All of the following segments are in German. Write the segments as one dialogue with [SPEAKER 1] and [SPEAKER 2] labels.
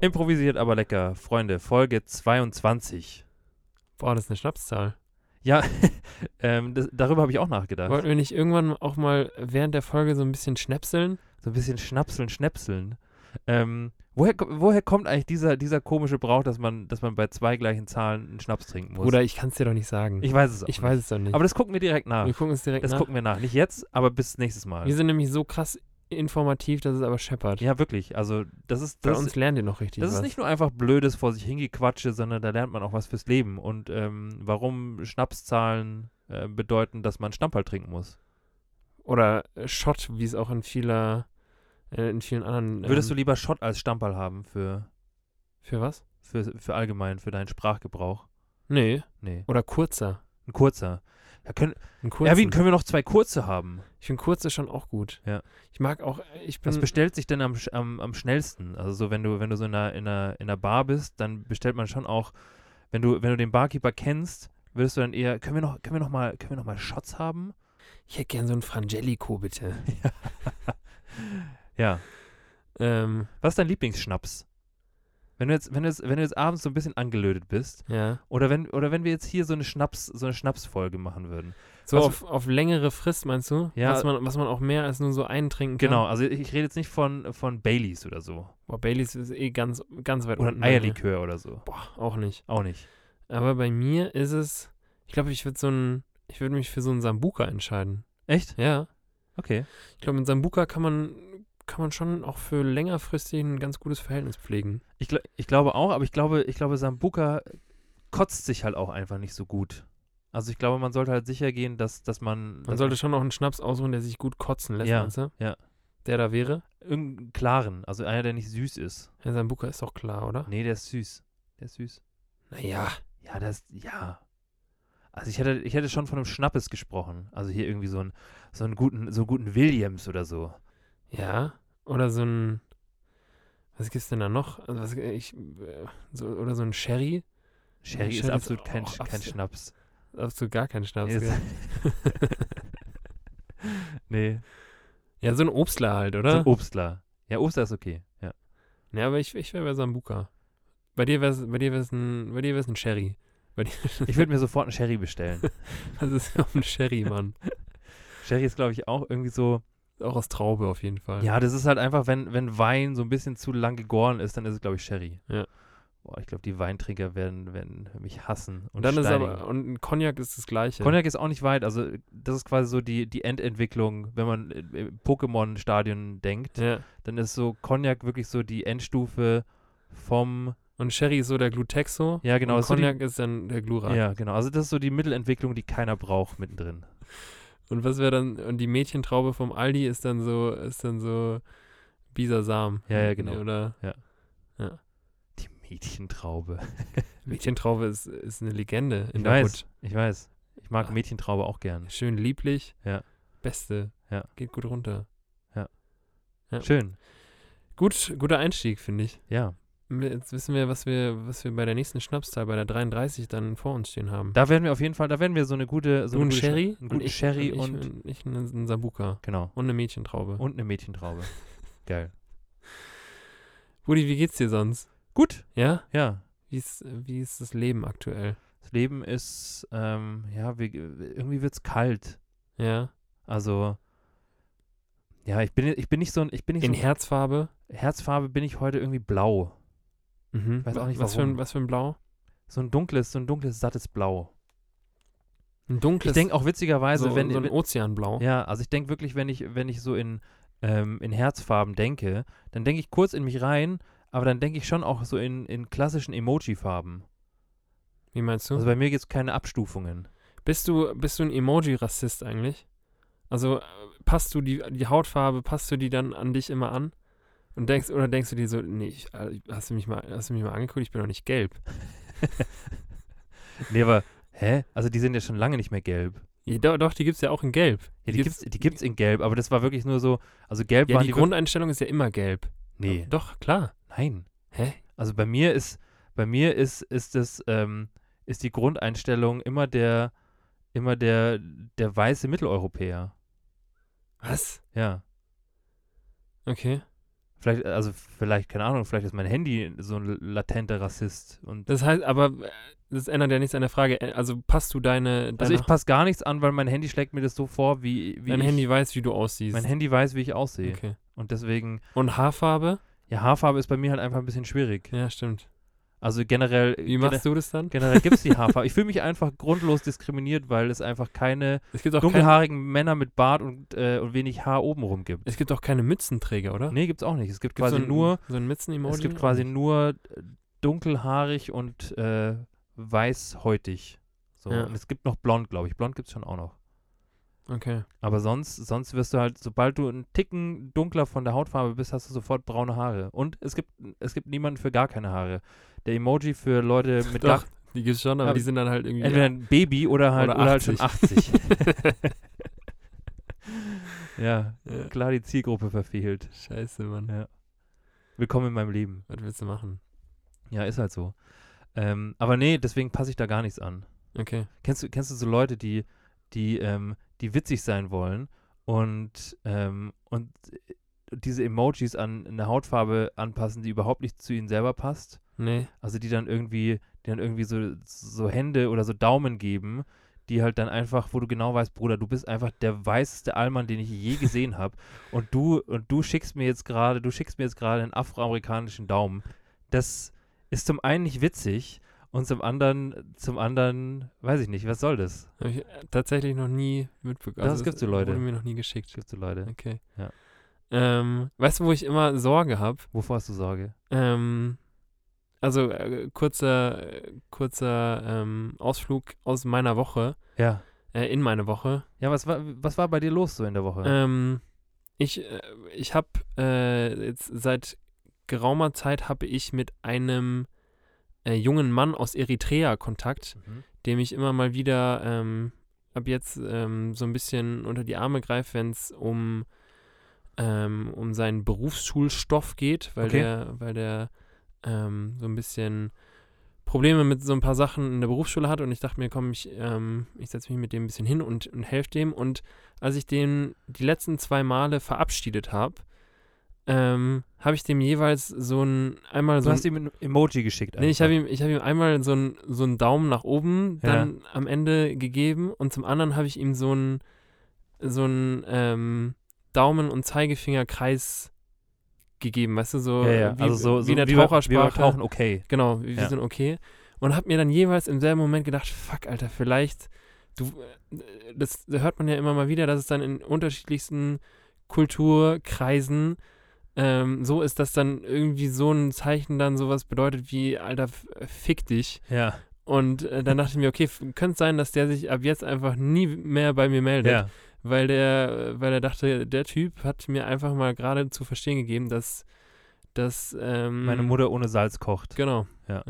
[SPEAKER 1] Improvisiert aber lecker, Freunde, Folge 22.
[SPEAKER 2] Boah, das ist eine Schnapszahl.
[SPEAKER 1] Ja, ähm, das, darüber habe ich auch nachgedacht.
[SPEAKER 2] Wollten wir nicht irgendwann auch mal während der Folge so ein bisschen schnäpseln?
[SPEAKER 1] So ein bisschen schnapseln, schnäpseln. Ähm, woher, ko- woher kommt eigentlich dieser, dieser komische Brauch, dass man, dass man bei zwei gleichen Zahlen einen Schnaps trinken muss?
[SPEAKER 2] Oder ich kann es dir doch nicht sagen.
[SPEAKER 1] ich weiß es auch. nicht.
[SPEAKER 2] Ich weiß es doch nicht.
[SPEAKER 1] Aber das gucken wir direkt nach.
[SPEAKER 2] wir gucken es direkt
[SPEAKER 1] das
[SPEAKER 2] nach.
[SPEAKER 1] gucken wir nach. Nicht jetzt, aber bis nächstes Mal.
[SPEAKER 2] wir sind nämlich so krass informativ, dass es aber scheppert.
[SPEAKER 1] Ja, wirklich. Also, das ist,
[SPEAKER 2] Bei
[SPEAKER 1] das,
[SPEAKER 2] uns
[SPEAKER 1] ist,
[SPEAKER 2] lernt ihr noch richtig
[SPEAKER 1] das
[SPEAKER 2] was.
[SPEAKER 1] ist nicht nur einfach blödes vor sich hingequatsche, sondern da lernt man auch was fürs Leben und ähm, warum Schnapszahlen äh, bedeuten, dass man Stammball trinken muss.
[SPEAKER 2] Oder äh, Shot, wie es auch in vieler, äh, in vielen anderen.
[SPEAKER 1] Würdest du
[SPEAKER 2] ähm,
[SPEAKER 1] lieber Schott als Stammball haben für,
[SPEAKER 2] Für was?
[SPEAKER 1] für, für allgemein, für deinen Sprachgebrauch?
[SPEAKER 2] Nee.
[SPEAKER 1] Nee.
[SPEAKER 2] Oder kurzer.
[SPEAKER 1] Ein kurzer. Ja, können,
[SPEAKER 2] Ein kurzer.
[SPEAKER 1] Erwin, können wir noch zwei kurze haben?
[SPEAKER 2] ich finde kurze schon auch gut.
[SPEAKER 1] Ja.
[SPEAKER 2] Ich mag auch, äh, ich bin.
[SPEAKER 1] Was bestellt sich denn am, sch- am, am schnellsten? Also so, wenn du, wenn du so in einer, in, einer, in einer Bar bist, dann bestellt man schon auch, wenn du, wenn du den Barkeeper kennst, würdest du dann eher, können wir noch, können wir noch mal, können wir noch mal Shots haben?
[SPEAKER 2] ich hätte gern so ein Frangelico, bitte.
[SPEAKER 1] Ja.
[SPEAKER 2] ähm,
[SPEAKER 1] Was ist dein Lieblingsschnaps? Wenn du jetzt, wenn du jetzt, wenn du jetzt abends so ein bisschen angelötet bist,
[SPEAKER 2] ja.
[SPEAKER 1] oder wenn, oder wenn wir jetzt hier so eine Schnaps, so eine Schnapsfolge machen würden.
[SPEAKER 2] So
[SPEAKER 1] Was-
[SPEAKER 2] auf, auf längere Frist, meinst du?
[SPEAKER 1] Also Ja.
[SPEAKER 2] Was man, was man auch mehr als nur so einen trinken kann.
[SPEAKER 1] Genau, also ich, ich rede jetzt nicht von, von Baileys oder so.
[SPEAKER 2] Boah, Baileys ist eh ganz, ganz weit
[SPEAKER 1] Oder ein
[SPEAKER 2] unten. bei mir.
[SPEAKER 1] Eierlikör oder so.
[SPEAKER 2] Boah, auch nicht.
[SPEAKER 1] Auch nicht.
[SPEAKER 2] Aber bei mir ist es, ich glaube, ich würde so ein, ich würde mich für so einen Sambuka entscheiden.
[SPEAKER 1] Echt?
[SPEAKER 2] Ja.
[SPEAKER 1] Okay.
[SPEAKER 2] Ich glaube, mit Sambuka kann man, kann man schon auch für längerfristig ein ganz gutes Verhältnis pflegen.
[SPEAKER 1] Ich, gl ich glaube auch, aber ich glaube, ich glaube, Sambuka kotzt sich halt auch einfach nicht so gut. Also ich glaube, man sollte halt sicher gehen, dass, dass man,
[SPEAKER 2] Man
[SPEAKER 1] dass
[SPEAKER 2] sollte schon auch einen Schnaps aussuchen, der sich gut kotzen lässt,
[SPEAKER 1] Ja,
[SPEAKER 2] meinst du?
[SPEAKER 1] ja.
[SPEAKER 2] Der da wäre.
[SPEAKER 1] irgendeinen klaren, also einer, der nicht süß ist.
[SPEAKER 2] Ja, Sambuka ist doch klar, oder?
[SPEAKER 1] Nee, der ist süß. Der ist süß.
[SPEAKER 2] Naja.
[SPEAKER 1] Ja, das, ja. Also ich hätte, ich hätte schon von einem Schnappes gesprochen. Also hier irgendwie so einen, so einen guten, so einen guten Williams oder so.
[SPEAKER 2] Ja. Oder so ein, was gibt's denn da noch? Also was, ich, äh, so, oder so ein Sherry.
[SPEAKER 1] Sherry
[SPEAKER 2] Sherry
[SPEAKER 1] ist
[SPEAKER 2] ist
[SPEAKER 1] absolut kein,
[SPEAKER 2] auch
[SPEAKER 1] kein
[SPEAKER 2] absolut-
[SPEAKER 1] Schnaps.
[SPEAKER 2] Absolut gar keinen Schnaps.
[SPEAKER 1] Nee,
[SPEAKER 2] gell?
[SPEAKER 1] das- nee,
[SPEAKER 2] Ja, so ein Obstler halt,
[SPEAKER 1] so
[SPEAKER 2] oder?
[SPEAKER 1] ein Obstler. Ja, Obstler ist okay. Ja.
[SPEAKER 2] Ja, aber ich, ich wäre bei Sambuka. Bei dir wär's, bei dir wär's ein, bei dir wär's ein Sherry. Bei dir,
[SPEAKER 1] Ich würde mir sofort einen Sherry bestellen.
[SPEAKER 2] das ist auch ein Sherry, Mann.
[SPEAKER 1] Sherry ist, glaube ich, auch irgendwie so.
[SPEAKER 2] Ist Auch aus Traube auf jeden Fall.
[SPEAKER 1] Ja, das ist halt einfach, wenn, wenn Wein so ein bisschen zu lang gegoren ist, dann ist es, glaube ich, Sherry.
[SPEAKER 2] Ja.
[SPEAKER 1] Boah, ich glaube, die Weintrinker werden, werden mich hassen. Und
[SPEAKER 2] und dann ist
[SPEAKER 1] steinigen.
[SPEAKER 2] aber, und ein Cognac ist das gleiche.
[SPEAKER 1] Cognac ist auch nicht weit. Also, das ist quasi so die, die Endentwicklung, wenn man äh, im Pokémon-Stadion denkt.
[SPEAKER 2] Ja.
[SPEAKER 1] Dann ist so Cognac wirklich so die Endstufe vom.
[SPEAKER 2] Und Sherry ist so der Glutexo.
[SPEAKER 1] Ja, genau.
[SPEAKER 2] Und
[SPEAKER 1] das ist so
[SPEAKER 2] Cognac ist dann der Glura.
[SPEAKER 1] die, ja, genau. Also, das ist so die Mittelentwicklung, die keiner braucht mittendrin.
[SPEAKER 2] Und was wäre dann, und die Mädchentraube vom Aldi ist dann so, ist dann so Bisasam.
[SPEAKER 1] Ja, ja, genau.
[SPEAKER 2] Oder
[SPEAKER 1] Die Mädchentraube.
[SPEAKER 2] Mädchentraube ist, ist eine Legende in
[SPEAKER 1] Ich
[SPEAKER 2] der
[SPEAKER 1] weiß. Ich weiß. Ich mag
[SPEAKER 2] Ah.
[SPEAKER 1] Mädchentraube auch gerne.
[SPEAKER 2] Hut. Schön lieblich.
[SPEAKER 1] Ja.
[SPEAKER 2] Beste.
[SPEAKER 1] Ja.
[SPEAKER 2] Geht gut runter. Ja.
[SPEAKER 1] Schön.
[SPEAKER 2] Gut, guter Einstieg, finde ich.
[SPEAKER 1] Ja.
[SPEAKER 2] Jetzt wissen wir, was wir, was wir bei der nächsten Schnapszahl, bei der 33, dann vor uns stehen haben. Also
[SPEAKER 1] Da werden wir auf jeden Fall, da werden wir so eine gute. So
[SPEAKER 2] du
[SPEAKER 1] eine
[SPEAKER 2] ein
[SPEAKER 1] gute
[SPEAKER 2] Sherry,
[SPEAKER 1] Einen guten
[SPEAKER 2] ich,
[SPEAKER 1] Sherry
[SPEAKER 2] ich,
[SPEAKER 1] und.
[SPEAKER 2] und ich einen Sambuka
[SPEAKER 1] Genau.
[SPEAKER 2] und eine Mädchentraube.
[SPEAKER 1] Und eine Mädchentraube. Geil.
[SPEAKER 2] Rudi, wie geht's dir sonst?
[SPEAKER 1] Gut.
[SPEAKER 2] Ja?
[SPEAKER 1] Ja.
[SPEAKER 2] Wie ist, wie ist das Leben aktuell?
[SPEAKER 1] Das Leben ist, ähm, ja, wir, irgendwie wird es kalt.
[SPEAKER 2] Ja?
[SPEAKER 1] Also, ja, ich bin, ich bin nicht so ein, ich bin nicht
[SPEAKER 2] In
[SPEAKER 1] so
[SPEAKER 2] Herzfarbe?
[SPEAKER 1] Herzfarbe bin ich heute irgendwie blau.
[SPEAKER 2] Mhm.
[SPEAKER 1] Weiß auch nicht,
[SPEAKER 2] was, für ein,
[SPEAKER 1] warum.
[SPEAKER 2] was für ein Blau?
[SPEAKER 1] So ein dunkles, so ein dunkles, sattes Blau.
[SPEAKER 2] Ein dunkles.
[SPEAKER 1] Ich denke auch witzigerweise,
[SPEAKER 2] so,
[SPEAKER 1] wenn,
[SPEAKER 2] so ein
[SPEAKER 1] wenn
[SPEAKER 2] Ozeanblau.
[SPEAKER 1] ja, also ich denke wirklich, wenn ich, wenn ich so in, ähm, in Herzfarben denke, dann denke ich kurz in mich rein, aber dann denke ich schon auch so in, in klassischen Emoji-Farben.
[SPEAKER 2] Wie meinst du?
[SPEAKER 1] Also bei mir gibt es keine Abstufungen.
[SPEAKER 2] bist du bist du ein Emoji-Rassist eigentlich? Also äh, passt du die, die Hautfarbe, passt du die dann an dich immer an? Und denkst, oder denkst du dir so, nee, ich, äh, hast, du mich mal, hast du mich mal angeguckt, ich bin doch nicht gelb.
[SPEAKER 1] Nee, aber, hä? Also die sind ja schon lange nicht mehr gelb.
[SPEAKER 2] Ja, doch, doch, die gibt es ja auch in Gelb.
[SPEAKER 1] Ja, die, gibt's, die gibt's in gelb, aber das war wirklich nur so, also gelb
[SPEAKER 2] ja,
[SPEAKER 1] waren
[SPEAKER 2] die
[SPEAKER 1] wirklich-
[SPEAKER 2] Grundeinstellung ist ja immer gelb.
[SPEAKER 1] Nee,
[SPEAKER 2] Doch, klar.
[SPEAKER 1] nein.
[SPEAKER 2] Hä?
[SPEAKER 1] Also bei mir ist, bei mir ist, ist das, ähm, ist die Grundeinstellung immer der, immer der, der weiße Mitteleuropäer.
[SPEAKER 2] Was?
[SPEAKER 1] Ja.
[SPEAKER 2] Okay.
[SPEAKER 1] Vielleicht, also vielleicht, keine Ahnung, vielleicht ist mein Handy so ein latenter Rassist. Und
[SPEAKER 2] Das heißt, aber äh, das ändert ja nichts an der Frage. Äh, Also passt du deine, deine
[SPEAKER 1] also ich passe gar nichts an, weil mein Handy schlägt mir das so vor, wie, wie
[SPEAKER 2] dein
[SPEAKER 1] ich,
[SPEAKER 2] Handy weiß, wie du aussiehst.
[SPEAKER 1] mein Handy weiß, wie ich aussehe.
[SPEAKER 2] Okay.
[SPEAKER 1] Und deswegen,
[SPEAKER 2] Und Haarfarbe?
[SPEAKER 1] ja, Haarfarbe ist bei mir halt einfach ein bisschen schwierig.
[SPEAKER 2] Ja, stimmt.
[SPEAKER 1] Also generell,
[SPEAKER 2] Wie machst du das dann?
[SPEAKER 1] generell gibt es die Haarfarbe. ich fühle mich einfach grundlos diskriminiert, weil es einfach keine
[SPEAKER 2] Es gibt auch, kein,
[SPEAKER 1] dunkelhaarigen Männer mit Bart und, äh, und wenig Haar obenrum gibt.
[SPEAKER 2] es gibt auch keine Mützenträger, oder?
[SPEAKER 1] Nee, gibt's auch nicht. Es gibt
[SPEAKER 2] Gibt's
[SPEAKER 1] quasi
[SPEAKER 2] so ein,
[SPEAKER 1] nur,
[SPEAKER 2] so ein Mützen-Emoji.
[SPEAKER 1] es gibt quasi nur äh, dunkelhaarig und äh, weißhäutig. So.
[SPEAKER 2] Ja.
[SPEAKER 1] Und es gibt noch blond, glaube ich. Blond gibt's schon auch noch.
[SPEAKER 2] Okay.
[SPEAKER 1] Aber sonst, sonst wirst du halt, sobald du einen Ticken dunkler von der Hautfarbe bist, hast du sofort braune Haare. Und es gibt, es gibt niemanden für gar keine Haare. Der Emoji für Leute mit gar,
[SPEAKER 2] Doch, die gibt's schon, aber
[SPEAKER 1] Ja,
[SPEAKER 2] die sind dann halt irgendwie.
[SPEAKER 1] entweder ein Baby oder halt,
[SPEAKER 2] Oder
[SPEAKER 1] oder halt schon 80. ja,
[SPEAKER 2] Ja,
[SPEAKER 1] klar die Zielgruppe verfehlt.
[SPEAKER 2] scheiße, Mann.
[SPEAKER 1] Ja. Willkommen in meinem Leben.
[SPEAKER 2] Was willst du machen?
[SPEAKER 1] Ja, ist halt so. Ähm, aber nee, deswegen passe ich da gar nichts an.
[SPEAKER 2] Okay.
[SPEAKER 1] Kennst du, kennst du so Leute, die, die, ähm, die witzig sein wollen und, ähm, und diese Emojis an eine Hautfarbe anpassen, die überhaupt nicht zu ihnen selber passt?
[SPEAKER 2] Nee.
[SPEAKER 1] Also die dann irgendwie, die dann irgendwie so, so Hände oder so Daumen geben, die halt dann einfach, wo du genau weißt, Bruder, du bist einfach der weißeste Allmann, den ich je gesehen habe. Und du, und du schickst mir jetzt gerade, du schickst mir jetzt gerade einen afroamerikanischen Daumen. Das ist zum einen nicht witzig und zum anderen, zum anderen, weiß ich nicht, was soll das?
[SPEAKER 2] Hab ich äh, tatsächlich noch nie mitbekommen. Also
[SPEAKER 1] Das gibt's so Leute.
[SPEAKER 2] Wurde mir noch nie geschickt.
[SPEAKER 1] Gibt's so Leute.
[SPEAKER 2] Okay.
[SPEAKER 1] Ja.
[SPEAKER 2] Ähm, weißt du, wo ich immer Sorge habe?
[SPEAKER 1] Wovor hast du Sorge?
[SPEAKER 2] Ähm, also äh, kurzer, äh, kurzer ähm, Ausflug aus meiner Woche,
[SPEAKER 1] Ja.
[SPEAKER 2] äh, in meine Woche.
[SPEAKER 1] Ja, was war, was war bei dir los so in der Woche?
[SPEAKER 2] Ähm, ich äh, ich habe äh, jetzt seit geraumer Zeit habe ich mit einem äh, jungen Mann aus Eritrea Kontakt,
[SPEAKER 1] Mhm.
[SPEAKER 2] dem ich immer mal wieder ähm, ab jetzt ähm, so ein bisschen unter die Arme greife, wenn es um, ähm, um seinen Berufsschulstoff geht, weil
[SPEAKER 1] Okay.
[SPEAKER 2] der, weil der ähm, so ein bisschen Probleme mit so ein paar Sachen in der Berufsschule hat und ich dachte mir, komm, ich, ähm, ich setze mich mit dem ein bisschen hin und, und helfe dem. Und als ich den die letzten zwei Male verabschiedet habe, ähm, habe ich dem jeweils so ein, einmal
[SPEAKER 1] Du
[SPEAKER 2] so ein
[SPEAKER 1] hast ihm ein Emoji geschickt.
[SPEAKER 2] Nee, ich habe
[SPEAKER 1] einfach.
[SPEAKER 2] ihm, ich hab ihm einmal so einen so einen Daumen nach oben
[SPEAKER 1] Ja.
[SPEAKER 2] dann am Ende gegeben und zum anderen habe ich ihm so einen so einen, ähm, Daumen- und Zeigefingerkreis gegeben, weißt du, so,
[SPEAKER 1] ja, ja.
[SPEAKER 2] Wie,
[SPEAKER 1] also so, so
[SPEAKER 2] wie in der
[SPEAKER 1] wie bei- wie bei
[SPEAKER 2] Tauchersprache.
[SPEAKER 1] Tauchen okay.
[SPEAKER 2] Genau, wie
[SPEAKER 1] Ja.
[SPEAKER 2] so ein Okay. Und habe mir dann jeweils im selben Moment gedacht, fuck, Alter, vielleicht, du, äh, das hört man ja immer mal wieder, dass es dann in unterschiedlichsten Kulturkreisen ähm, so ist, dass dann irgendwie so ein Zeichen dann sowas bedeutet wie, Alter, f- fick dich.
[SPEAKER 1] Ja,
[SPEAKER 2] Und äh, dann dachte ich mir, okay, f- könnte sein, dass der sich ab jetzt einfach nie mehr bei mir meldet,
[SPEAKER 1] ja.
[SPEAKER 2] weil der, weil er dachte, der Typ hat mir einfach mal gerade zu verstehen gegeben, dass, dass ähm,
[SPEAKER 1] Meine Mutter ohne Salz kocht.
[SPEAKER 2] Genau.
[SPEAKER 1] Ja.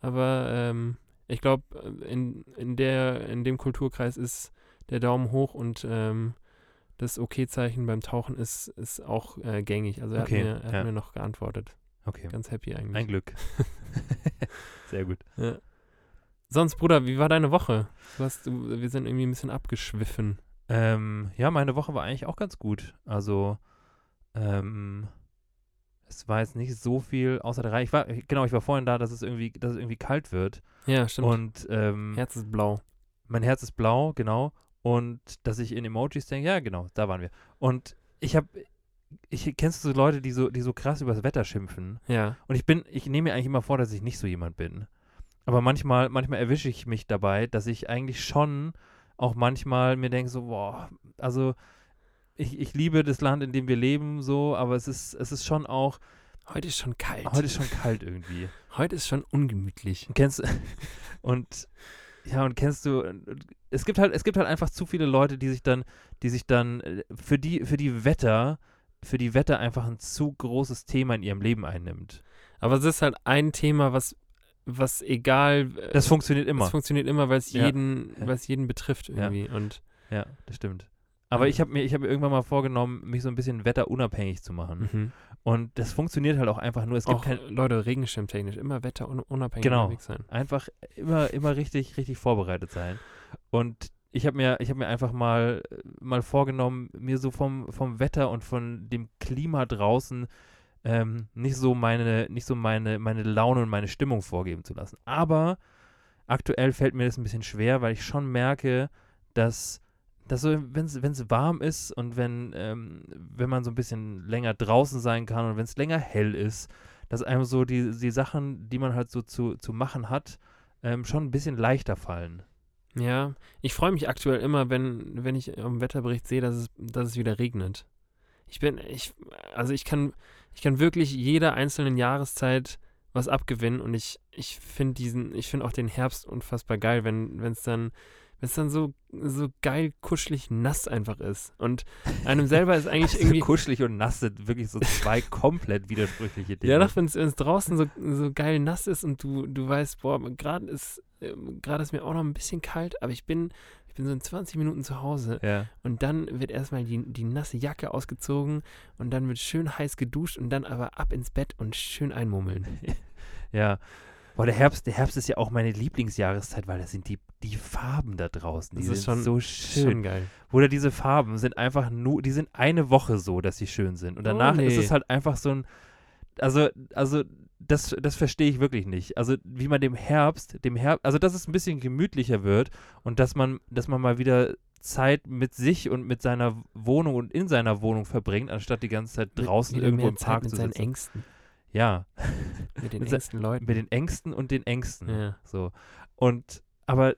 [SPEAKER 2] Aber ähm, ich glaube, in, in, der- in dem Kulturkreis ist der Daumen hoch und ähm, das Okay-Zeichen beim Tauchen ist, ist auch äh, gängig. Also er,
[SPEAKER 1] Okay,
[SPEAKER 2] hat, mir, er
[SPEAKER 1] ja.
[SPEAKER 2] hat mir noch geantwortet.
[SPEAKER 1] Okay,
[SPEAKER 2] Ganz happy eigentlich.
[SPEAKER 1] ein Glück. Sehr gut.
[SPEAKER 2] Sonst, Bruder, wie war deine Woche? Du hast, du, wir sind irgendwie ein bisschen abgeschwiffen.
[SPEAKER 1] Ähm, ja, meine Woche war eigentlich auch ganz gut. Also, ähm, es war jetzt nicht so viel außer der Reihe. Ich war, genau, ich war vorhin da, dass es irgendwie, dass es irgendwie kalt wird.
[SPEAKER 2] Ja, stimmt.
[SPEAKER 1] Und ähm,
[SPEAKER 2] Herz ist blau.
[SPEAKER 1] mein Herz ist blau, genau. Und dass ich in Emojis denke, ja, genau, da waren wir. Und ich habe, ich kennst du so Leute, die so, die so krass übers Wetter schimpfen?
[SPEAKER 2] Ja.
[SPEAKER 1] Und ich bin, ich nehme mir eigentlich immer vor, dass ich nicht so jemand bin. Aber manchmal, manchmal erwische ich mich dabei, dass ich eigentlich schon auch manchmal mir denke, so, boah, also ich, ich liebe das Land, in dem wir leben, so, aber es ist, es ist schon auch,
[SPEAKER 2] Heute ist schon kalt.
[SPEAKER 1] heute ist schon kalt irgendwie.
[SPEAKER 2] Heute ist schon ungemütlich.
[SPEAKER 1] Und kennst und ja, und kennst du, es gibt halt, es gibt halt einfach zu viele Leute, die sich dann, die sich dann äh, für die, für die Wetter, für die Wetter einfach ein zu großes Thema in ihrem Leben einnimmt.
[SPEAKER 2] Aber es ist halt ein Thema, was was egal. äh,
[SPEAKER 1] Das funktioniert immer.
[SPEAKER 2] Das funktioniert immer, weil es
[SPEAKER 1] Ja.
[SPEAKER 2] jeden,
[SPEAKER 1] Ja.
[SPEAKER 2] weil es jeden betrifft irgendwie. Und
[SPEAKER 1] ja, das stimmt. Also Aber ich habe mir, ich hab mir irgendwann mal vorgenommen, mich so ein bisschen wetterunabhängig zu machen. Und das funktioniert halt Mhm. auch einfach nur. Es gibt
[SPEAKER 2] auch
[SPEAKER 1] kein,
[SPEAKER 2] Leute regenschirmtechnisch immer wetterunabhängig
[SPEAKER 1] Genau.
[SPEAKER 2] unterwegs sein.
[SPEAKER 1] einfach immer, immer richtig, richtig vorbereitet sein. Und ich habe mir, ich habe mir einfach mal, äh, mal vorgenommen, mir so vom, vom Wetter und von dem Klima draußen ähm, nicht so meine, nicht so meine, meine Laune und meine Stimmung vorgeben zu lassen. Aber aktuell fällt mir das ein bisschen schwer, weil ich schon merke, dass, dass so, wenn es warm ist und wenn, ähm, wenn man so ein bisschen länger draußen sein kann und wenn es länger hell ist, dass einem so die, die Sachen, die man halt so zu, zu machen hat, ähm, schon ein bisschen leichter fallen.
[SPEAKER 2] Ja, ich freue mich aktuell immer, wenn, wenn ich am Wetterbericht sehe, dass es, dass es wieder regnet. Ich bin, ich, also ich kann, ich kann wirklich jeder einzelnen Jahreszeit was abgewinnen und ich, ich finde diesen, ich finde auch den Herbst unfassbar geil, wenn, wenn es dann, wenn es dann so, so geil kuschelig nass einfach ist. Und einem selber ist eigentlich irgendwie.
[SPEAKER 1] kuschelig und nass sind wirklich so zwei komplett widersprüchliche Dinge.
[SPEAKER 2] Ja, doch, wenn es draußen so, so geil nass ist und du, du weißt, boah, gerade ist, ähm, gerade ist mir auch noch ein bisschen kalt, aber ich bin, ich bin so in 20 Minuten zu Hause
[SPEAKER 1] Ja,
[SPEAKER 2] und dann wird erstmal die, die nasse Jacke ausgezogen und dann wird schön heiß geduscht und dann aber ab ins Bett und schön einmummeln.
[SPEAKER 1] ja. Boah, der Herbst, der Herbst ist ja auch meine Lieblingsjahreszeit, weil das sind die, die Farben da draußen. Die
[SPEAKER 2] Das ist
[SPEAKER 1] sind
[SPEAKER 2] schon-
[SPEAKER 1] so
[SPEAKER 2] Schön
[SPEAKER 1] schön.
[SPEAKER 2] geil.
[SPEAKER 1] Oder diese Farben sind einfach nur, die sind eine Woche so, dass sie schön sind. Und
[SPEAKER 2] Oh,
[SPEAKER 1] danach ist
[SPEAKER 2] nee.
[SPEAKER 1] es halt einfach so ein, also, also das, das verstehe ich wirklich nicht. Also wie man dem Herbst, dem Herbst, also dass es ein bisschen gemütlicher wird und dass man, dass man mal wieder Zeit mit sich und mit seiner Wohnung und in seiner Wohnung verbringt, anstatt die ganze Zeit
[SPEAKER 2] Mit-
[SPEAKER 1] draußen
[SPEAKER 2] wieder
[SPEAKER 1] irgendwo
[SPEAKER 2] mehr
[SPEAKER 1] im
[SPEAKER 2] Zeit
[SPEAKER 1] Park
[SPEAKER 2] mit
[SPEAKER 1] zu
[SPEAKER 2] seinen
[SPEAKER 1] sitzen.
[SPEAKER 2] Ängsten.
[SPEAKER 1] Ja,
[SPEAKER 2] Mit den
[SPEAKER 1] Mit se-
[SPEAKER 2] engsten Leuten.
[SPEAKER 1] mit den Ängsten und den Ängsten.
[SPEAKER 2] Ja.
[SPEAKER 1] So. Und, aber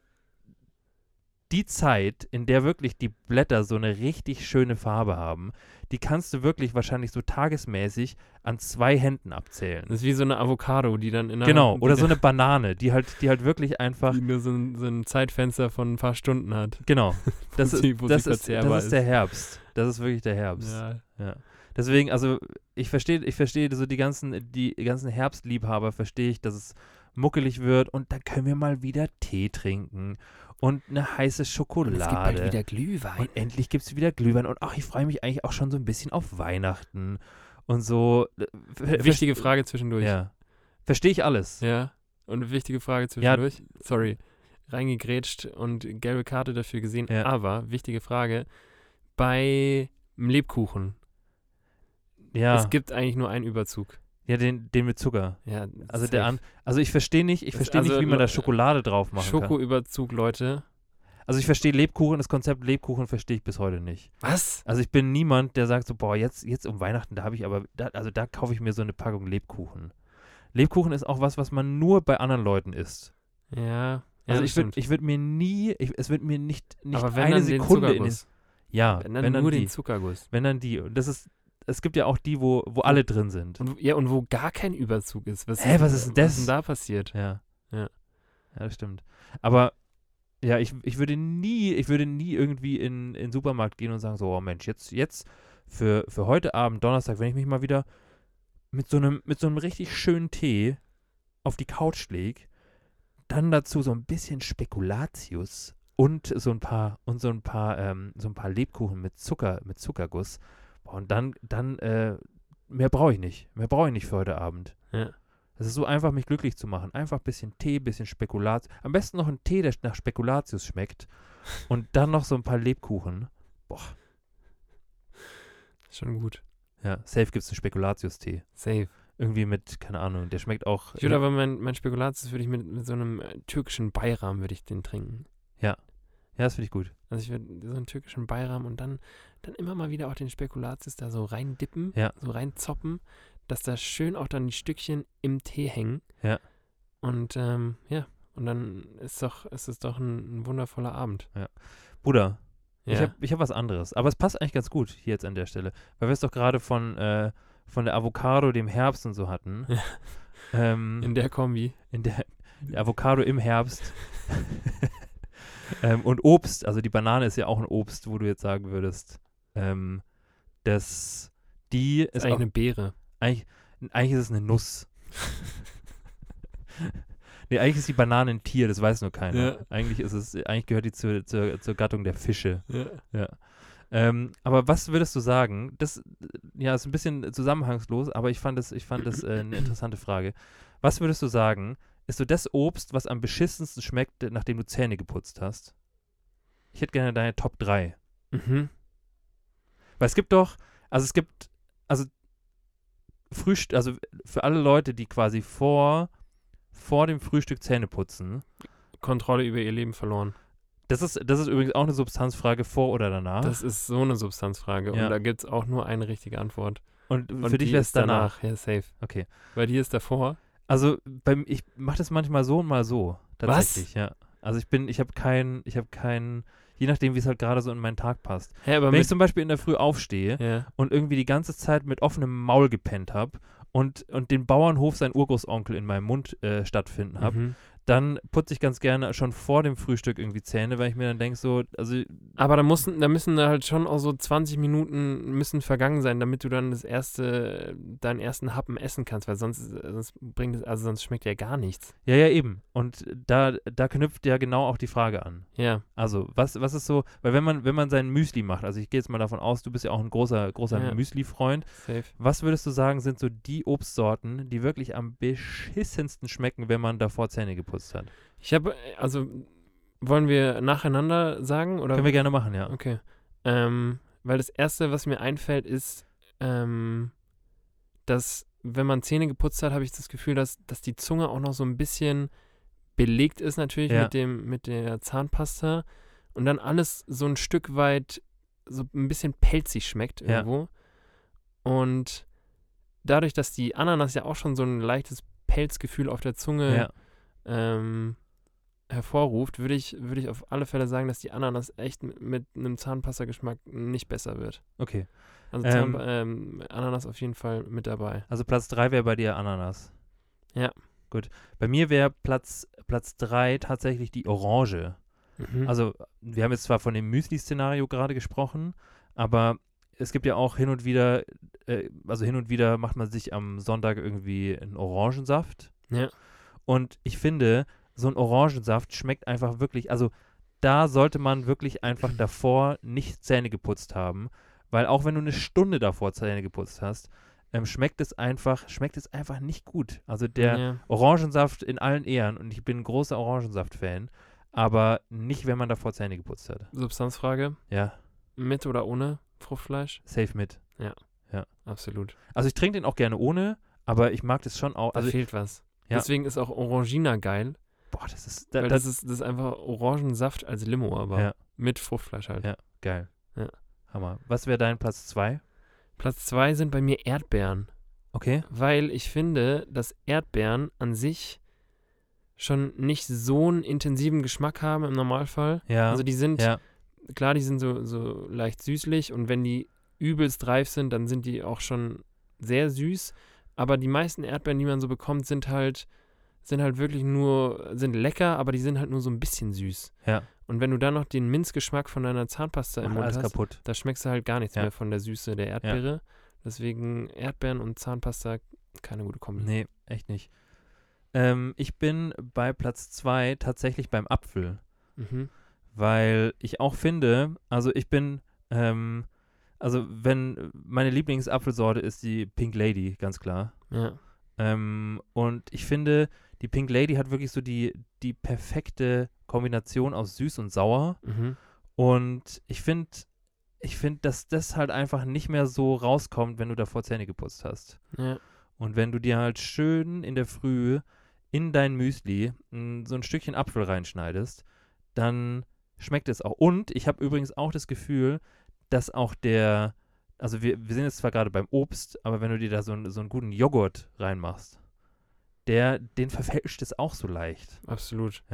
[SPEAKER 1] die Zeit, in der wirklich die Blätter so eine richtig schöne Farbe haben, die kannst du wirklich wahrscheinlich so tagesmäßig an zwei Händen abzählen.
[SPEAKER 2] Das ist wie so eine Avocado, die dann in einer,
[SPEAKER 1] genau. Oder
[SPEAKER 2] die,
[SPEAKER 1] so eine Banane, die halt, die halt wirklich einfach.
[SPEAKER 2] die nur so ein, so ein Zeitfenster von ein paar Stunden hat.
[SPEAKER 1] Genau. Das, ist,
[SPEAKER 2] sie- wo sie
[SPEAKER 1] das, ist,
[SPEAKER 2] verzehrbar
[SPEAKER 1] das ist der Herbst. Das ist wirklich der Herbst.
[SPEAKER 2] Ja.
[SPEAKER 1] Ja. Deswegen, also ich verstehe, ich verstehe so die ganzen, die ganzen Herbstliebhaber, verstehe ich, dass es muckelig wird und dann können wir mal wieder Tee trinken und eine heiße
[SPEAKER 2] Und
[SPEAKER 1] Schokolade.
[SPEAKER 2] es gibt bald wieder Glühwein.
[SPEAKER 1] und endlich gibt es wieder Glühwein und ach, ich freue mich eigentlich auch schon so ein bisschen auf Weihnachten und so. Äh, Ver-
[SPEAKER 2] Wichtige
[SPEAKER 1] ver-
[SPEAKER 2] Frage zwischendurch.
[SPEAKER 1] Ja. Verstehe ich alles.
[SPEAKER 2] Ja, und eine wichtige Frage zwischendurch. Sorry, reingegrätscht und gelbe Karte dafür gesehen.
[SPEAKER 1] Ja.
[SPEAKER 2] Aber, wichtige Frage, bei Lebkuchen,
[SPEAKER 1] Ja,
[SPEAKER 2] es gibt eigentlich nur einen Überzug.
[SPEAKER 1] ja den, den mit Zucker.
[SPEAKER 2] Ja,
[SPEAKER 1] Also
[SPEAKER 2] safe.
[SPEAKER 1] der an, also ich verstehe nicht, ich
[SPEAKER 2] Das-
[SPEAKER 1] verstehe
[SPEAKER 2] also
[SPEAKER 1] nicht, wie man da
[SPEAKER 2] Lo-
[SPEAKER 1] Schokolade drauf machen kann.
[SPEAKER 2] Schokoüberzug, Leute.
[SPEAKER 1] Also ich verstehe Lebkuchen, das Konzept Lebkuchen verstehe ich bis heute nicht.
[SPEAKER 2] Was?
[SPEAKER 1] Also ich bin niemand, der sagt so, boah, jetzt, jetzt um Weihnachten, da habe ich aber, da, also da kaufe ich mir so eine Packung Lebkuchen. Lebkuchen ist auch was, was man nur bei anderen Leuten isst.
[SPEAKER 2] Ja, ja
[SPEAKER 1] Also ich würde
[SPEAKER 2] das stimmt.
[SPEAKER 1] ich würd mir nie, ich, es wird mir nicht, nicht
[SPEAKER 2] aber wenn
[SPEAKER 1] eine
[SPEAKER 2] dann
[SPEAKER 1] Sekunde
[SPEAKER 2] den
[SPEAKER 1] in den,
[SPEAKER 2] Zuckerguss.
[SPEAKER 1] ja,
[SPEAKER 2] wenn dann nur
[SPEAKER 1] die,
[SPEAKER 2] den Zuckerguss.
[SPEAKER 1] wenn dann die. Und das ist, es gibt ja auch die, wo, wo alle drin sind.
[SPEAKER 2] Und, ja, und wo gar kein Überzug ist. Was
[SPEAKER 1] Hä, was ist denn das?
[SPEAKER 2] Was denn da passiert?
[SPEAKER 1] Ja.
[SPEAKER 2] Ja.
[SPEAKER 1] Ja, das stimmt. Aber ja, ich, ich würde nie, ich würde nie irgendwie in, in den Supermarkt gehen und sagen, so, oh Mensch, jetzt, jetzt für, für heute Abend, Donnerstag, wenn ich mich mal wieder mit so einem, mit so einem richtig schönen Tee auf die Couch lege, dann dazu so ein bisschen Spekulatius und so ein paar, und so ein paar, ähm, so ein paar Lebkuchen mit Zucker, mit Zuckerguss. Boah, Und dann, dann, äh, mehr brauche ich nicht. Mehr brauche ich nicht für heute Abend.
[SPEAKER 2] Ja.
[SPEAKER 1] Es ist so einfach, mich glücklich zu machen. Einfach ein bisschen Tee, ein bisschen Spekulatius. Am besten noch einen Tee, der nach Spekulatius schmeckt. Und dann noch so ein paar Lebkuchen.
[SPEAKER 2] Schon gut.
[SPEAKER 1] Ja, safe gibt es einen Spekulatius-Tee.
[SPEAKER 2] Safe.
[SPEAKER 1] Irgendwie mit, keine Ahnung, der schmeckt auch.
[SPEAKER 2] Ich würde aber mein, mein Spekulatius würde ich mit, mit so einem äh, türkischen Beiram würde ich den trinken.
[SPEAKER 1] ja, das finde ich gut.
[SPEAKER 2] Also ich würde so einen türkischen Beiram und dann, dann immer mal wieder auch den Spekulatius da so reindippen,
[SPEAKER 1] Ja.
[SPEAKER 2] so reinzoppen, dass da schön auch dann die Stückchen im Tee hängen.
[SPEAKER 1] Ja.
[SPEAKER 2] Und ähm, ja, und dann ist doch, ist es doch ein, ein wundervoller Abend.
[SPEAKER 1] Bruder,
[SPEAKER 2] Ja.
[SPEAKER 1] ich habe ich hab was anderes. Aber es passt eigentlich ganz gut hier jetzt an der Stelle. Weil wir es doch gerade von, äh, von der Avocado, dem Herbst und so hatten.
[SPEAKER 2] Ja.
[SPEAKER 1] Ähm,
[SPEAKER 2] in der Kombi.
[SPEAKER 1] in der, der Avocado im Herbst. ähm, und Obst, also die Banane ist ja auch ein Obst, wo du jetzt sagen würdest, ähm, dass die
[SPEAKER 2] Ist
[SPEAKER 1] ist
[SPEAKER 2] eigentlich
[SPEAKER 1] auch,
[SPEAKER 2] eine Beere.
[SPEAKER 1] eigentlich, eigentlich ist es eine Nuss. Nee, eigentlich ist die Banane ein Tier, das weiß nur keiner.
[SPEAKER 2] Ja.
[SPEAKER 1] Eigentlich ist es, eigentlich gehört die zur, zur, zur Gattung der Fische.
[SPEAKER 2] Ja.
[SPEAKER 1] Ja. Ähm, aber was würdest du sagen? Das ja, ist ein bisschen zusammenhangslos, aber ich fand das, ich fand das äh, eine interessante Frage. Was würdest du sagen, ist so das Obst, was am beschissensten schmeckt, nachdem du Zähne geputzt hast? Ich hätte gerne deine Top 3.
[SPEAKER 2] Mhm.
[SPEAKER 1] Weil es gibt doch, also es gibt, also Frühstück, also für alle Leute, die quasi vor, vor dem Frühstück Zähne putzen,
[SPEAKER 2] Kontrolle über ihr Leben verloren.
[SPEAKER 1] das ist, das ist übrigens auch eine Substanzfrage vor oder danach.
[SPEAKER 2] Das ist so eine Substanzfrage.
[SPEAKER 1] Ah. Ja.
[SPEAKER 2] Und da gibt es auch nur eine richtige Antwort.
[SPEAKER 1] und,
[SPEAKER 2] Und
[SPEAKER 1] für dich
[SPEAKER 2] die
[SPEAKER 1] wäre es
[SPEAKER 2] ist
[SPEAKER 1] danach.
[SPEAKER 2] Ja, safe.
[SPEAKER 1] Okay.
[SPEAKER 2] Weil die ist davor.
[SPEAKER 1] Also beim, ich mache das manchmal so und mal so. Tatsächlich, ja. Also ich bin, ich habe keinen, ich habe keinen, je nachdem, wie es halt gerade so in meinen Tag passt.
[SPEAKER 2] Hä, aber
[SPEAKER 1] Wenn ich zum Beispiel in der Früh aufstehe
[SPEAKER 2] ja.
[SPEAKER 1] und irgendwie die ganze Zeit mit offenem Maul gepennt habe und, und den Bauernhof sein Urgroßonkel in meinem Mund äh, stattfinden habe,
[SPEAKER 2] Mhm.
[SPEAKER 1] dann putze ich ganz gerne schon vor dem Frühstück irgendwie Zähne, weil ich mir dann denke, so, also
[SPEAKER 2] Aber da, mussten, da müssen da halt schon auch so 20 Minuten müssen vergangen sein, damit du dann das erste, deinen ersten Happen essen kannst, weil sonst, sonst bringt es, also sonst schmeckt ja gar nichts.
[SPEAKER 1] ja, ja, eben. Und da, da knüpft ja genau auch die Frage an.
[SPEAKER 2] Ja.
[SPEAKER 1] Also, was, was ist so, weil wenn man, wenn man sein Müsli macht, also ich gehe jetzt mal davon aus, du bist ja auch ein großer, großer
[SPEAKER 2] Ja.
[SPEAKER 1] Müsli-Freund.
[SPEAKER 2] Safe.
[SPEAKER 1] Was würdest du sagen, sind so die Obstsorten, die wirklich am beschissensten schmecken, wenn man davor Zähne geputzt hat?
[SPEAKER 2] Ich habe, also, wollen wir nacheinander sagen? Oder?
[SPEAKER 1] Können wir gerne machen, ja.
[SPEAKER 2] Okay. Ähm, weil das Erste, was mir einfällt, ist, ähm, dass, wenn man Zähne geputzt hat, habe ich das Gefühl, dass, dass die Zunge auch noch so ein bisschen belegt ist, natürlich
[SPEAKER 1] Ja.
[SPEAKER 2] mit, dem, mit der Zahnpasta. Und dann alles so ein Stück weit so ein bisschen pelzig schmeckt
[SPEAKER 1] Ja.
[SPEAKER 2] irgendwo. Und dadurch, dass die Ananas ja auch schon so ein leichtes Pelzgefühl auf der Zunge
[SPEAKER 1] Ja,
[SPEAKER 2] ähm, hervorruft, würde ich, würde ich auf alle Fälle sagen, dass die Ananas echt mit, mit einem Zahnpasta-Geschmack nicht besser wird.
[SPEAKER 1] okay.
[SPEAKER 2] Also
[SPEAKER 1] Ähm.
[SPEAKER 2] Zahn, ähm, Ananas auf jeden Fall mit dabei.
[SPEAKER 1] Also Platz 3 wäre bei dir Ananas.
[SPEAKER 2] Ja.
[SPEAKER 1] Gut. Bei mir wäre Platz 3 Platz drei tatsächlich die Orange.
[SPEAKER 2] Also
[SPEAKER 1] Also, wir haben jetzt zwar von dem Müsli-Szenario gerade gesprochen, aber es gibt ja auch hin und wieder, äh, also hin und wieder macht man sich am Sonntag irgendwie einen Orangensaft.
[SPEAKER 2] Ja.
[SPEAKER 1] Und ich finde, so ein Orangensaft schmeckt einfach wirklich, also da sollte man wirklich einfach davor nicht Zähne geputzt haben, weil auch wenn du eine Stunde davor Zähne geputzt hast, ähm, schmeckt es einfach, schmeckt es einfach nicht gut. Also der,
[SPEAKER 2] ja.
[SPEAKER 1] Orangensaft in allen Ehren und ich bin ein großer Orangensaft-Fan, aber nicht, wenn man davor Zähne geputzt hat.
[SPEAKER 2] Substanzfrage,
[SPEAKER 1] Ja,
[SPEAKER 2] mit oder ohne Fruchtfleisch?
[SPEAKER 1] safe mit.
[SPEAKER 2] Absolut.
[SPEAKER 1] Also ich trinke den auch gerne ohne, aber ich mag das schon auch.
[SPEAKER 2] Da
[SPEAKER 1] Also,
[SPEAKER 2] fehlt was.
[SPEAKER 1] Ja.
[SPEAKER 2] Deswegen ist auch Orangina geil,
[SPEAKER 1] boah, das ist, da,
[SPEAKER 2] weil
[SPEAKER 1] das
[SPEAKER 2] das,
[SPEAKER 1] ist
[SPEAKER 2] ist, das ist einfach Orangensaft als Limo, aber
[SPEAKER 1] Ja.
[SPEAKER 2] mit Fruchtfleisch halt.
[SPEAKER 1] Ja. geil.
[SPEAKER 2] Ja.
[SPEAKER 1] Hammer. Was wäre dein Platz 2?
[SPEAKER 2] Platz zwei sind bei mir Erdbeeren.
[SPEAKER 1] Okay.
[SPEAKER 2] weil ich finde, dass Erdbeeren an sich schon nicht so einen intensiven Geschmack haben im Normalfall.
[SPEAKER 1] Ja.
[SPEAKER 2] Also die sind,
[SPEAKER 1] ja,
[SPEAKER 2] klar, die sind so, so leicht süßlich und wenn die übelst reif sind, dann sind die auch schon sehr süß. Aber die meisten Erdbeeren, die man so bekommt, sind halt, sind halt wirklich nur, sind lecker, aber die sind halt nur so ein bisschen süß.
[SPEAKER 1] Ja.
[SPEAKER 2] Und wenn du dann noch den Minzgeschmack von deiner Zahnpasta im
[SPEAKER 1] mach
[SPEAKER 2] Mund
[SPEAKER 1] alles
[SPEAKER 2] hast,
[SPEAKER 1] kaputt.
[SPEAKER 2] da schmeckst du halt gar nichts
[SPEAKER 1] Ja.
[SPEAKER 2] mehr von der Süße der Erdbeere. Deswegen Erdbeeren und Zahnpasta keine gute Kombi.
[SPEAKER 1] Nee, echt nicht. Ähm, ich bin bei Platz 2 tatsächlich beim Apfel.
[SPEAKER 2] Mhm.
[SPEAKER 1] weil ich auch finde, also ich bin, ähm, also wenn meine Lieblingsapfelsorte ist die Pink Lady, ganz klar.
[SPEAKER 2] Ja.
[SPEAKER 1] Ähm, und ich finde, die Pink Lady hat wirklich so die, die perfekte Kombination aus süß und sauer.
[SPEAKER 2] Mhm.
[SPEAKER 1] Und ich finde, ich finde, dass das halt einfach nicht mehr so rauskommt, wenn du davor Zähne geputzt hast.
[SPEAKER 2] ja.
[SPEAKER 1] Und wenn du dir halt schön in der Früh in dein Müsli mm, so ein Stückchen Apfel reinschneidest, dann schmeckt es auch. Und ich habe übrigens auch das Gefühl, dass auch der, also wir, wir sind jetzt zwar gerade beim Obst, aber wenn du dir da so, einen- so einen guten Joghurt reinmachst, der, den verfälscht es auch so leicht.
[SPEAKER 2] Absolut.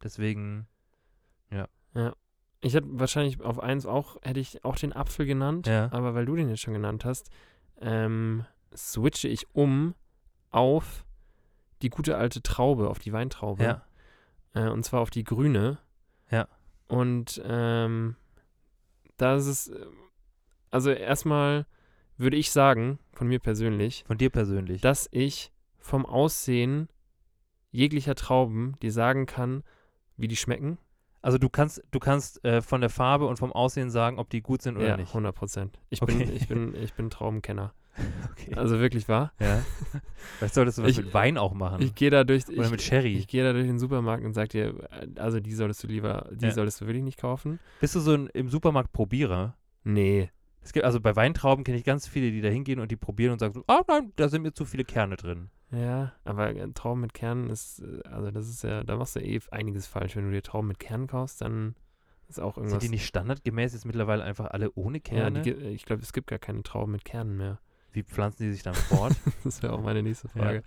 [SPEAKER 1] Deswegen,
[SPEAKER 2] Ich hätte wahrscheinlich auf eins auch, hätte ich auch den Apfel genannt,
[SPEAKER 1] Ja.
[SPEAKER 2] aber weil du den jetzt schon genannt hast, ähm, switche ich um auf die gute alte Traube, auf die Weintraube.
[SPEAKER 1] ja,
[SPEAKER 2] Äh, und zwar auf die grüne.
[SPEAKER 1] Ja.
[SPEAKER 2] Und ähm, da ist es, äh, also erstmal würde ich sagen, von mir persönlich,
[SPEAKER 1] von dir persönlich.
[SPEAKER 2] dass ich vom Aussehen jeglicher Trauben dir sagen kann, wie die schmecken.
[SPEAKER 1] Also du kannst, du kannst äh, von der Farbe und vom Aussehen sagen, ob die gut sind oder
[SPEAKER 2] ja,
[SPEAKER 1] nicht.
[SPEAKER 2] 100 Prozent. Ich,
[SPEAKER 1] Okay.
[SPEAKER 2] bin, ich, bin, ich bin Traubenkenner.
[SPEAKER 1] Okay.
[SPEAKER 2] Also wirklich wahr.
[SPEAKER 1] ja. Vielleicht solltest du was
[SPEAKER 2] Ich-
[SPEAKER 1] mit Wein auch machen.
[SPEAKER 2] Ich gehe da durch.
[SPEAKER 1] oder
[SPEAKER 2] ich,
[SPEAKER 1] mit Sherry.
[SPEAKER 2] Ich gehe da durch den Supermarkt und sag dir, also die solltest du lieber, die
[SPEAKER 1] Ja.
[SPEAKER 2] solltest du wirklich nicht kaufen.
[SPEAKER 1] Bist du so ein, im Supermarkt Probierer?
[SPEAKER 2] Nee.
[SPEAKER 1] Es gibt, also bei Weintrauben kenne ich ganz viele, die da hingehen und die probieren und sagen so, ah nein, da sind mir zu viele Kerne drin.
[SPEAKER 2] Ja, aber äh, Trauben mit Kernen ist, äh, also das ist ja, da machst du eh einiges falsch. Wenn du dir Trauben mit Kernen kaufst, dann ist auch
[SPEAKER 1] Sind
[SPEAKER 2] irgendwas.
[SPEAKER 1] die nicht standardgemäß jetzt mittlerweile einfach alle ohne
[SPEAKER 2] ja,
[SPEAKER 1] Kerne?
[SPEAKER 2] die, gi- ich glaube, es gibt gar keine Trauben mit Kernen mehr.
[SPEAKER 1] Wie pflanzen die sich dann fort?
[SPEAKER 2] Das wäre auch meine nächste
[SPEAKER 1] Ja.
[SPEAKER 2] Frage.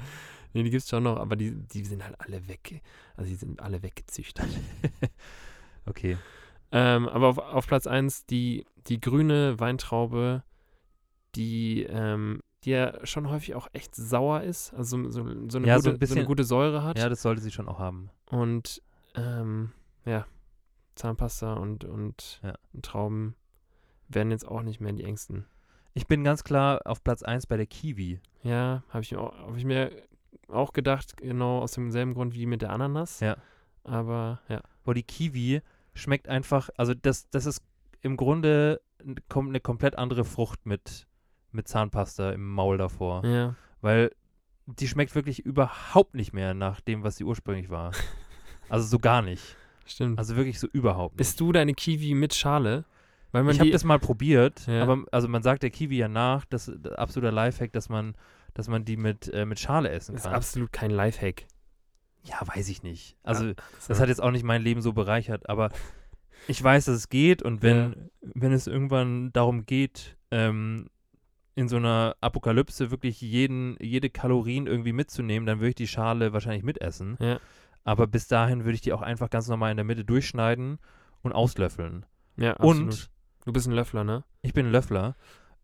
[SPEAKER 2] Nee, die gibt es schon noch, aber die, die sind halt alle weg. Also die sind alle weggezüchtet.
[SPEAKER 1] okay.
[SPEAKER 2] Ähm, aber auf, auf Platz 1 die, die grüne Weintraube, die, ähm, die ja schon häufig auch echt sauer ist, also so, so, so, eine,
[SPEAKER 1] Ja,
[SPEAKER 2] gute,
[SPEAKER 1] so
[SPEAKER 2] so,
[SPEAKER 1] ein bisschen-
[SPEAKER 2] eine gute Säure hat.
[SPEAKER 1] Ja, das sollte sie schon auch haben.
[SPEAKER 2] Und ähm, ja, Zahnpasta und, und
[SPEAKER 1] Ja.
[SPEAKER 2] Trauben werden jetzt auch nicht mehr die engsten.
[SPEAKER 1] Ich bin ganz klar auf Platz 1 bei der Kiwi.
[SPEAKER 2] Ja, habe ich, mir auch- hab ich mir auch gedacht, genau aus demselben Grund wie mit der Ananas.
[SPEAKER 1] Ja.
[SPEAKER 2] Aber ja,
[SPEAKER 1] Wo die Kiwi schmeckt einfach, also das, das ist im Grunde n- kommt eine komplett andere Frucht mit, mit Zahnpasta im Maul davor.
[SPEAKER 2] ja.
[SPEAKER 1] Weil die schmeckt wirklich überhaupt nicht mehr nach dem, was sie ursprünglich war. Also so gar nicht.
[SPEAKER 2] stimmt.
[SPEAKER 1] Also wirklich so überhaupt nicht.
[SPEAKER 2] Isst du deine Kiwi mit Schale? Weil man
[SPEAKER 1] Ich habe
[SPEAKER 2] die,
[SPEAKER 1] das mal probiert,
[SPEAKER 2] Ja.
[SPEAKER 1] aber also man sagt der Kiwi ja nach, das ist ein absoluter Lifehack, dass man, dass man die mit, äh, mit Schale essen
[SPEAKER 2] ist
[SPEAKER 1] kann.
[SPEAKER 2] absolut kein Lifehack.
[SPEAKER 1] ja, weiß ich nicht. Also das
[SPEAKER 2] So.
[SPEAKER 1] hat jetzt auch nicht mein Leben so bereichert, aber ich weiß, dass es geht und wenn, wenn es irgendwann darum geht, ähm, in so einer Apokalypse wirklich jeden, jede Kalorien irgendwie mitzunehmen, dann würde ich die Schale wahrscheinlich mitessen.
[SPEAKER 2] Ja.
[SPEAKER 1] Aber bis dahin würde ich die auch einfach ganz normal in der Mitte durchschneiden und auslöffeln.
[SPEAKER 2] ja, absolut.
[SPEAKER 1] Und
[SPEAKER 2] du bist ein Löffler, ne?
[SPEAKER 1] ich bin ein Löffler,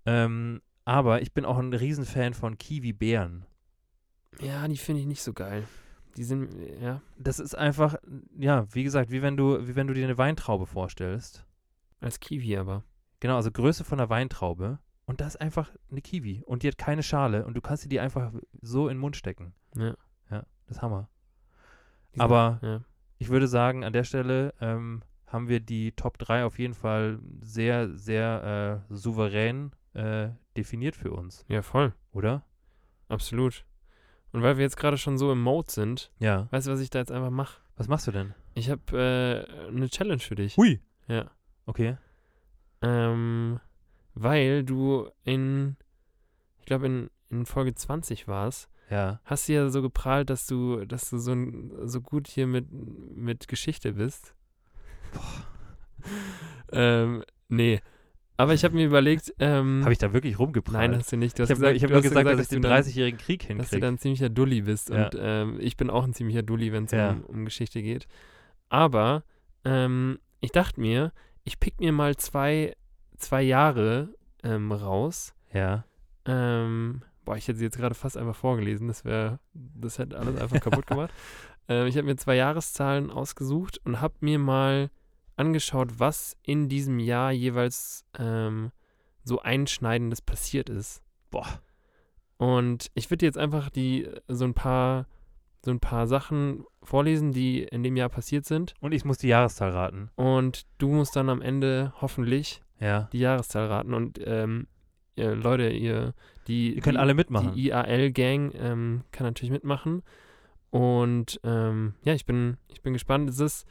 [SPEAKER 1] ähm, aber ich bin auch ein Riesenfan von Kiwi-Bären.
[SPEAKER 2] Ja, die finde ich nicht so geil. Die sind, ja.
[SPEAKER 1] Das ist einfach, ja, wie gesagt, wie wenn du, wie wenn du dir eine Weintraube vorstellst.
[SPEAKER 2] Als Kiwi aber.
[SPEAKER 1] Genau, also Größe von einer Weintraube. Und das ist einfach eine Kiwi. Und die hat keine Schale. Und du kannst dir die einfach so in den Mund stecken.
[SPEAKER 2] Ja.
[SPEAKER 1] Ja, das ist Hammer.
[SPEAKER 2] Die sind-
[SPEAKER 1] Aber
[SPEAKER 2] Ja.
[SPEAKER 1] ich würde sagen, an der Stelle ähm, haben wir die Top 3 auf jeden Fall sehr, sehr äh, souverän äh, definiert für uns,
[SPEAKER 2] ja, voll.
[SPEAKER 1] oder?
[SPEAKER 2] Absolut. Und weil wir jetzt gerade schon so im Mode sind,
[SPEAKER 1] Ja.
[SPEAKER 2] weißt du, was ich da jetzt einfach mache?
[SPEAKER 1] Was machst du denn?
[SPEAKER 2] Ich habe äh, eine Challenge für dich.
[SPEAKER 1] Hui.
[SPEAKER 2] Ja.
[SPEAKER 1] Okay.
[SPEAKER 2] Ähm, weil du in, ich glaube, in, in Folge 20 warst,
[SPEAKER 1] Ja.
[SPEAKER 2] hast du ja so geprahlt, dass du, dass du so, ein, so gut hier mit, mit Geschichte bist. ähm, nee. Aber ich habe mir überlegt, ähm,
[SPEAKER 1] Habe ich da wirklich rumgeprallt?
[SPEAKER 2] Nein, hast du nicht. Du
[SPEAKER 1] ich
[SPEAKER 2] hast
[SPEAKER 1] habe
[SPEAKER 2] gesagt,
[SPEAKER 1] ich hab
[SPEAKER 2] du
[SPEAKER 1] nur
[SPEAKER 2] hast
[SPEAKER 1] gesagt, dass ich
[SPEAKER 2] du
[SPEAKER 1] den
[SPEAKER 2] dann-
[SPEAKER 1] 30-jährigen Krieg
[SPEAKER 2] dass du
[SPEAKER 1] hinkriege.
[SPEAKER 2] dann ein ziemlicher Dulli bist.
[SPEAKER 1] Ja.
[SPEAKER 2] Und ähm, ich bin auch ein ziemlicher Dulli, wenn es
[SPEAKER 1] Ja.
[SPEAKER 2] um, um Geschichte geht. Aber ähm, ich dachte mir, ich pick mir mal zwei, zwei Jahre ähm, raus.
[SPEAKER 1] Ja.
[SPEAKER 2] Ähm, boah, ich hätte sie jetzt gerade fast einfach vorgelesen. Das wäre, das hätte alles einfach kaputt gemacht. Ähm, ich habe mir zwei Jahreszahlen ausgesucht und habe mir mal angeschaut, was in diesem Jahr jeweils ähm, so einschneidendes passiert ist.
[SPEAKER 1] Boah.
[SPEAKER 2] Und ich würde jetzt einfach die so ein paar so ein paar Sachen vorlesen, die in dem Jahr passiert sind.
[SPEAKER 1] Und ich muss die Jahreszahl raten.
[SPEAKER 2] Und du musst dann am Ende hoffentlich
[SPEAKER 1] Ja.
[SPEAKER 2] die Jahreszahl raten. Und ähm, ihr Leute, ihr die
[SPEAKER 1] Ihr könnt
[SPEAKER 2] die,
[SPEAKER 1] alle mitmachen.
[SPEAKER 2] die IAL-Gang ähm, kann natürlich mitmachen. Und ähm, ja, ich bin, ich bin gespannt. Es ist,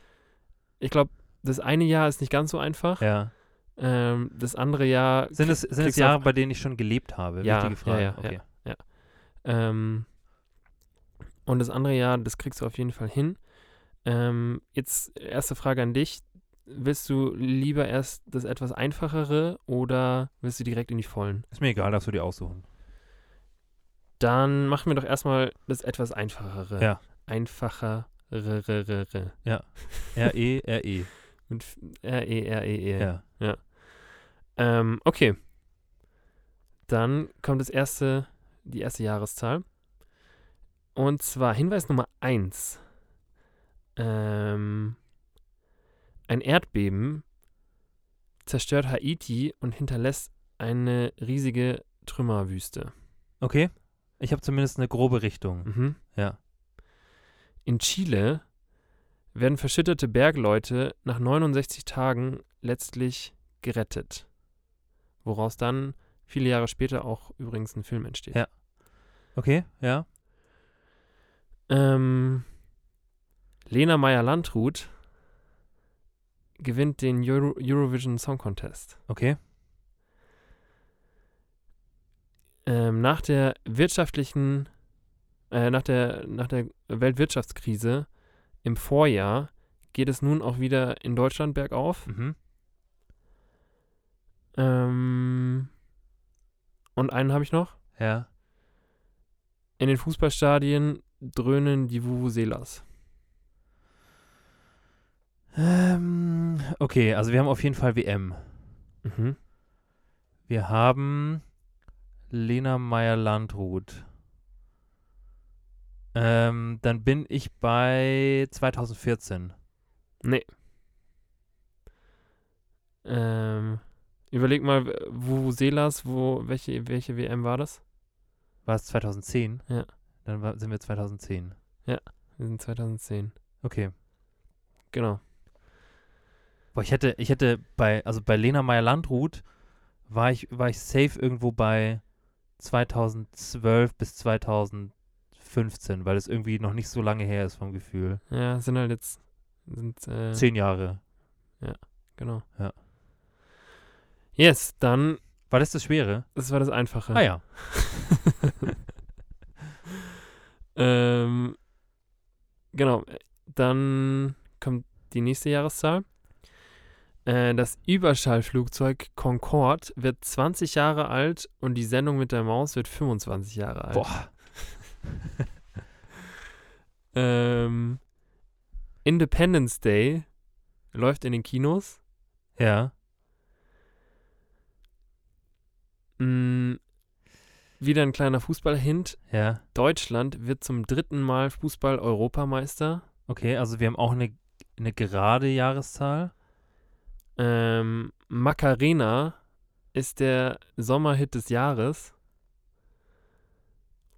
[SPEAKER 2] ich glaube, das eine Jahr ist nicht ganz so einfach.
[SPEAKER 1] ja.
[SPEAKER 2] Ähm, das andere Jahr,
[SPEAKER 1] Sind es, sind es
[SPEAKER 2] kriegst du
[SPEAKER 1] Jahre,
[SPEAKER 2] auch-
[SPEAKER 1] bei denen ich schon gelebt habe?
[SPEAKER 2] Ja,
[SPEAKER 1] Wichtige Frage.
[SPEAKER 2] ja, ja,
[SPEAKER 1] okay.
[SPEAKER 2] ähm, und das andere Jahr, das kriegst du auf jeden Fall hin. Ähm, jetzt erste Frage an dich. Willst du lieber erst das etwas einfachere oder willst du direkt in die Vollen?
[SPEAKER 1] Ist mir egal, darfst du dir aussuchen.
[SPEAKER 2] Dann machen wir doch erstmal das etwas einfachere.
[SPEAKER 1] Ja.
[SPEAKER 2] Einfacher. Rrrrrrrr.
[SPEAKER 1] R-E, R-E.
[SPEAKER 2] Mit F- E, R-E-R-E-E.
[SPEAKER 1] E, Ja.
[SPEAKER 2] Ähm, okay. Dann kommt das erste, die erste Jahreszahl. Und zwar Hinweis Nummer 1. Ähm, ein Erdbeben zerstört Haiti und hinterlässt eine riesige Trümmerwüste.
[SPEAKER 1] Okay. Ich habe zumindest eine grobe Richtung.
[SPEAKER 2] Mhm.
[SPEAKER 1] Ja.
[SPEAKER 2] In Chile werden verschüttete Bergleute nach 69 Tagen letztlich gerettet. Woraus dann viele Jahre später auch übrigens ein Film entsteht.
[SPEAKER 1] Ja. Okay, ja.
[SPEAKER 2] Ähm, Lena Meyer-Landrut gewinnt den Euro Eurovision Song Contest.
[SPEAKER 1] Okay.
[SPEAKER 2] Ähm, nach der wirtschaftlichen, äh, nach der, nach der Weltwirtschaftskrise im Vorjahr geht es nun auch wieder in Deutschland bergauf.
[SPEAKER 1] Mhm.
[SPEAKER 2] Ähm, und einen habe ich noch.
[SPEAKER 1] Ja.
[SPEAKER 2] In den Fußballstadien dröhnen die Vuvuzelas.
[SPEAKER 1] Ähm, okay, also wir haben auf jeden Fall WM.
[SPEAKER 2] Mhm.
[SPEAKER 1] Wir haben Lena Meyer-Landrut. Ähm, dann bin ich bei 2014.
[SPEAKER 2] Ähm, überleg mal, Vuvuzelas, wo, welche, welche WM war das?
[SPEAKER 1] War es 2010?
[SPEAKER 2] Ja.
[SPEAKER 1] Dann war, sind wir 2010.
[SPEAKER 2] Wir sind 2010.
[SPEAKER 1] Okay.
[SPEAKER 2] Genau.
[SPEAKER 1] Boah, ich hätte, ich hätte bei, also bei Lena Meyer-Landrut war ich, war ich safe irgendwo bei 2012 bis 2015, weil es irgendwie noch nicht so lange her ist vom Gefühl.
[SPEAKER 2] Ja, sind halt jetzt, sind, äh,
[SPEAKER 1] Zehn Jahre.
[SPEAKER 2] genau.
[SPEAKER 1] Ja.
[SPEAKER 2] Yes, dann,
[SPEAKER 1] War das das Schwere?
[SPEAKER 2] das war das Einfache.
[SPEAKER 1] Ah ja.
[SPEAKER 2] Ähm, genau, dann kommt die nächste Jahreszahl. Äh, das Überschallflugzeug Concorde wird 20 Jahre alt und die Sendung mit der Maus wird 25 Jahre alt.
[SPEAKER 1] Boah.
[SPEAKER 2] Ähm, Independence Day läuft in den Kinos.
[SPEAKER 1] Ja.
[SPEAKER 2] Mm, wieder ein kleiner Fußball-Hint.
[SPEAKER 1] Ja.
[SPEAKER 2] Deutschland wird zum dritten Mal Fußball-Europameister.
[SPEAKER 1] Okay, also wir haben auch eine, eine gerade Jahreszahl.
[SPEAKER 2] Ähm, Macarena ist der Sommerhit des Jahres.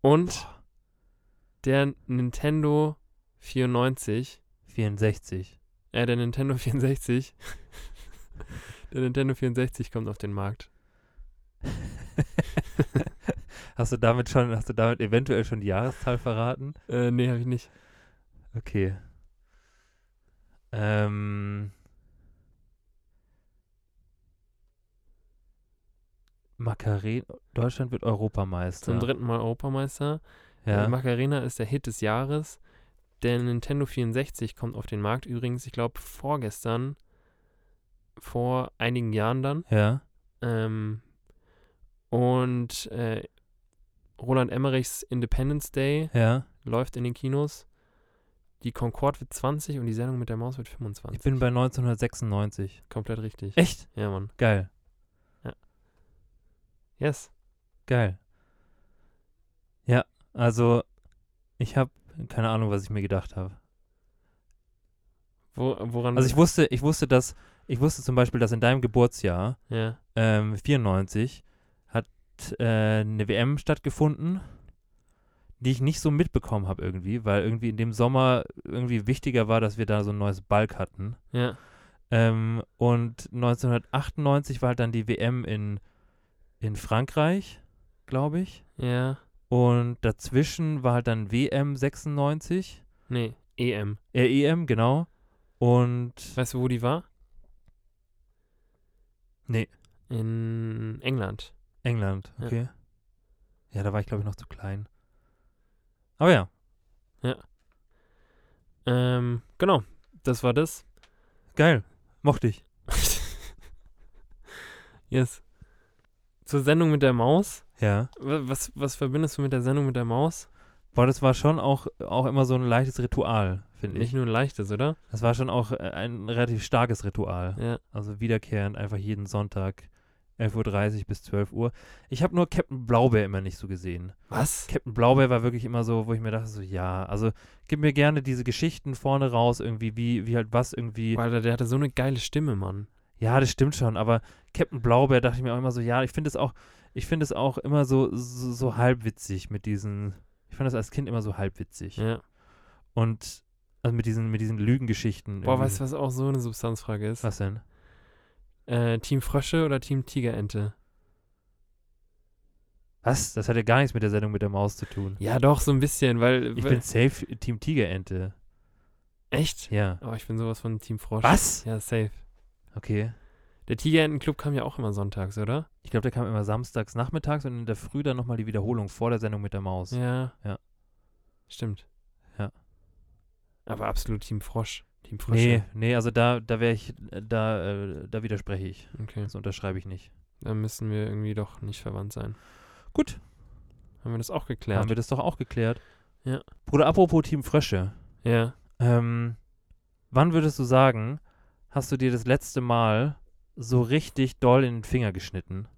[SPEAKER 2] Und der Nintendo 94,
[SPEAKER 1] 64.
[SPEAKER 2] äh, der Nintendo 64. der Nintendo 64 kommt auf den Markt.
[SPEAKER 1] Hast du damit schon, hast du damit eventuell schon die Jahreszahl verraten?
[SPEAKER 2] Äh, nee, habe ich nicht.
[SPEAKER 1] Okay. Ähm. Macarena, Deutschland wird Europameister.
[SPEAKER 2] Zum dritten Mal Europameister. Äh,
[SPEAKER 1] ja.
[SPEAKER 2] Macarena ist der Hit des Jahres. Der Nintendo 64 kommt auf den Markt übrigens, ich glaube, vorgestern, vor einigen Jahren dann.
[SPEAKER 1] ja.
[SPEAKER 2] Ähm, und äh, Roland Emmerichs Independence Day
[SPEAKER 1] Ja.
[SPEAKER 2] läuft in den Kinos. Die Concorde wird 20 und die Sendung mit der Maus wird
[SPEAKER 1] Ich
[SPEAKER 2] 25.
[SPEAKER 1] bin bei 1996.
[SPEAKER 2] Komplett richtig.
[SPEAKER 1] Echt?
[SPEAKER 2] Ja, Mann.
[SPEAKER 1] Geil.
[SPEAKER 2] Yes.
[SPEAKER 1] Geil. Ja, also ich habe keine Ahnung, was ich mir gedacht habe.
[SPEAKER 2] Wo, woran?
[SPEAKER 1] Also ich wusste, ich wusste, dass ich wusste zum Beispiel, dass in deinem Geburtsjahr
[SPEAKER 2] ja.
[SPEAKER 1] ähm, 94 hat äh, eine WM stattgefunden, die ich nicht so mitbekommen habe irgendwie, weil irgendwie in dem Sommer irgendwie wichtiger war, dass wir da so ein neues Balk hatten.
[SPEAKER 2] Ja.
[SPEAKER 1] Ähm, und 1998 war halt dann die WM in, in Frankreich, glaube ich.
[SPEAKER 2] Ja.
[SPEAKER 1] Und dazwischen war halt dann WM 96,
[SPEAKER 2] Nee. EM.
[SPEAKER 1] äh, EM, genau. Und
[SPEAKER 2] Weißt du, wo die war?
[SPEAKER 1] Nee.
[SPEAKER 2] In England.
[SPEAKER 1] England,
[SPEAKER 2] Ja.
[SPEAKER 1] okay. Ja, da war ich, glaube ich, noch zu klein. Aber ja,
[SPEAKER 2] Ähm, genau. Das war das.
[SPEAKER 1] geil. Mochte ich.
[SPEAKER 2] yes. Zur Sendung mit der Maus.
[SPEAKER 1] Ja.
[SPEAKER 2] Wa- Was, was verbindest du mit der Sendung mit der Maus?
[SPEAKER 1] Boah, das war schon auch, auch immer so ein leichtes Ritual, finde
[SPEAKER 2] Nicht
[SPEAKER 1] ich.
[SPEAKER 2] nur ein leichtes, oder?
[SPEAKER 1] Das war schon auch äh, ein relativ starkes Ritual.
[SPEAKER 2] Ja.
[SPEAKER 1] Also wiederkehrend, einfach jeden Sonntag, 11.30 Uhr bis 12 Uhr. Ich habe nur Captain Blaubeer immer nicht so gesehen.
[SPEAKER 2] Was?
[SPEAKER 1] Captain Blaubeer war wirklich immer so, wo ich mir dachte, so, ja, also gib mir gerne diese Geschichten vorne raus, irgendwie, wie, wie halt was irgendwie.
[SPEAKER 2] Alter, der hatte so eine geile Stimme, Mann.
[SPEAKER 1] Ja, das stimmt schon, aber Captain Blaubeer dachte ich mir auch immer so, ja, ich finde es auch, ich finde es auch immer so, so, so halbwitzig mit diesen. Ich fand das als Kind immer so halbwitzig.
[SPEAKER 2] Ja.
[SPEAKER 1] Und also mit diesen, mit diesen Lügengeschichten.
[SPEAKER 2] Boah,
[SPEAKER 1] irgendwie.
[SPEAKER 2] weißt du, was auch so eine Substanzfrage ist?
[SPEAKER 1] was denn?
[SPEAKER 2] Äh, Team Frösche oder Team Tigerente?
[SPEAKER 1] Was? Das hat ja gar nichts mit der Sendung mit der Maus zu tun.
[SPEAKER 2] Ja, doch, so ein bisschen, weil.
[SPEAKER 1] Ich
[SPEAKER 2] weil-
[SPEAKER 1] bin safe Team Tigerente.
[SPEAKER 2] echt?
[SPEAKER 1] Ja.
[SPEAKER 2] Oh, ich bin sowas von Team Frosch.
[SPEAKER 1] Was?
[SPEAKER 2] Ja, safe.
[SPEAKER 1] Okay.
[SPEAKER 2] Der Tigerentenclub kam ja auch immer sonntags, oder?
[SPEAKER 1] Ich glaube, der kam immer samstags nachmittags und in der Früh dann nochmal die Wiederholung vor der Sendung mit der Maus.
[SPEAKER 2] Ja.
[SPEAKER 1] Ja.
[SPEAKER 2] Stimmt.
[SPEAKER 1] Ja.
[SPEAKER 2] Aber absolut Team Frosch. Team Frösche.
[SPEAKER 1] nee, nee, also da, da wäre ich, äh, da, äh, da widerspreche ich.
[SPEAKER 2] Okay.
[SPEAKER 1] Das unterschreibe ich nicht.
[SPEAKER 2] Da müssen wir irgendwie doch nicht verwandt sein.
[SPEAKER 1] Gut,
[SPEAKER 2] Haben wir das auch
[SPEAKER 1] haben
[SPEAKER 2] geklärt?
[SPEAKER 1] wir das doch auch geklärt.
[SPEAKER 2] Ja.
[SPEAKER 1] Bruder, apropos Team Frösche.
[SPEAKER 2] Ja.
[SPEAKER 1] Ähm, wann würdest du sagen, hast du dir das letzte Mal so richtig doll in den Finger geschnitten?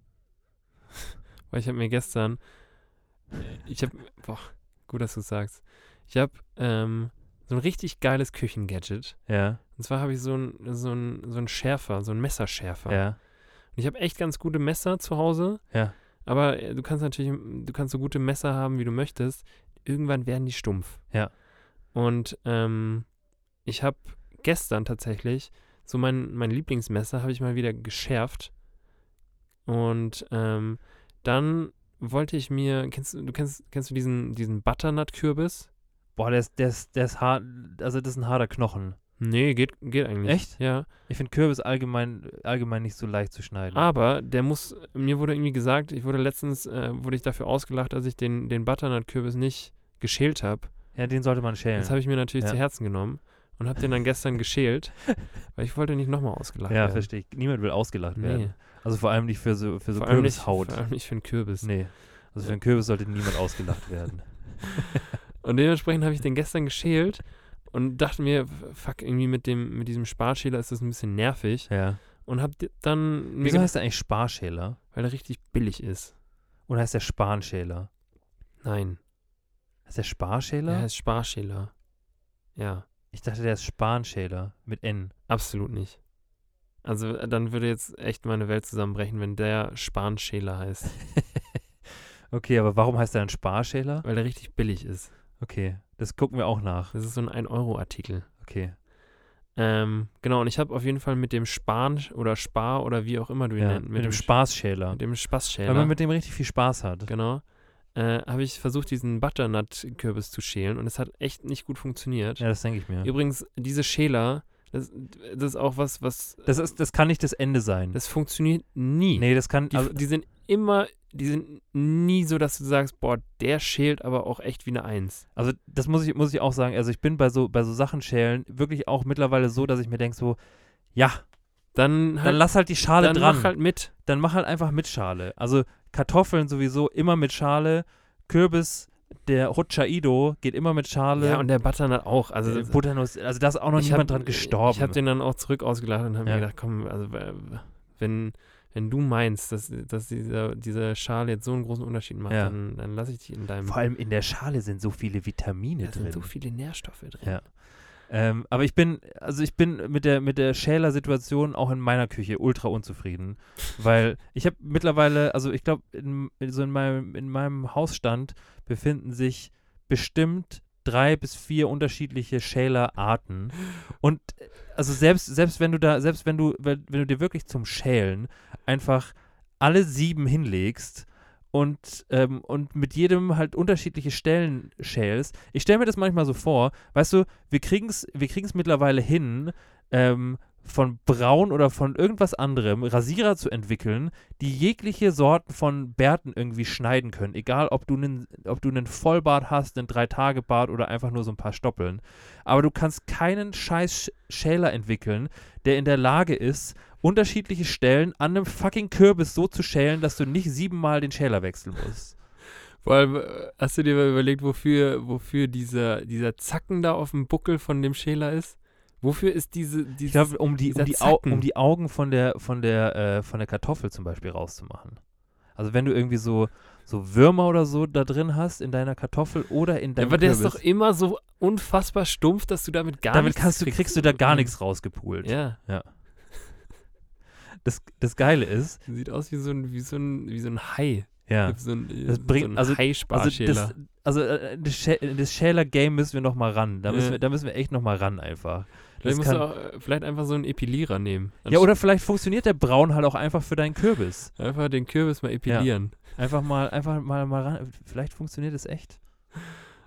[SPEAKER 2] Weil ich habe mir gestern, ich habe, boah, gut, dass du sagst. Ich habe ähm, so ein richtig geiles Küchengadget.
[SPEAKER 1] Ja,
[SPEAKER 2] Und zwar habe ich so ein, so, ein, so ein Schärfer, so ein Messerschärfer.
[SPEAKER 1] ja,
[SPEAKER 2] Und ich habe echt ganz gute Messer zu Hause.
[SPEAKER 1] Ja.
[SPEAKER 2] Aber äh, du kannst natürlich, du kannst so gute Messer haben, wie du möchtest. Irgendwann werden die stumpf.
[SPEAKER 1] Ja.
[SPEAKER 2] Und ähm, ich habe gestern tatsächlich so mein, mein Lieblingsmesser habe ich mal wieder geschärft. Und ähm, dann wollte ich mir, kennst du, du kennst, kennst du diesen, diesen Butternut-Kürbis?
[SPEAKER 1] Boah, der ist, der ist, der ist hart, also das ist ein harter Knochen.
[SPEAKER 2] Nee, geht, geht eigentlich.
[SPEAKER 1] Echt?
[SPEAKER 2] Ja.
[SPEAKER 1] Ich finde Kürbis allgemein, allgemein nicht so leicht zu schneiden.
[SPEAKER 2] Aber der muss, mir wurde irgendwie gesagt, ich wurde letztens, äh, wurde ich dafür ausgelacht, dass ich den, den Butternut-Kürbis nicht geschält habe.
[SPEAKER 1] Ja, den sollte man schälen.
[SPEAKER 2] Das habe ich mir natürlich
[SPEAKER 1] Ja.
[SPEAKER 2] zu Herzen genommen und habe den dann gestern geschält, weil ich wollte nicht nochmal ausgelacht
[SPEAKER 1] ja,
[SPEAKER 2] werden.
[SPEAKER 1] verstehe ich. Niemand will ausgelacht
[SPEAKER 2] Nee,
[SPEAKER 1] werden. Also vor allem nicht für so, für so
[SPEAKER 2] vor, allem nicht,
[SPEAKER 1] Kürbishaut.
[SPEAKER 2] vor allem nicht für einen Kürbis.
[SPEAKER 1] Nee. Also für einen Kürbis sollte niemand ausgelacht werden.
[SPEAKER 2] Und dementsprechend habe ich den gestern geschält und dachte mir, fuck, irgendwie mit, dem, mit diesem Sparschäler ist das ein bisschen nervig.
[SPEAKER 1] Ja.
[SPEAKER 2] Und habe dann, mir
[SPEAKER 1] Wieso
[SPEAKER 2] gedacht,
[SPEAKER 1] heißt der eigentlich Sparschäler?
[SPEAKER 2] weil er richtig billig ist.
[SPEAKER 1] Oder heißt der Spanschäler?
[SPEAKER 2] Nein,
[SPEAKER 1] Heißt der Sparschäler?
[SPEAKER 2] er heißt Sparschäler. Ja.
[SPEAKER 1] Ich dachte, der ist Spanschäler mit N.
[SPEAKER 2] Absolut nicht. Also äh, dann würde jetzt echt meine Welt zusammenbrechen, wenn der Spanschäler heißt,
[SPEAKER 1] Okay, aber warum heißt er dann Sparschäler?
[SPEAKER 2] weil der richtig billig ist.
[SPEAKER 1] Okay, das gucken wir auch nach.
[SPEAKER 2] Das ist so ein 1-Euro-Artikel.
[SPEAKER 1] Okay.
[SPEAKER 2] Ähm, genau, und ich habe auf jeden Fall mit dem Span oder Spar oder wie auch immer du ihn
[SPEAKER 1] Ja,
[SPEAKER 2] nennst,
[SPEAKER 1] mit, dem
[SPEAKER 2] Sch-
[SPEAKER 1] Spaßschäler.
[SPEAKER 2] mit dem
[SPEAKER 1] Weil
[SPEAKER 2] Spaßschäler,
[SPEAKER 1] man mit dem richtig viel Spaß hat.
[SPEAKER 2] genau, äh, habe ich versucht, diesen Butternut-Kürbis zu schälen und es hat echt nicht gut funktioniert.
[SPEAKER 1] Ja, das denke ich mir.
[SPEAKER 2] Übrigens, diese Schäler, das, das ist auch was, was,
[SPEAKER 1] Das, ist, das kann nicht das Ende sein.
[SPEAKER 2] das funktioniert nie.
[SPEAKER 1] nee, das kann.
[SPEAKER 2] Die,
[SPEAKER 1] also,
[SPEAKER 2] die sind immer, die sind nie so, dass du sagst, boah, der schält aber auch echt wie eine Eins.
[SPEAKER 1] also das muss ich, muss ich auch sagen. Also ich bin bei so, bei so Sachen schälen wirklich auch mittlerweile so, dass ich mir denke so, ja,
[SPEAKER 2] Dann
[SPEAKER 1] dann
[SPEAKER 2] halt,
[SPEAKER 1] lass halt die Schale
[SPEAKER 2] dann
[SPEAKER 1] dran.
[SPEAKER 2] mach halt mit.
[SPEAKER 1] dann mach halt einfach mit Schale. Also Kartoffeln sowieso immer mit Schale, Kürbis, der Hochaido geht immer mit Schale.
[SPEAKER 2] Ja, und der Butternut auch. Also,
[SPEAKER 1] also,
[SPEAKER 2] das-
[SPEAKER 1] Butternuss, also da ist auch noch
[SPEAKER 2] ich
[SPEAKER 1] niemand
[SPEAKER 2] hab-
[SPEAKER 1] dran gestorben.
[SPEAKER 2] Ich habe den dann auch zurück ausgelacht und habe
[SPEAKER 1] Ja.
[SPEAKER 2] mir gedacht, komm, also äh, wenn, wenn du meinst, dass, dass dieser, diese Schale jetzt so einen großen Unterschied macht,
[SPEAKER 1] Ja.
[SPEAKER 2] dann, dann lass ich die in deinem.
[SPEAKER 1] Vor allem in der Schale sind so viele Vitamine
[SPEAKER 2] da
[SPEAKER 1] drin.
[SPEAKER 2] sind so viele Nährstoffe drin.
[SPEAKER 1] Ja. ähm, aber ich bin, also ich bin mit der, mit der Schäler-Situation auch in meiner Küche ultra unzufrieden. weil ich habe mittlerweile, also ich glaube, in, in, so in meinem, in meinem Hausstand befinden sich bestimmt drei bis vier unterschiedliche Schälerarten. Und äh, also selbst, selbst wenn du da, selbst wenn du, wenn, wenn du dir wirklich zum Schälen einfach alle sieben hinlegst und, ähm, und mit jedem halt unterschiedliche Stellen schälst, ich stelle mir das manchmal so vor, weißt du, wir kriegen es wir kriegen's mittlerweile hin, ähm, von Braun oder von irgendwas anderem Rasierer zu entwickeln, die jegliche Sorten von Bärten irgendwie schneiden können. Egal, ob du einen, ob du einen Vollbart hast, einen Drei-Tage-Bart oder einfach nur so ein paar Stoppeln. Aber du kannst keinen scheiß Sch- Schäler entwickeln, der in der Lage ist, unterschiedliche Stellen an einem fucking Kürbis so zu schälen, dass du nicht siebenmal den Schäler wechseln musst.
[SPEAKER 2] Vor allem, äh, hast du dir mal überlegt, wofür, wofür dieser, dieser Zacken da auf dem Buckel von dem Schäler ist? Wofür ist diese, diese
[SPEAKER 1] Ich glaube, um die, um,
[SPEAKER 2] dieser
[SPEAKER 1] die Au
[SPEAKER 2] Zacken.
[SPEAKER 1] um die Augen von der, von, der, äh, von der Kartoffel zum Beispiel rauszumachen. Also wenn du irgendwie so, so Würmer oder so da drin hast in deiner Kartoffel oder in
[SPEAKER 2] Ja,
[SPEAKER 1] deinem
[SPEAKER 2] aber der ist
[SPEAKER 1] Kürbis,
[SPEAKER 2] doch immer so unfassbar stumpf, dass du damit gar
[SPEAKER 1] damit
[SPEAKER 2] nichts Mhm.
[SPEAKER 1] kannst du, kriegst du da gar nichts rausgepult.
[SPEAKER 2] Ja,
[SPEAKER 1] Das, das Geile ist,
[SPEAKER 2] sieht aus wie so ein, wie so ein, wie so ein Hai.
[SPEAKER 1] Ja.
[SPEAKER 2] So ein,
[SPEAKER 1] Das bringt-
[SPEAKER 2] so ein
[SPEAKER 1] also- Also
[SPEAKER 2] Haispar-Schäler.
[SPEAKER 1] das, also äh, das, Schä das Schäler-Game müssen wir noch mal ran. Da
[SPEAKER 2] Ja.
[SPEAKER 1] müssen, wir, da müssen wir echt noch mal ran einfach.
[SPEAKER 2] Vielleicht musst
[SPEAKER 1] kann-
[SPEAKER 2] du auch äh, vielleicht einfach so einen Epilierer nehmen.
[SPEAKER 1] Ja, oder vielleicht funktioniert der Braun halt auch einfach für deinen Kürbis.
[SPEAKER 2] Einfach den Kürbis mal epilieren.
[SPEAKER 1] Einfach mal, einfach mal, mal ran. Vielleicht funktioniert es echt.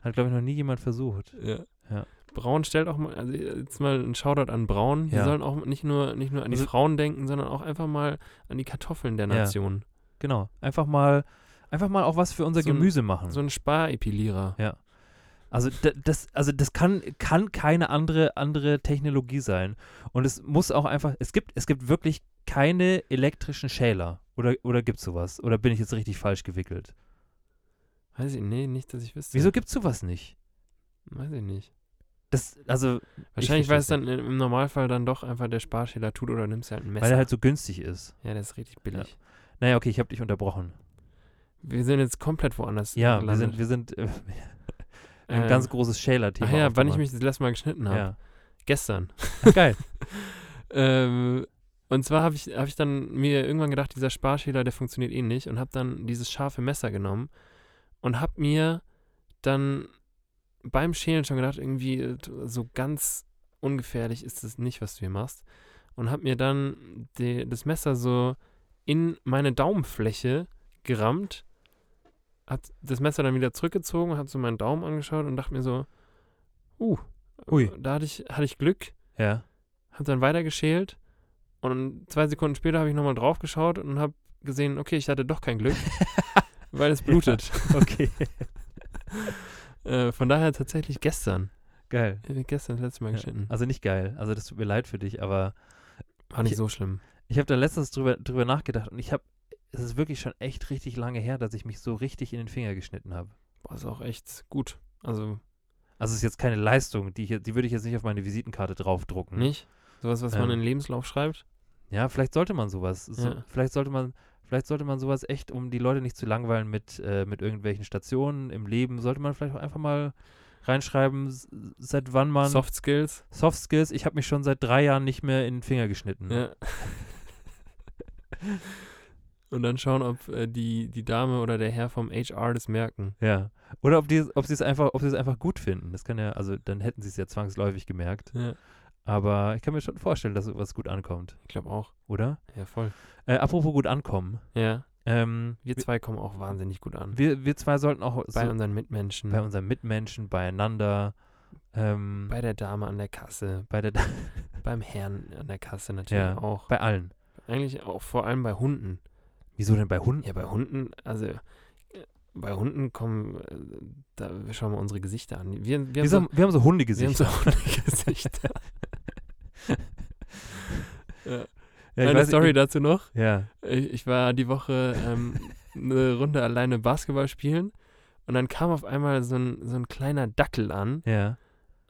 [SPEAKER 1] Hat, glaube ich, noch nie jemand versucht.
[SPEAKER 2] Ja.
[SPEAKER 1] Ja.
[SPEAKER 2] Braun stellt auch mal, also jetzt mal einen Shoutout an Braun. Wir
[SPEAKER 1] Ja.
[SPEAKER 2] sollen auch nicht nur, nicht nur an die
[SPEAKER 1] Also-
[SPEAKER 2] Frauen denken, sondern auch einfach mal an die Kartoffeln der
[SPEAKER 1] Ja.
[SPEAKER 2] Nation.
[SPEAKER 1] Genau. Einfach mal, einfach mal auch was für unser
[SPEAKER 2] So ein-
[SPEAKER 1] Gemüse machen.
[SPEAKER 2] So ein Sparepilierer.
[SPEAKER 1] Also da- das, also das kann, kann keine andere, andere Technologie sein. Und es muss auch einfach, es gibt, es gibt wirklich keine elektrischen Schäler. Oder, oder gibt's sowas? Oder bin ich jetzt richtig falsch gewickelt?
[SPEAKER 2] Weiß ich, nee, nicht, dass ich wüsste.
[SPEAKER 1] Wieso gibt's sowas nicht?
[SPEAKER 2] Weiß ich nicht.
[SPEAKER 1] Das, also,
[SPEAKER 2] Wahrscheinlich
[SPEAKER 1] verstehe
[SPEAKER 2] weiß dann im im Normalfall dann doch einfach der Sparschäler tut oder nimmst halt ein Messer.
[SPEAKER 1] weil er halt so günstig ist.
[SPEAKER 2] ja, der ist richtig billig.
[SPEAKER 1] Naja, okay, ich habe dich unterbrochen.
[SPEAKER 2] Wir sind jetzt komplett woanders.
[SPEAKER 1] Ja, wir
[SPEAKER 2] gelandet.
[SPEAKER 1] sind, wir sind äh, ein
[SPEAKER 2] Äh,
[SPEAKER 1] ganz großes Schäler-Thema.
[SPEAKER 2] Ach ja, wann ich
[SPEAKER 1] aufgemacht.
[SPEAKER 2] mich das letzte Mal geschnitten habe.
[SPEAKER 1] Ja.
[SPEAKER 2] Gestern.
[SPEAKER 1] Geil.
[SPEAKER 2] Ähm, und zwar habe ich, hab ich dann mir irgendwann gedacht, dieser Sparschäler, der funktioniert eh nicht und habe dann dieses scharfe Messer genommen und habe mir dann beim Schälen schon gedacht, irgendwie äh, so ganz ungefährlich ist es nicht, was du hier machst. Und habe mir dann de, das Messer so in meine Daumenfläche gerammt, hat das Messer dann wieder zurückgezogen, habe so meinen Daumen angeschaut und dachte mir so, uh,
[SPEAKER 1] Ui.
[SPEAKER 2] da hatte ich, hatte ich Glück,
[SPEAKER 1] Ja.
[SPEAKER 2] habe dann weitergeschält und zwei Sekunden später habe ich nochmal drauf geschaut und habe gesehen, okay, ich hatte doch kein Glück, weil es blutet.
[SPEAKER 1] Okay.
[SPEAKER 2] Äh, von daher tatsächlich gestern.
[SPEAKER 1] Geil.
[SPEAKER 2] Ich habe gestern das letzte Mal
[SPEAKER 1] Ja.
[SPEAKER 2] geschnitten.
[SPEAKER 1] Also nicht geil. Also das tut mir leid für dich, aber
[SPEAKER 2] War nicht
[SPEAKER 1] ich-
[SPEAKER 2] so schlimm.
[SPEAKER 1] Ich habe da letztens drüber, drüber nachgedacht und ich habe, es ist wirklich schon echt richtig lange her, dass ich mich so richtig in den Finger geschnitten habe.
[SPEAKER 2] Boah, ist auch echt gut. Also
[SPEAKER 1] Also es ist jetzt keine Leistung, die, ich, jetzt- die würde ich jetzt nicht auf meine Visitenkarte draufdrucken.
[SPEAKER 2] nicht? Sowas, was man
[SPEAKER 1] Mhm. Ähm.
[SPEAKER 2] in den Lebenslauf schreibt?
[SPEAKER 1] Ja, vielleicht sollte man sowas. So,
[SPEAKER 2] Ja.
[SPEAKER 1] Vielleicht sollte man, vielleicht sollte man sowas echt, um die Leute nicht zu langweilen mit, äh, mit irgendwelchen Stationen im Leben, sollte man vielleicht auch einfach mal reinschreiben, s- seit wann man
[SPEAKER 2] Soft Skills?
[SPEAKER 1] Soft Skills, ich habe mich schon seit drei Jahren nicht mehr in den Finger geschnitten.
[SPEAKER 2] Ja. und dann schauen, ob äh, die, die Dame oder der Herr vom HR das merken.
[SPEAKER 1] Ja. Oder ob, die, ob sie es einfach, ob sie es einfach gut finden. Das kann ja, also dann hätten sie es ja zwangsläufig gemerkt.
[SPEAKER 2] Ja,
[SPEAKER 1] Aber ich kann mir schon vorstellen, dass sowas gut ankommt,
[SPEAKER 2] ich glaube auch.
[SPEAKER 1] oder?
[SPEAKER 2] Ja, voll.
[SPEAKER 1] Äh, apropos gut ankommen.
[SPEAKER 2] Ja,
[SPEAKER 1] Ähm,
[SPEAKER 2] wir zwei kommen auch wahnsinnig gut an.
[SPEAKER 1] wir, wir zwei sollten auch so
[SPEAKER 2] bei unseren Mitmenschen,
[SPEAKER 1] bei
[SPEAKER 2] bei,
[SPEAKER 1] unseren Mitmenschen, beieinander, ähm, bei,
[SPEAKER 2] der Dame an der Kasse,
[SPEAKER 1] der,
[SPEAKER 2] beim Herrn an der Kasse natürlich
[SPEAKER 1] Ja.
[SPEAKER 2] auch.
[SPEAKER 1] bei allen.
[SPEAKER 2] Eigentlich auch vor allem bei Hunden.
[SPEAKER 1] Wieso denn bei Hunden?
[SPEAKER 2] Ja, bei Hunden, also äh, bei Hunden kommen, äh, da wir schauen mal unsere Gesichter an. Wir, wir,
[SPEAKER 1] wir,
[SPEAKER 2] haben, so,
[SPEAKER 1] haben, wir haben so
[SPEAKER 2] wir haben
[SPEAKER 1] Hundegesichter.
[SPEAKER 2] so Hundegesichter. ja.
[SPEAKER 1] ja, ich
[SPEAKER 2] Eine
[SPEAKER 1] weiß
[SPEAKER 2] Story
[SPEAKER 1] nicht,
[SPEAKER 2] dazu noch.
[SPEAKER 1] ich, ja.
[SPEAKER 2] Ich, ich war die Woche ähm, eine Runde alleine Basketball spielen und dann kam auf einmal so ein, so ein kleiner Dackel an.
[SPEAKER 1] Ja.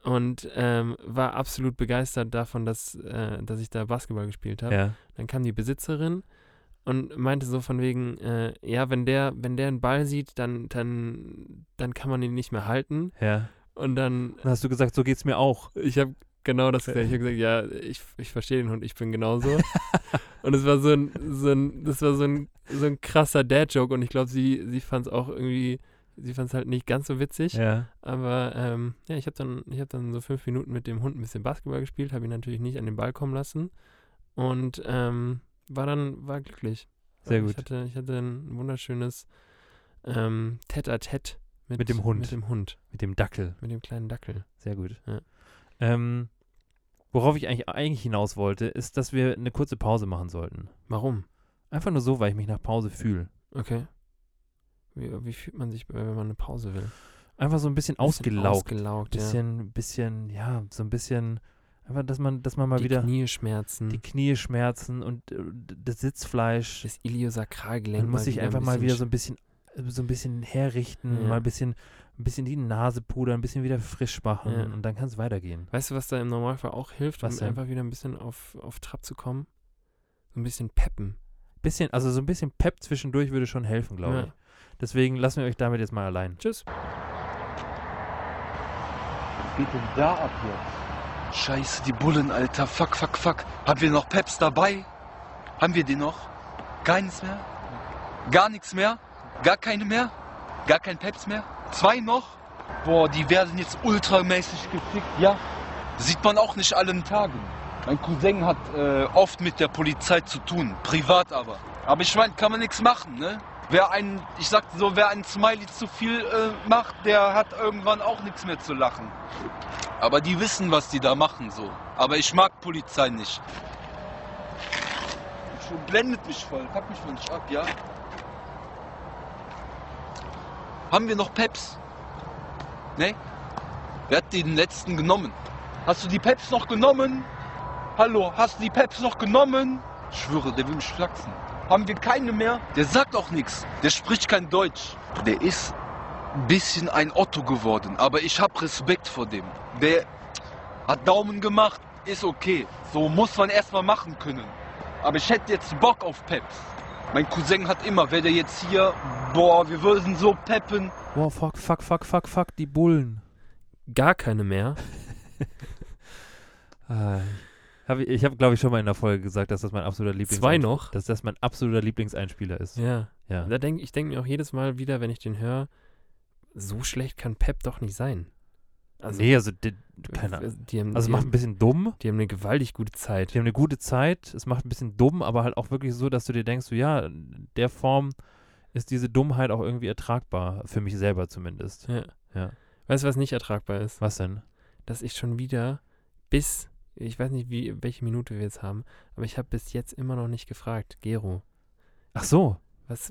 [SPEAKER 2] und ähm, war absolut begeistert davon, dass, äh, dass ich da Basketball gespielt habe.
[SPEAKER 1] Ja.
[SPEAKER 2] Dann kam die Besitzerin und meinte so von wegen, äh, ja, wenn der, wenn der einen Ball sieht, dann, dann, dann kann man ihn nicht mehr halten.
[SPEAKER 1] Ja.
[SPEAKER 2] Und dann,
[SPEAKER 1] Dann hast du gesagt, so geht's mir auch.
[SPEAKER 2] ich habe genau das gesagt. Ich habe gesagt, ja, ich, ich verstehe den Hund, ich bin genauso. und es war so ein, so ein, das war so ein, so ein krasser Dad-Joke und ich glaube, sie, sie fand es auch irgendwie, sie fand es halt nicht ganz so witzig.
[SPEAKER 1] Ja.
[SPEAKER 2] Aber ähm, ja, ich habe dann, ich hab dann so fünf Minuten mit dem Hund ein bisschen Basketball gespielt, habe ihn natürlich nicht an den Ball kommen lassen und ähm, war dann war glücklich.
[SPEAKER 1] Sehr
[SPEAKER 2] ich
[SPEAKER 1] gut.
[SPEAKER 2] Hatte, ich hatte ein wunderschönes ähm, Tête-à-Tête mit,
[SPEAKER 1] Mit dem Hund.
[SPEAKER 2] Mit dem Hund,
[SPEAKER 1] Mit dem Dackel.
[SPEAKER 2] mit dem kleinen Dackel.
[SPEAKER 1] Sehr gut.
[SPEAKER 2] Ja.
[SPEAKER 1] Ähm, worauf ich eigentlich, eigentlich hinaus wollte, ist, dass wir eine kurze Pause machen sollten.
[SPEAKER 2] Warum?
[SPEAKER 1] Einfach nur so, weil ich mich nach Pause fühle.
[SPEAKER 2] Okay. Wie, wie fühlt man sich, wenn man eine Pause will?
[SPEAKER 1] Einfach so ein bisschen ausgelaugt.
[SPEAKER 2] Bisschen ausgelaugt, ja.
[SPEAKER 1] bisschen, bisschen, ja, so ein bisschen, einfach, dass man, dass man mal
[SPEAKER 2] die
[SPEAKER 1] wieder
[SPEAKER 2] Knie schmerzen,
[SPEAKER 1] die Knie schmerzen und äh, das Sitzfleisch.
[SPEAKER 2] das Iliosakralgelenk.
[SPEAKER 1] Man muss sich einfach
[SPEAKER 2] ein
[SPEAKER 1] mal
[SPEAKER 2] bisschen
[SPEAKER 1] wieder so ein bisschen, äh, so ein bisschen herrichten,
[SPEAKER 2] Ja.
[SPEAKER 1] mal ein bisschen, ein bisschen die Nase pudern, ein bisschen wieder frisch machen
[SPEAKER 2] Ja.
[SPEAKER 1] und dann kann es weitergehen.
[SPEAKER 2] Weißt du, was da im Normalfall auch hilft,
[SPEAKER 1] Was
[SPEAKER 2] um
[SPEAKER 1] denn?
[SPEAKER 2] einfach wieder ein bisschen auf, auf Trab zu kommen? So ein bisschen peppen.
[SPEAKER 1] Bisschen, also so ein bisschen Pep zwischendurch würde schon helfen, glaube
[SPEAKER 2] Ja.
[SPEAKER 1] ich. Deswegen lassen wir euch damit jetzt mal allein.
[SPEAKER 2] Tschüss.
[SPEAKER 3] geht denn da ab jetzt?
[SPEAKER 4] Scheiße, die Bullen, Alter. Fuck, fuck, fuck. Haben wir noch Peps dabei? Haben wir die noch? Keines mehr? Gar nichts mehr? Gar keine mehr? Gar kein Peps mehr? Zwei noch? Boah, die werden jetzt ultramäßig gefickt, ja. Sieht man auch nicht allen Tagen. Mein Cousin hat äh, oft mit der Polizei zu tun, privat aber. Aber ich meine, kann man nichts machen, ne? Wer einen, ich sag so, wer einen Smiley zu viel äh, macht, der hat irgendwann auch nichts mehr zu lachen. Aber die wissen, was die da machen, so. Aber ich mag Polizei nicht. Schon Blendet mich voll, pack mich mal nicht ab, ja? Haben wir noch Peps? Ne? Wer hat den letzten genommen? Hast du die Peps noch genommen? Hallo, hast du die Peps noch genommen? Ich schwöre, der will mich flachsen. Haben wir keine mehr? Der sagt auch nichts. Der spricht kein Deutsch. Der ist ein bisschen ein Otto geworden, aber ich hab Respekt vor dem. Der hat Daumen gemacht, ist okay. So muss man erstmal machen können. Aber ich hätte jetzt Bock auf Peps. Mein Cousin hat immer, wäre der jetzt hier, boah, wir würden so peppen.
[SPEAKER 1] Wow, fuck, fuck, fuck, fuck, fuck, die Bullen.
[SPEAKER 2] Gar keine mehr.
[SPEAKER 1] Ah, Hab ich ich habe, glaube ich, schon mal in der Folge gesagt, dass das mein absoluter Lieblings
[SPEAKER 2] Zwei noch.
[SPEAKER 1] dass das mein absoluter Lieblingseinspieler ist.
[SPEAKER 2] Ja.
[SPEAKER 1] Ja.
[SPEAKER 2] Da denk, ich denke mir auch jedes Mal wieder, wenn ich den höre, so schlecht kann Pep doch nicht sein.
[SPEAKER 1] nee, also die, keine Ahnung.
[SPEAKER 2] Äh, Die haben,
[SPEAKER 1] Also
[SPEAKER 2] die,
[SPEAKER 1] macht ein
[SPEAKER 2] haben,
[SPEAKER 1] bisschen dumm.
[SPEAKER 2] die haben eine gewaltig gute Zeit.
[SPEAKER 1] Die haben eine gute Zeit. Es macht ein bisschen dumm, aber halt auch wirklich so, dass du dir denkst, so, ja, in der Form ist diese Dummheit auch irgendwie ertragbar. Für mich selber zumindest.
[SPEAKER 2] Ja.
[SPEAKER 1] Ja.
[SPEAKER 2] Weißt du, was nicht ertragbar ist?
[SPEAKER 1] Was denn?
[SPEAKER 2] Dass ich schon wieder bis, ich weiß nicht, wie, welche Minute wir jetzt haben, aber ich habe bis jetzt immer noch nicht gefragt, Gero,
[SPEAKER 1] Ach so.
[SPEAKER 2] was,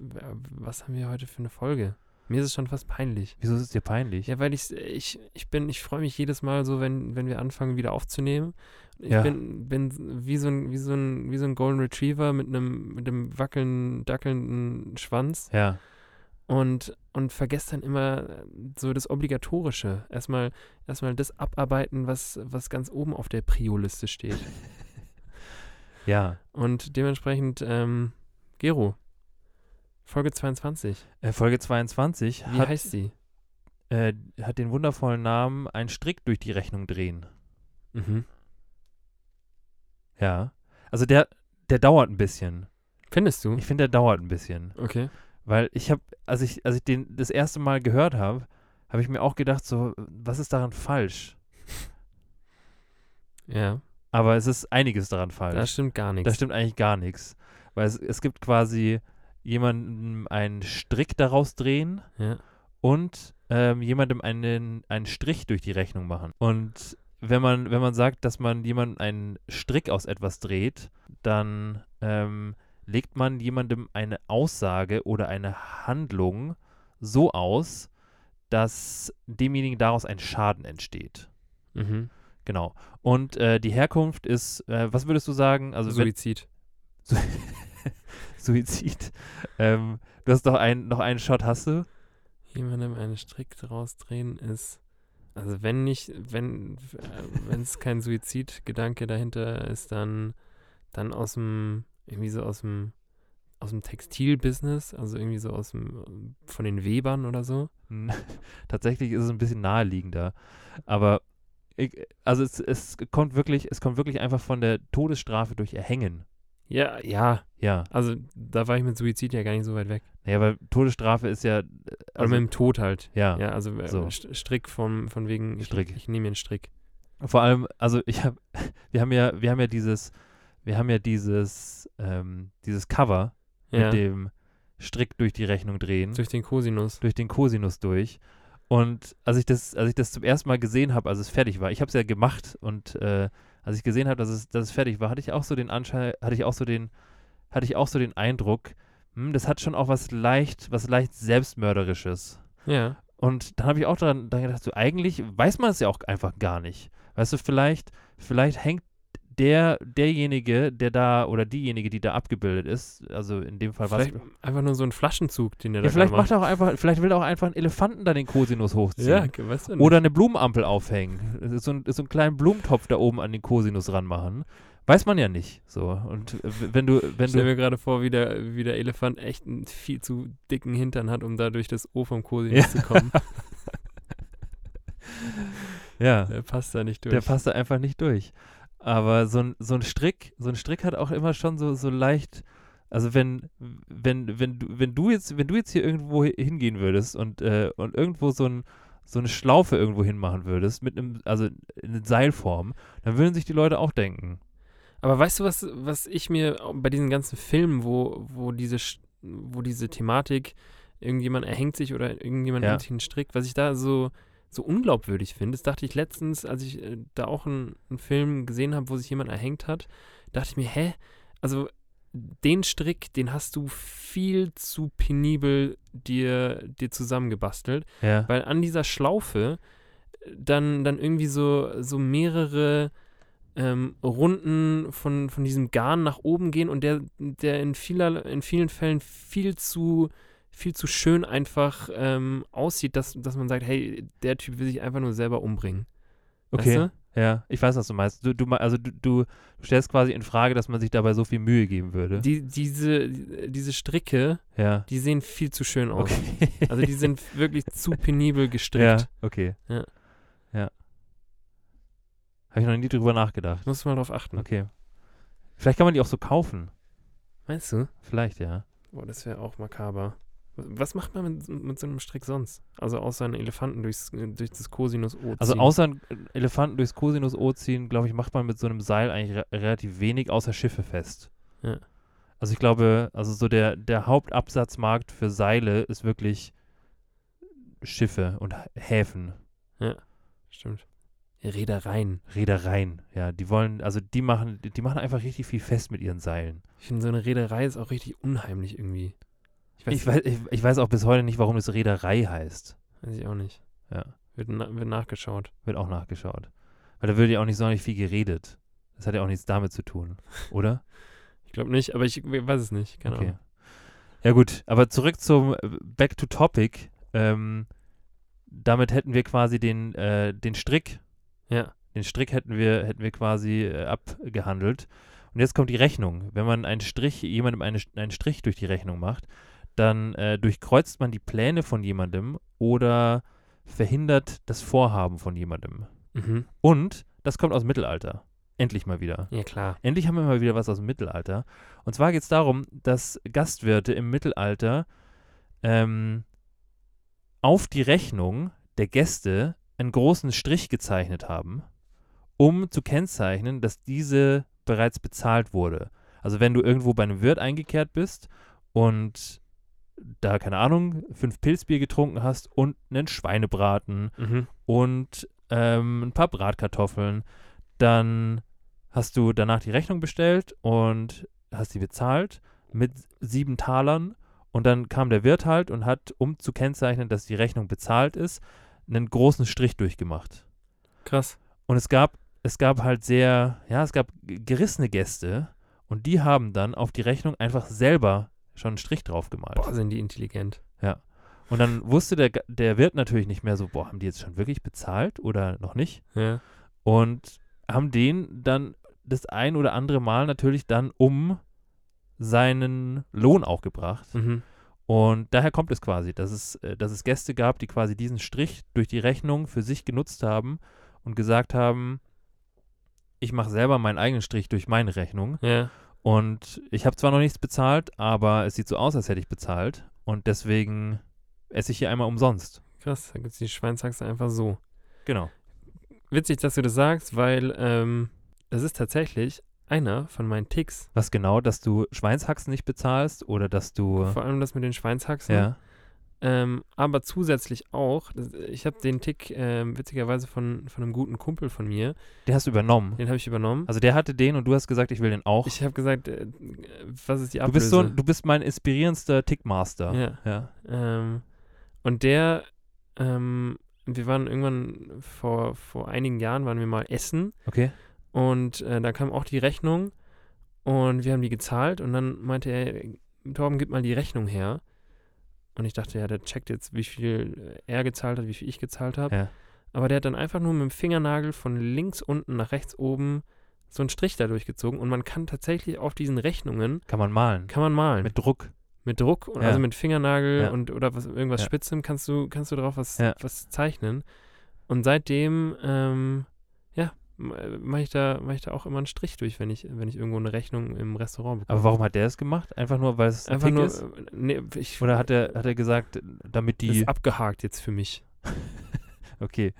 [SPEAKER 2] was haben wir heute für eine Folge? Mir ist es schon fast peinlich.
[SPEAKER 1] Wieso ist es dir peinlich?
[SPEAKER 2] Ja, weil ich, ich, ich bin, ich freue mich jedes Mal so, wenn, wenn wir anfangen, wieder aufzunehmen. Ich
[SPEAKER 1] Ja.
[SPEAKER 2] bin, bin wie so ein, wie so ein, wie so ein Golden Retriever mit einem, mit einem wackelnden, dackelnden Schwanz
[SPEAKER 1] Ja.
[SPEAKER 2] und, und vergesse dann immer äh, so das Obligatorische. Erstmal, erstmal das abarbeiten, was, was ganz oben auf der Prio-Liste steht.
[SPEAKER 1] Ja.
[SPEAKER 2] Und dementsprechend, ähm, Gero, Folge 22.
[SPEAKER 1] Äh, Folge 22
[SPEAKER 2] Wie
[SPEAKER 1] hat,
[SPEAKER 2] heißt sie?
[SPEAKER 1] äh, hat den wundervollen Namen Ein Strick durch die Rechnung drehen.
[SPEAKER 2] Mhm.
[SPEAKER 1] Ja. Also der, der dauert ein bisschen.
[SPEAKER 2] Findest du?
[SPEAKER 1] Ich finde, der dauert ein bisschen.
[SPEAKER 2] Okay.
[SPEAKER 1] Weil ich habe, als ich, als ich den das erste Mal gehört habe, habe ich mir auch gedacht, so, was ist daran falsch?
[SPEAKER 2] Ja.
[SPEAKER 1] Aber es ist einiges daran
[SPEAKER 2] Da
[SPEAKER 1] falsch.
[SPEAKER 2] stimmt gar nichts.
[SPEAKER 1] Da stimmt eigentlich gar nichts. Weil es, es gibt quasi jemandem einen Strick daraus drehen
[SPEAKER 2] Ja.
[SPEAKER 1] und ähm, jemandem einen, einen Strich durch die Rechnung machen. Und wenn man, wenn man sagt, dass man jemandem einen Strick aus etwas dreht, dann ähm, legt man jemandem eine Aussage oder eine Handlung so aus, dass demjenigen daraus ein Schaden entsteht.
[SPEAKER 2] Mhm.
[SPEAKER 1] Genau. Und äh, die Herkunft ist, äh, was würdest du sagen? Also wenn-
[SPEAKER 2] Suizid.
[SPEAKER 1] Suizid. Ähm, du hast noch einen, noch einen Shot, hast du?
[SPEAKER 2] Jemandem einen Strick draus drehen ist. Also wenn nicht, wenn äh, wenn es kein Suizidgedanke dahinter ist, dann dann aus dem irgendwie so aus dem aus dem Textilbusiness, also irgendwie so aus dem von den Webern oder so.
[SPEAKER 1] N- Tatsächlich ist es ein bisschen naheliegender. Aber ich, also es, es kommt wirklich, es kommt wirklich einfach von der Todesstrafe durch Erhängen.
[SPEAKER 2] Ja, ja.
[SPEAKER 1] Ja.
[SPEAKER 2] Also da war ich mit Suizid ja gar nicht so weit weg.
[SPEAKER 1] Naja, weil Todesstrafe ist ja. äh,
[SPEAKER 2] Oder
[SPEAKER 1] Also,
[SPEAKER 2] mit dem Tod halt.
[SPEAKER 1] ja.
[SPEAKER 2] Ja, also äh,
[SPEAKER 1] so.
[SPEAKER 2] St- Strick vom von wegen ich,
[SPEAKER 1] Strick.
[SPEAKER 2] ich nehme mir einen Strick.
[SPEAKER 1] Vor allem, also ich habe, wir haben ja, wir haben ja dieses, wir haben ja dieses, ähm, dieses Cover
[SPEAKER 2] Ja.
[SPEAKER 1] mit dem Strick durch die Rechnung drehen.
[SPEAKER 2] Durch den Cosinus.
[SPEAKER 1] durch den Cosinus durch. Und als ich das, als ich das zum ersten Mal gesehen habe, als es fertig war, ich habe es ja gemacht und äh, als ich gesehen habe, dass es, dass es fertig war, hatte ich auch so den Anschein, hatte ich auch so den, hatte ich auch so den Eindruck, hm, das hat schon auch was leicht, was leicht selbstmörderisches.
[SPEAKER 2] Ja.
[SPEAKER 1] Und dann habe ich auch daran, daran gedacht, so eigentlich weiß man es ja auch einfach gar nicht. Weißt du, vielleicht, vielleicht hängt der, derjenige, der da oder diejenige, die da abgebildet ist, also in dem Fall war es
[SPEAKER 2] Vielleicht einfach nur so ein Flaschenzug, den der
[SPEAKER 1] ja,
[SPEAKER 2] da
[SPEAKER 1] vielleicht
[SPEAKER 2] gerade
[SPEAKER 1] macht er auch einfach, vielleicht will er auch einfach einen Elefanten da den Kosinus hochziehen.
[SPEAKER 2] Ja, genau. ge- weißt du nicht.
[SPEAKER 1] Oder eine Blumenampel aufhängen. Es ist So, ein, ist so einen kleinen Blumentopf da oben an den Kosinus ranmachen. Weiß man ja nicht. So. Und äh, w- wenn du, wenn
[SPEAKER 2] ich stelle
[SPEAKER 1] du.
[SPEAKER 2] mir gerade vor, wie der, wie der Elefant echt einen viel zu dicken Hintern hat, um da durch das O vom
[SPEAKER 1] Ja.
[SPEAKER 2] Cosinus zu kommen.
[SPEAKER 1] Ja,
[SPEAKER 2] Der passt da nicht durch.
[SPEAKER 1] der passt da einfach nicht durch. Aber so ein, so ein Strick, so ein Strick hat auch immer schon so, so leicht, Also wenn, wenn, wenn du, wenn du jetzt, wenn du jetzt hier irgendwo hi- hingehen würdest und, äh, und irgendwo so ein so eine Schlaufe irgendwo hinmachen würdest, mit einem, also in Seilform, dann würden sich die Leute auch denken.
[SPEAKER 2] Aber weißt du, was, was ich mir bei diesen ganzen Filmen, wo, wo, diese, Sch- wo diese Thematik, irgendjemand erhängt sich oder irgendjemand
[SPEAKER 1] Ja.
[SPEAKER 2] hängt sich einen Strick, was ich da so, so unglaubwürdig finde, das dachte ich letztens, als ich äh, da auch einen, einen Film gesehen habe, wo sich jemand erhängt hat, dachte ich mir, hä? Also den Strick, den hast du viel zu penibel dir, dir zusammengebastelt
[SPEAKER 1] Ja.
[SPEAKER 2] weil an dieser Schlaufe äh, dann, dann irgendwie so, so mehrere ähm, Runden von, von diesem Garn nach oben gehen und der, der in, vieler, in vielen Fällen viel zu, viel zu schön einfach ähm, aussieht, dass, dass man sagt, hey, der Typ will sich einfach nur selber umbringen.
[SPEAKER 1] Okay.
[SPEAKER 2] Weißt
[SPEAKER 1] Ja, ich weiß, was du meinst. Du, du, mei- also du, du stellst quasi in Frage, dass man sich dabei so viel Mühe geben
[SPEAKER 2] du?
[SPEAKER 1] würde.
[SPEAKER 2] Die, diese, diese Stricke,
[SPEAKER 1] ja.
[SPEAKER 2] die sehen viel zu schön aus.
[SPEAKER 1] Okay.
[SPEAKER 2] Also die sind wirklich zu penibel
[SPEAKER 1] ja,
[SPEAKER 2] gestrickt.
[SPEAKER 1] okay.
[SPEAKER 2] Ja.
[SPEAKER 1] Ja. Habe ich noch nie drüber nachgedacht.
[SPEAKER 2] Muss man drauf achten.
[SPEAKER 1] Okay. Vielleicht kann man die auch so kaufen.
[SPEAKER 2] Meinst du?
[SPEAKER 1] Vielleicht, ja.
[SPEAKER 2] Boah, das wäre auch makaber. Was macht man mit, mit so einem Strick sonst? Also außer einen Elefanten durchs, äh, durch das Cosinus O
[SPEAKER 1] Also
[SPEAKER 2] ziehen.
[SPEAKER 1] außer einen Elefanten durchs Cosinus O ziehen, glaube ich, macht man mit so einem Seil eigentlich re relativ wenig außer Schiffe fest.
[SPEAKER 2] Ja.
[SPEAKER 1] Also ich glaube, also so der, der Hauptabsatzmarkt für Seile ist wirklich Schiffe und H- Häfen,
[SPEAKER 2] Stimmt. Reedereien.
[SPEAKER 1] Reedereien. Ja, die wollen, also die machen, die machen einfach richtig viel fest mit ihren Seilen.
[SPEAKER 2] Ich finde, so eine Reederei ist auch richtig unheimlich irgendwie. Ich weiß,
[SPEAKER 1] Ich weiß, ich, ich weiß auch bis heute nicht, warum es Reederei heißt.
[SPEAKER 2] weiß ich auch nicht.
[SPEAKER 1] Ja.
[SPEAKER 2] Wird, na, wird nachgeschaut.
[SPEAKER 1] Wird auch nachgeschaut. Weil da würde ja auch nicht sonderlich viel geredet. Das hat ja auch nichts damit zu tun, oder?
[SPEAKER 2] Ich glaube nicht, aber ich weiß es nicht. Keine Ahnung.
[SPEAKER 1] Ja gut, aber zurück zum äh, Back to Topic. Ähm, damit hätten wir quasi den, äh, den Strick,
[SPEAKER 2] Ja.
[SPEAKER 1] den Strick hätten wir, hätten wir quasi äh, abgehandelt. Und jetzt kommt die Rechnung. Wenn man einen Strich, jemandem eine, einen Strich durch die Rechnung macht, dann äh, durchkreuzt man die Pläne von jemandem oder verhindert das Vorhaben von jemandem.
[SPEAKER 2] Mhm.
[SPEAKER 1] Und das kommt aus dem Mittelalter. Endlich mal wieder.
[SPEAKER 2] Ja, klar.
[SPEAKER 1] Endlich haben wir mal wieder was aus dem Mittelalter. Und zwar geht es darum, dass Gastwirte im Mittelalter ähm, auf die Rechnung der Gäste einen großen Strich gezeichnet haben, um zu kennzeichnen, dass diese bereits bezahlt wurde. Also wenn du irgendwo bei einem Wirt eingekehrt bist und da, keine Ahnung, fünf Pilzbier getrunken hast und einen Schweinebraten
[SPEAKER 2] Mhm.
[SPEAKER 1] und ähm, ein paar Bratkartoffeln. Dann hast du danach die Rechnung bestellt und hast sie bezahlt mit sieben Talern. Und dann kam der Wirt halt und hat, um zu kennzeichnen, dass die Rechnung bezahlt ist, einen großen Strich durchgemacht.
[SPEAKER 2] Krass.
[SPEAKER 1] Und es gab, es gab halt sehr, ja, es gab g- gerissene Gäste und die haben dann auf die Rechnung einfach selber schon einen Strich drauf gemalt.
[SPEAKER 2] Boah, sind die intelligent.
[SPEAKER 1] Und dann wusste der, G- der Wirt natürlich nicht mehr so, boah, haben die jetzt schon wirklich bezahlt oder noch nicht?
[SPEAKER 2] Ja.
[SPEAKER 1] und haben den dann das ein oder andere Mal natürlich dann um seinen Lohn auch gebracht.
[SPEAKER 2] Mhm.
[SPEAKER 1] Und daher kommt es quasi, dass es, äh, dass es Gäste gab, die quasi diesen Strich durch die Rechnung für sich genutzt haben und gesagt haben, ich mache selber meinen eigenen Strich durch meine Rechnung.
[SPEAKER 2] Ja.
[SPEAKER 1] Und ich habe zwar noch nichts bezahlt, aber es sieht so aus, als hätte ich bezahlt. Und deswegen esse ich hier einmal umsonst.
[SPEAKER 2] Krass. Da gibt es die Schweinshaxe einfach so.
[SPEAKER 1] Genau.
[SPEAKER 2] Witzig, dass du das sagst, weil ähm, das ist tatsächlich einer von meinen Ticks.
[SPEAKER 1] Was genau, dass du Schweinshaxen nicht bezahlst oder dass du...
[SPEAKER 2] Vor allem das mit den Schweinshaxen.
[SPEAKER 1] Ja.
[SPEAKER 2] Ähm, aber zusätzlich auch, das- ich habe den Tick ähm, witzigerweise von, von einem guten Kumpel von mir,
[SPEAKER 1] Den hast du übernommen.
[SPEAKER 2] den habe ich übernommen.
[SPEAKER 1] Also der hatte den und du hast gesagt, ich will den auch.
[SPEAKER 2] Ich habe gesagt, äh, was ist die
[SPEAKER 1] du
[SPEAKER 2] Ablöse?
[SPEAKER 1] bist so, du bist mein inspirierendster Tickmaster.
[SPEAKER 2] Ja. Ähm, und der, ähm, wir waren irgendwann vor, vor einigen Jahren, waren wir mal essen
[SPEAKER 1] Okay.
[SPEAKER 2] und äh, da kam auch die Rechnung und wir haben die gezahlt und dann meinte er, Torben, gib mal die Rechnung her. Und ich dachte, ja, der checkt jetzt, wie viel er gezahlt hat, wie viel ich gezahlt habe.
[SPEAKER 1] Ja.
[SPEAKER 2] Aber der hat dann einfach nur mit dem Fingernagel von links unten nach rechts oben so einen Strich dadurch gezogen. Und man kann tatsächlich auf diesen Rechnungen,
[SPEAKER 1] Kann man malen.
[SPEAKER 2] kann man malen. Mit,
[SPEAKER 1] Mit Druck.
[SPEAKER 2] Druck, und
[SPEAKER 1] Ja.
[SPEAKER 2] also mit Fingernagel
[SPEAKER 1] Ja.
[SPEAKER 2] und oder was, irgendwas
[SPEAKER 1] Ja.
[SPEAKER 2] Spitzem kannst du, kannst du drauf was,
[SPEAKER 1] Ja.
[SPEAKER 2] was zeichnen. Und seitdem, ähm, ja, mache ich, da- mach ich da auch immer einen Strich durch, wenn ich, wenn ich irgendwo eine Rechnung im Restaurant bekomme.
[SPEAKER 1] Aber warum hat der es gemacht? Einfach nur, weil es ein
[SPEAKER 2] Einfach
[SPEAKER 1] Tick
[SPEAKER 2] nur,
[SPEAKER 1] ist?
[SPEAKER 2] äh, nee, ich,
[SPEAKER 1] Oder hat er, hat er gesagt, damit die.
[SPEAKER 2] ist abgehakt jetzt für mich.
[SPEAKER 1] Okay.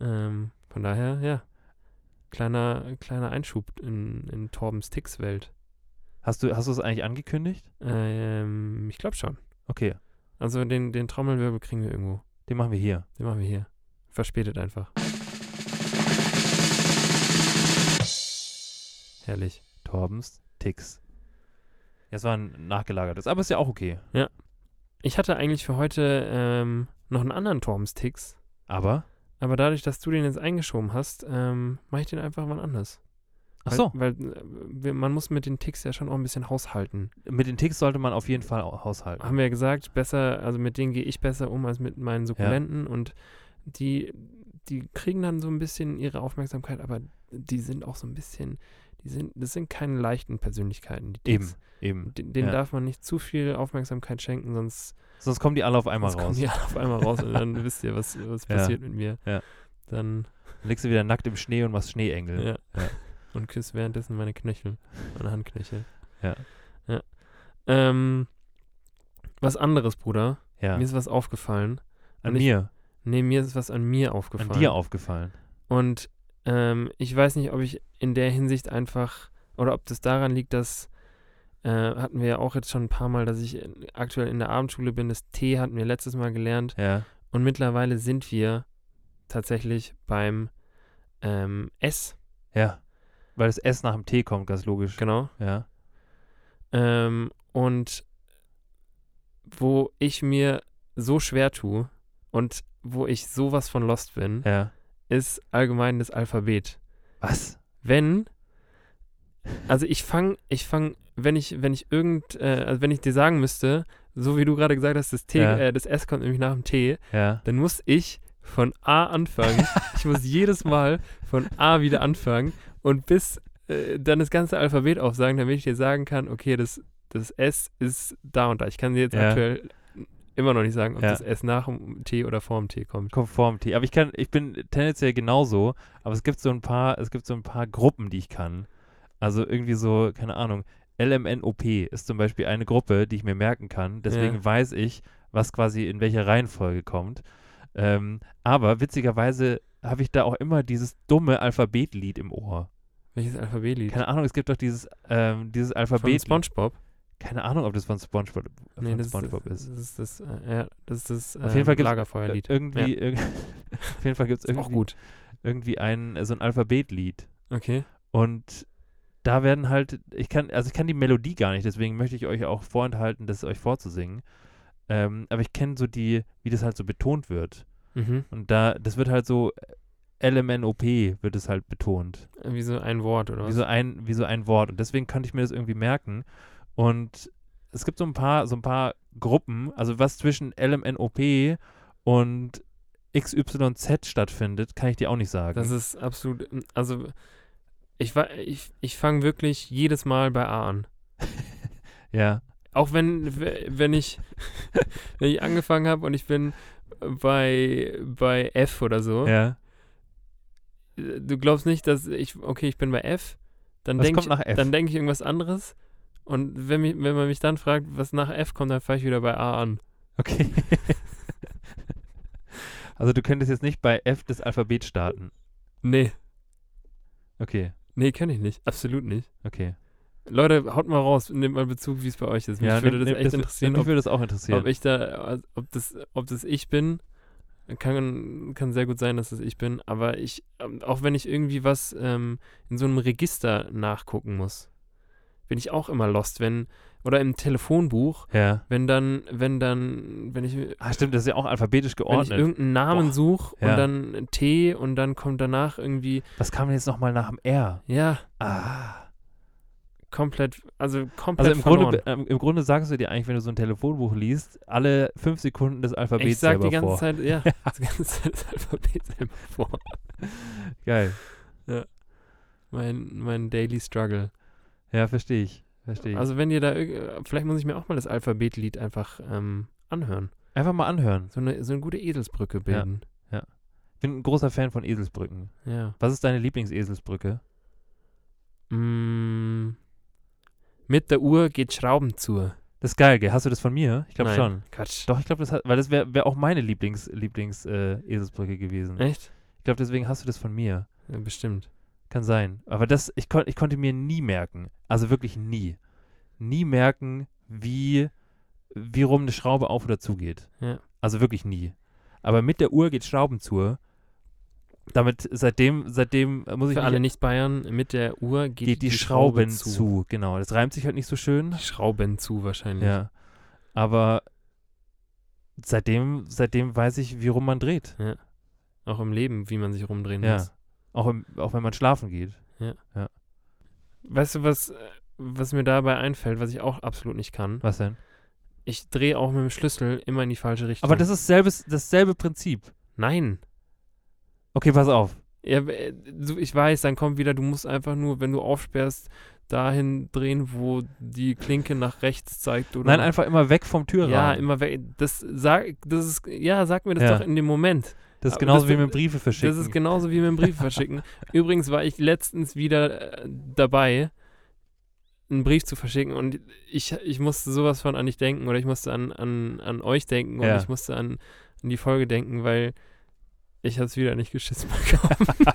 [SPEAKER 2] Ähm, von daher, ja. Kleiner, kleiner Einschub in, in Torbens Ticks-Welt.
[SPEAKER 1] Hast du, hast du es eigentlich angekündigt?
[SPEAKER 2] Ähm, ich glaube schon.
[SPEAKER 1] Okay.
[SPEAKER 2] Also den, den Trommelwirbel kriegen wir irgendwo.
[SPEAKER 1] Den machen wir hier.
[SPEAKER 2] Den machen wir hier. Verspätet einfach. Herrlich.
[SPEAKER 1] Torbens Ticks. Ja, es war ein nachgelagertes, aber ist ja auch okay.
[SPEAKER 2] Ich hatte eigentlich für heute ähm, noch einen anderen Torbens Ticks,
[SPEAKER 1] Aber.
[SPEAKER 2] aber dadurch, dass du den jetzt eingeschoben hast, ähm, mache ich den einfach mal anders.
[SPEAKER 1] Ach so,
[SPEAKER 2] Weil, weil äh, wir, man muss mit den Ticks ja schon auch ein bisschen haushalten.
[SPEAKER 1] mit den Ticks sollte man auf jeden Fall au- haushalten.
[SPEAKER 2] haben wir ja gesagt, besser, also mit denen gehe ich besser um als mit meinen Sukkulenten und die, die kriegen dann so ein bisschen ihre Aufmerksamkeit, aber die sind auch so ein bisschen, die sind, das sind keine leichten Persönlichkeiten. Die
[SPEAKER 1] Eben,
[SPEAKER 2] Ticks.
[SPEAKER 1] eben.
[SPEAKER 2] Den, denen
[SPEAKER 1] ja.
[SPEAKER 2] darf man nicht zu viel Aufmerksamkeit schenken, sonst,
[SPEAKER 1] Sonst kommen die alle auf einmal
[SPEAKER 2] sonst kommen
[SPEAKER 1] raus.
[SPEAKER 2] die alle auf einmal raus und dann wisst ihr, was, was
[SPEAKER 1] Ja.
[SPEAKER 2] passiert mit mir.
[SPEAKER 1] Ja.
[SPEAKER 2] Dann,
[SPEAKER 1] Dann liegst du wieder nackt im Schnee und machst Schneeengel.
[SPEAKER 2] ja. Und küsst währenddessen meine Knöchel, meine Handknöchel.
[SPEAKER 1] Ja.
[SPEAKER 2] ja. Ähm, was anderes, Bruder.
[SPEAKER 1] Ja.
[SPEAKER 2] Mir ist was aufgefallen.
[SPEAKER 1] An
[SPEAKER 2] und ich-
[SPEAKER 1] mir,
[SPEAKER 2] Nee, mir ist was an mir
[SPEAKER 1] an
[SPEAKER 2] aufgefallen.
[SPEAKER 1] dir aufgefallen.
[SPEAKER 2] Und ähm, ich weiß nicht, ob ich in der Hinsicht einfach oder ob das daran liegt, dass äh, hatten wir ja auch jetzt schon ein paar Mal, dass ich in- aktuell in der Abendschule bin. Das T hatten wir letztes Mal gelernt
[SPEAKER 1] Ja.
[SPEAKER 2] und mittlerweile sind wir tatsächlich beim ähm, S,
[SPEAKER 1] Ja. Weil das S nach dem T kommt, ganz logisch.
[SPEAKER 2] genau.
[SPEAKER 1] Ja.
[SPEAKER 2] Ähm, und wo ich mir so schwer tue und wo ich sowas von lost bin,
[SPEAKER 1] Ja.
[SPEAKER 2] ist allgemein das Alphabet.
[SPEAKER 1] Was?
[SPEAKER 2] wenn, also ich fange, ich fange, wenn ich, wenn ich irgend, äh, also wenn ich dir sagen müsste, so wie du gerade gesagt hast, das T,
[SPEAKER 1] Ja.
[SPEAKER 2] äh, das S kommt nämlich nach dem T,
[SPEAKER 1] Ja.
[SPEAKER 2] dann muss ich von A anfangen. ich muss jedes Mal von A wieder anfangen und bis äh, dann das ganze Alphabet aufsagen, damit ich dir sagen kann, okay, das, das S ist da und da. Ich kann dir jetzt
[SPEAKER 1] Ja.
[SPEAKER 2] aktuell immer noch nicht sagen, ob
[SPEAKER 1] Ja.
[SPEAKER 2] das S nach dem T oder vor dem T kommt.
[SPEAKER 1] Konform T. Aber ich kann, ich bin tendenziell genauso, aber es gibt so ein paar, es gibt so ein paar Gruppen, die ich kann. Also irgendwie so, keine Ahnung, LMNOP ist zum Beispiel eine Gruppe, die ich mir merken kann. Deswegen
[SPEAKER 2] Ja.
[SPEAKER 1] weiß ich, was quasi in welcher Reihenfolge kommt. Ähm, aber witzigerweise habe ich da auch immer dieses dumme Alphabetlied im Ohr.
[SPEAKER 2] Welches Alphabetlied?
[SPEAKER 1] Keine Ahnung, es gibt doch dieses, ähm, dieses
[SPEAKER 2] Von
[SPEAKER 1] Alphabet.
[SPEAKER 2] SpongeBob.
[SPEAKER 1] Keine Ahnung, ob das von SpongeBob, von
[SPEAKER 2] Nee, das,
[SPEAKER 1] SpongeBob ist.
[SPEAKER 2] das ist das, äh, ja, das ist das
[SPEAKER 1] Auf jeden Fall gibt's-
[SPEAKER 2] Lagerfeuerlied.
[SPEAKER 1] Irgendwie, irg- auf jeden Fall gibt es
[SPEAKER 2] ist auch
[SPEAKER 1] irgendwie,
[SPEAKER 2] gut.
[SPEAKER 1] irgendwie ein, so ein Alphabetlied.
[SPEAKER 2] Okay.
[SPEAKER 1] Und da werden halt, ich kann, also ich kann die Melodie gar nicht, deswegen möchte ich euch auch vorenthalten, das euch vorzusingen. Ähm, aber ich kenne so die, wie das halt so betont wird.
[SPEAKER 2] Mhm.
[SPEAKER 1] Und da, das wird halt so LMNOP wird es halt betont.
[SPEAKER 2] Wie so ein Wort oder
[SPEAKER 1] Wie
[SPEAKER 2] was?
[SPEAKER 1] so ein, wie so ein Wort. Und deswegen konnte ich mir das irgendwie merken. Und es gibt so ein paar, so ein paar Gruppen, also was zwischen LMNOP und XYZ stattfindet, kann ich dir auch nicht sagen.
[SPEAKER 2] das ist absolut. Also ich wa- ich, ich fange wirklich jedes Mal bei A an.
[SPEAKER 1] ja.
[SPEAKER 2] Auch wenn wenn ich wenn ich angefangen habe und ich bin bei bei F oder so.
[SPEAKER 1] ja.
[SPEAKER 2] Du glaubst nicht, dass ich okay, ich bin bei F. Dann
[SPEAKER 1] Was
[SPEAKER 2] denke
[SPEAKER 1] kommt
[SPEAKER 2] ich,
[SPEAKER 1] nach F?
[SPEAKER 2] dann denk ich irgendwas anderes. Und wenn, mich, wenn man mich dann fragt, was nach F kommt, dann fange ich wieder bei A an.
[SPEAKER 1] Okay. also du könntest jetzt nicht bei F das Alphabet starten.
[SPEAKER 2] Nee,
[SPEAKER 1] Okay,
[SPEAKER 2] nee, kann ich nicht. Absolut nicht.
[SPEAKER 1] okay.
[SPEAKER 2] Leute, haut mal raus, nehmt mal Bezug, wie es bei euch ist. Mich würde
[SPEAKER 1] nimm-
[SPEAKER 2] das
[SPEAKER 1] nimm-
[SPEAKER 2] echt interessieren,
[SPEAKER 1] Mich
[SPEAKER 2] ob,
[SPEAKER 1] würde das auch interessieren.
[SPEAKER 2] ob ich da, also, ob das, ob das ich bin. Kann, kann sehr gut sein, dass das ich bin, aber ich, ähm, auch wenn ich irgendwie was ähm, in so einem Register nachgucken muss, bin ich auch immer lost, wenn, oder im Telefonbuch,
[SPEAKER 1] ja.
[SPEAKER 2] wenn dann, wenn dann, wenn ich, wenn
[SPEAKER 1] Ah, stimmt, das ist ja auch alphabetisch
[SPEAKER 2] ich
[SPEAKER 1] geordnet.
[SPEAKER 2] irgendeinen Namen
[SPEAKER 1] Boah.
[SPEAKER 2] suche und
[SPEAKER 1] Ja.
[SPEAKER 2] dann T und dann kommt danach irgendwie,
[SPEAKER 1] Was kam denn jetzt nochmal nach dem R?
[SPEAKER 2] ja,
[SPEAKER 1] Ah.
[SPEAKER 2] komplett, also komplett
[SPEAKER 1] Also im
[SPEAKER 2] verloren.
[SPEAKER 1] Grunde, ähm, im Grunde sagst du dir eigentlich, wenn du so ein Telefonbuch liest, alle fünf Sekunden das Alphabet
[SPEAKER 2] ich sag
[SPEAKER 1] selber
[SPEAKER 2] die ganze
[SPEAKER 1] vor.
[SPEAKER 2] Zeit, ja, die ganze Zeit das Alphabet selber vor.
[SPEAKER 1] Geil.
[SPEAKER 2] Mein, mein Daily Struggle.
[SPEAKER 1] Ja, verstehe ich. Verstehe ich.
[SPEAKER 2] Also wenn ihr da, irg- vielleicht muss ich mir auch mal das Alphabetlied einfach ähm, anhören.
[SPEAKER 1] Einfach mal anhören.
[SPEAKER 2] So eine, so eine gute Eselsbrücke bilden.
[SPEAKER 1] bin ein großer Fan von Eselsbrücken.
[SPEAKER 2] Ja.
[SPEAKER 1] Was ist deine Lieblingseselsbrücke?
[SPEAKER 2] Mm, mit der Uhr geht Schrauben zu.
[SPEAKER 1] Das ist geil, gell? Hast du das von mir? Ich glaube
[SPEAKER 2] Nein,
[SPEAKER 1] schon.
[SPEAKER 2] Quatsch.
[SPEAKER 1] Doch, ich glaube, das hat, weil das wäre wär auch meine Lieblings, Lieblings äh, Eselsbrücke gewesen.
[SPEAKER 2] Echt?
[SPEAKER 1] Ich glaube, deswegen hast du das von mir.
[SPEAKER 2] Ja, bestimmt.
[SPEAKER 1] Kann sein. Aber das, ich, kon ich konnte mir nie merken, also wirklich nie, nie merken, wie, wie rum eine Schraube auf oder zu geht.
[SPEAKER 2] Ja.
[SPEAKER 1] Also wirklich nie. Aber mit der Uhr geht Schrauben zu. Damit, seitdem, seitdem äh, muss ich
[SPEAKER 2] Für
[SPEAKER 1] mich-
[SPEAKER 2] alle Nicht-Bayern, mit der Uhr geht,
[SPEAKER 1] geht die, Schrauben zu. Genau, das reimt sich halt nicht so schön.
[SPEAKER 2] Die Schrauben zu wahrscheinlich.
[SPEAKER 1] Ja. Aber seitdem, seitdem weiß ich, wie rum man dreht.
[SPEAKER 2] Auch im Leben, wie man sich rumdrehen
[SPEAKER 1] Ja.
[SPEAKER 2] muss.
[SPEAKER 1] Auch, im, auch wenn man schlafen
[SPEAKER 2] Hm.
[SPEAKER 1] geht.
[SPEAKER 2] Weißt du, was, äh, was mir dabei einfällt, was ich auch absolut nicht kann?
[SPEAKER 1] Was denn?
[SPEAKER 2] Ich drehe auch mit dem Schlüssel immer in die falsche Richtung.
[SPEAKER 1] Aber das ist selbes, dasselbe Prinzip.
[SPEAKER 2] Nein.
[SPEAKER 1] Okay, pass auf.
[SPEAKER 2] Ja, äh, so, ich weiß, dann kommt wieder, du musst einfach nur, wenn du aufsperrst, dahin drehen, wo die Klinke nach rechts zeigt oder
[SPEAKER 1] Nein, einfach immer weg vom Türrahmen.
[SPEAKER 2] Ja, immer weg. Das sag, das ist, ja, sag mir das
[SPEAKER 1] Ja.
[SPEAKER 2] doch in dem Moment.
[SPEAKER 1] das ist
[SPEAKER 2] aber
[SPEAKER 1] genauso
[SPEAKER 2] Ah, das-
[SPEAKER 1] wie mit Briefe verschicken.
[SPEAKER 2] Das ist genauso wie mit dem Brief verschicken. Übrigens war ich letztens wieder äh, dabei, einen Brief zu verschicken und ich, ich musste sowas von an dich denken oder ich musste an, an, an euch denken und
[SPEAKER 1] Ja.
[SPEAKER 2] ich musste an, an die Folge denken, weil ich habe es wieder nicht geschissen bekommen.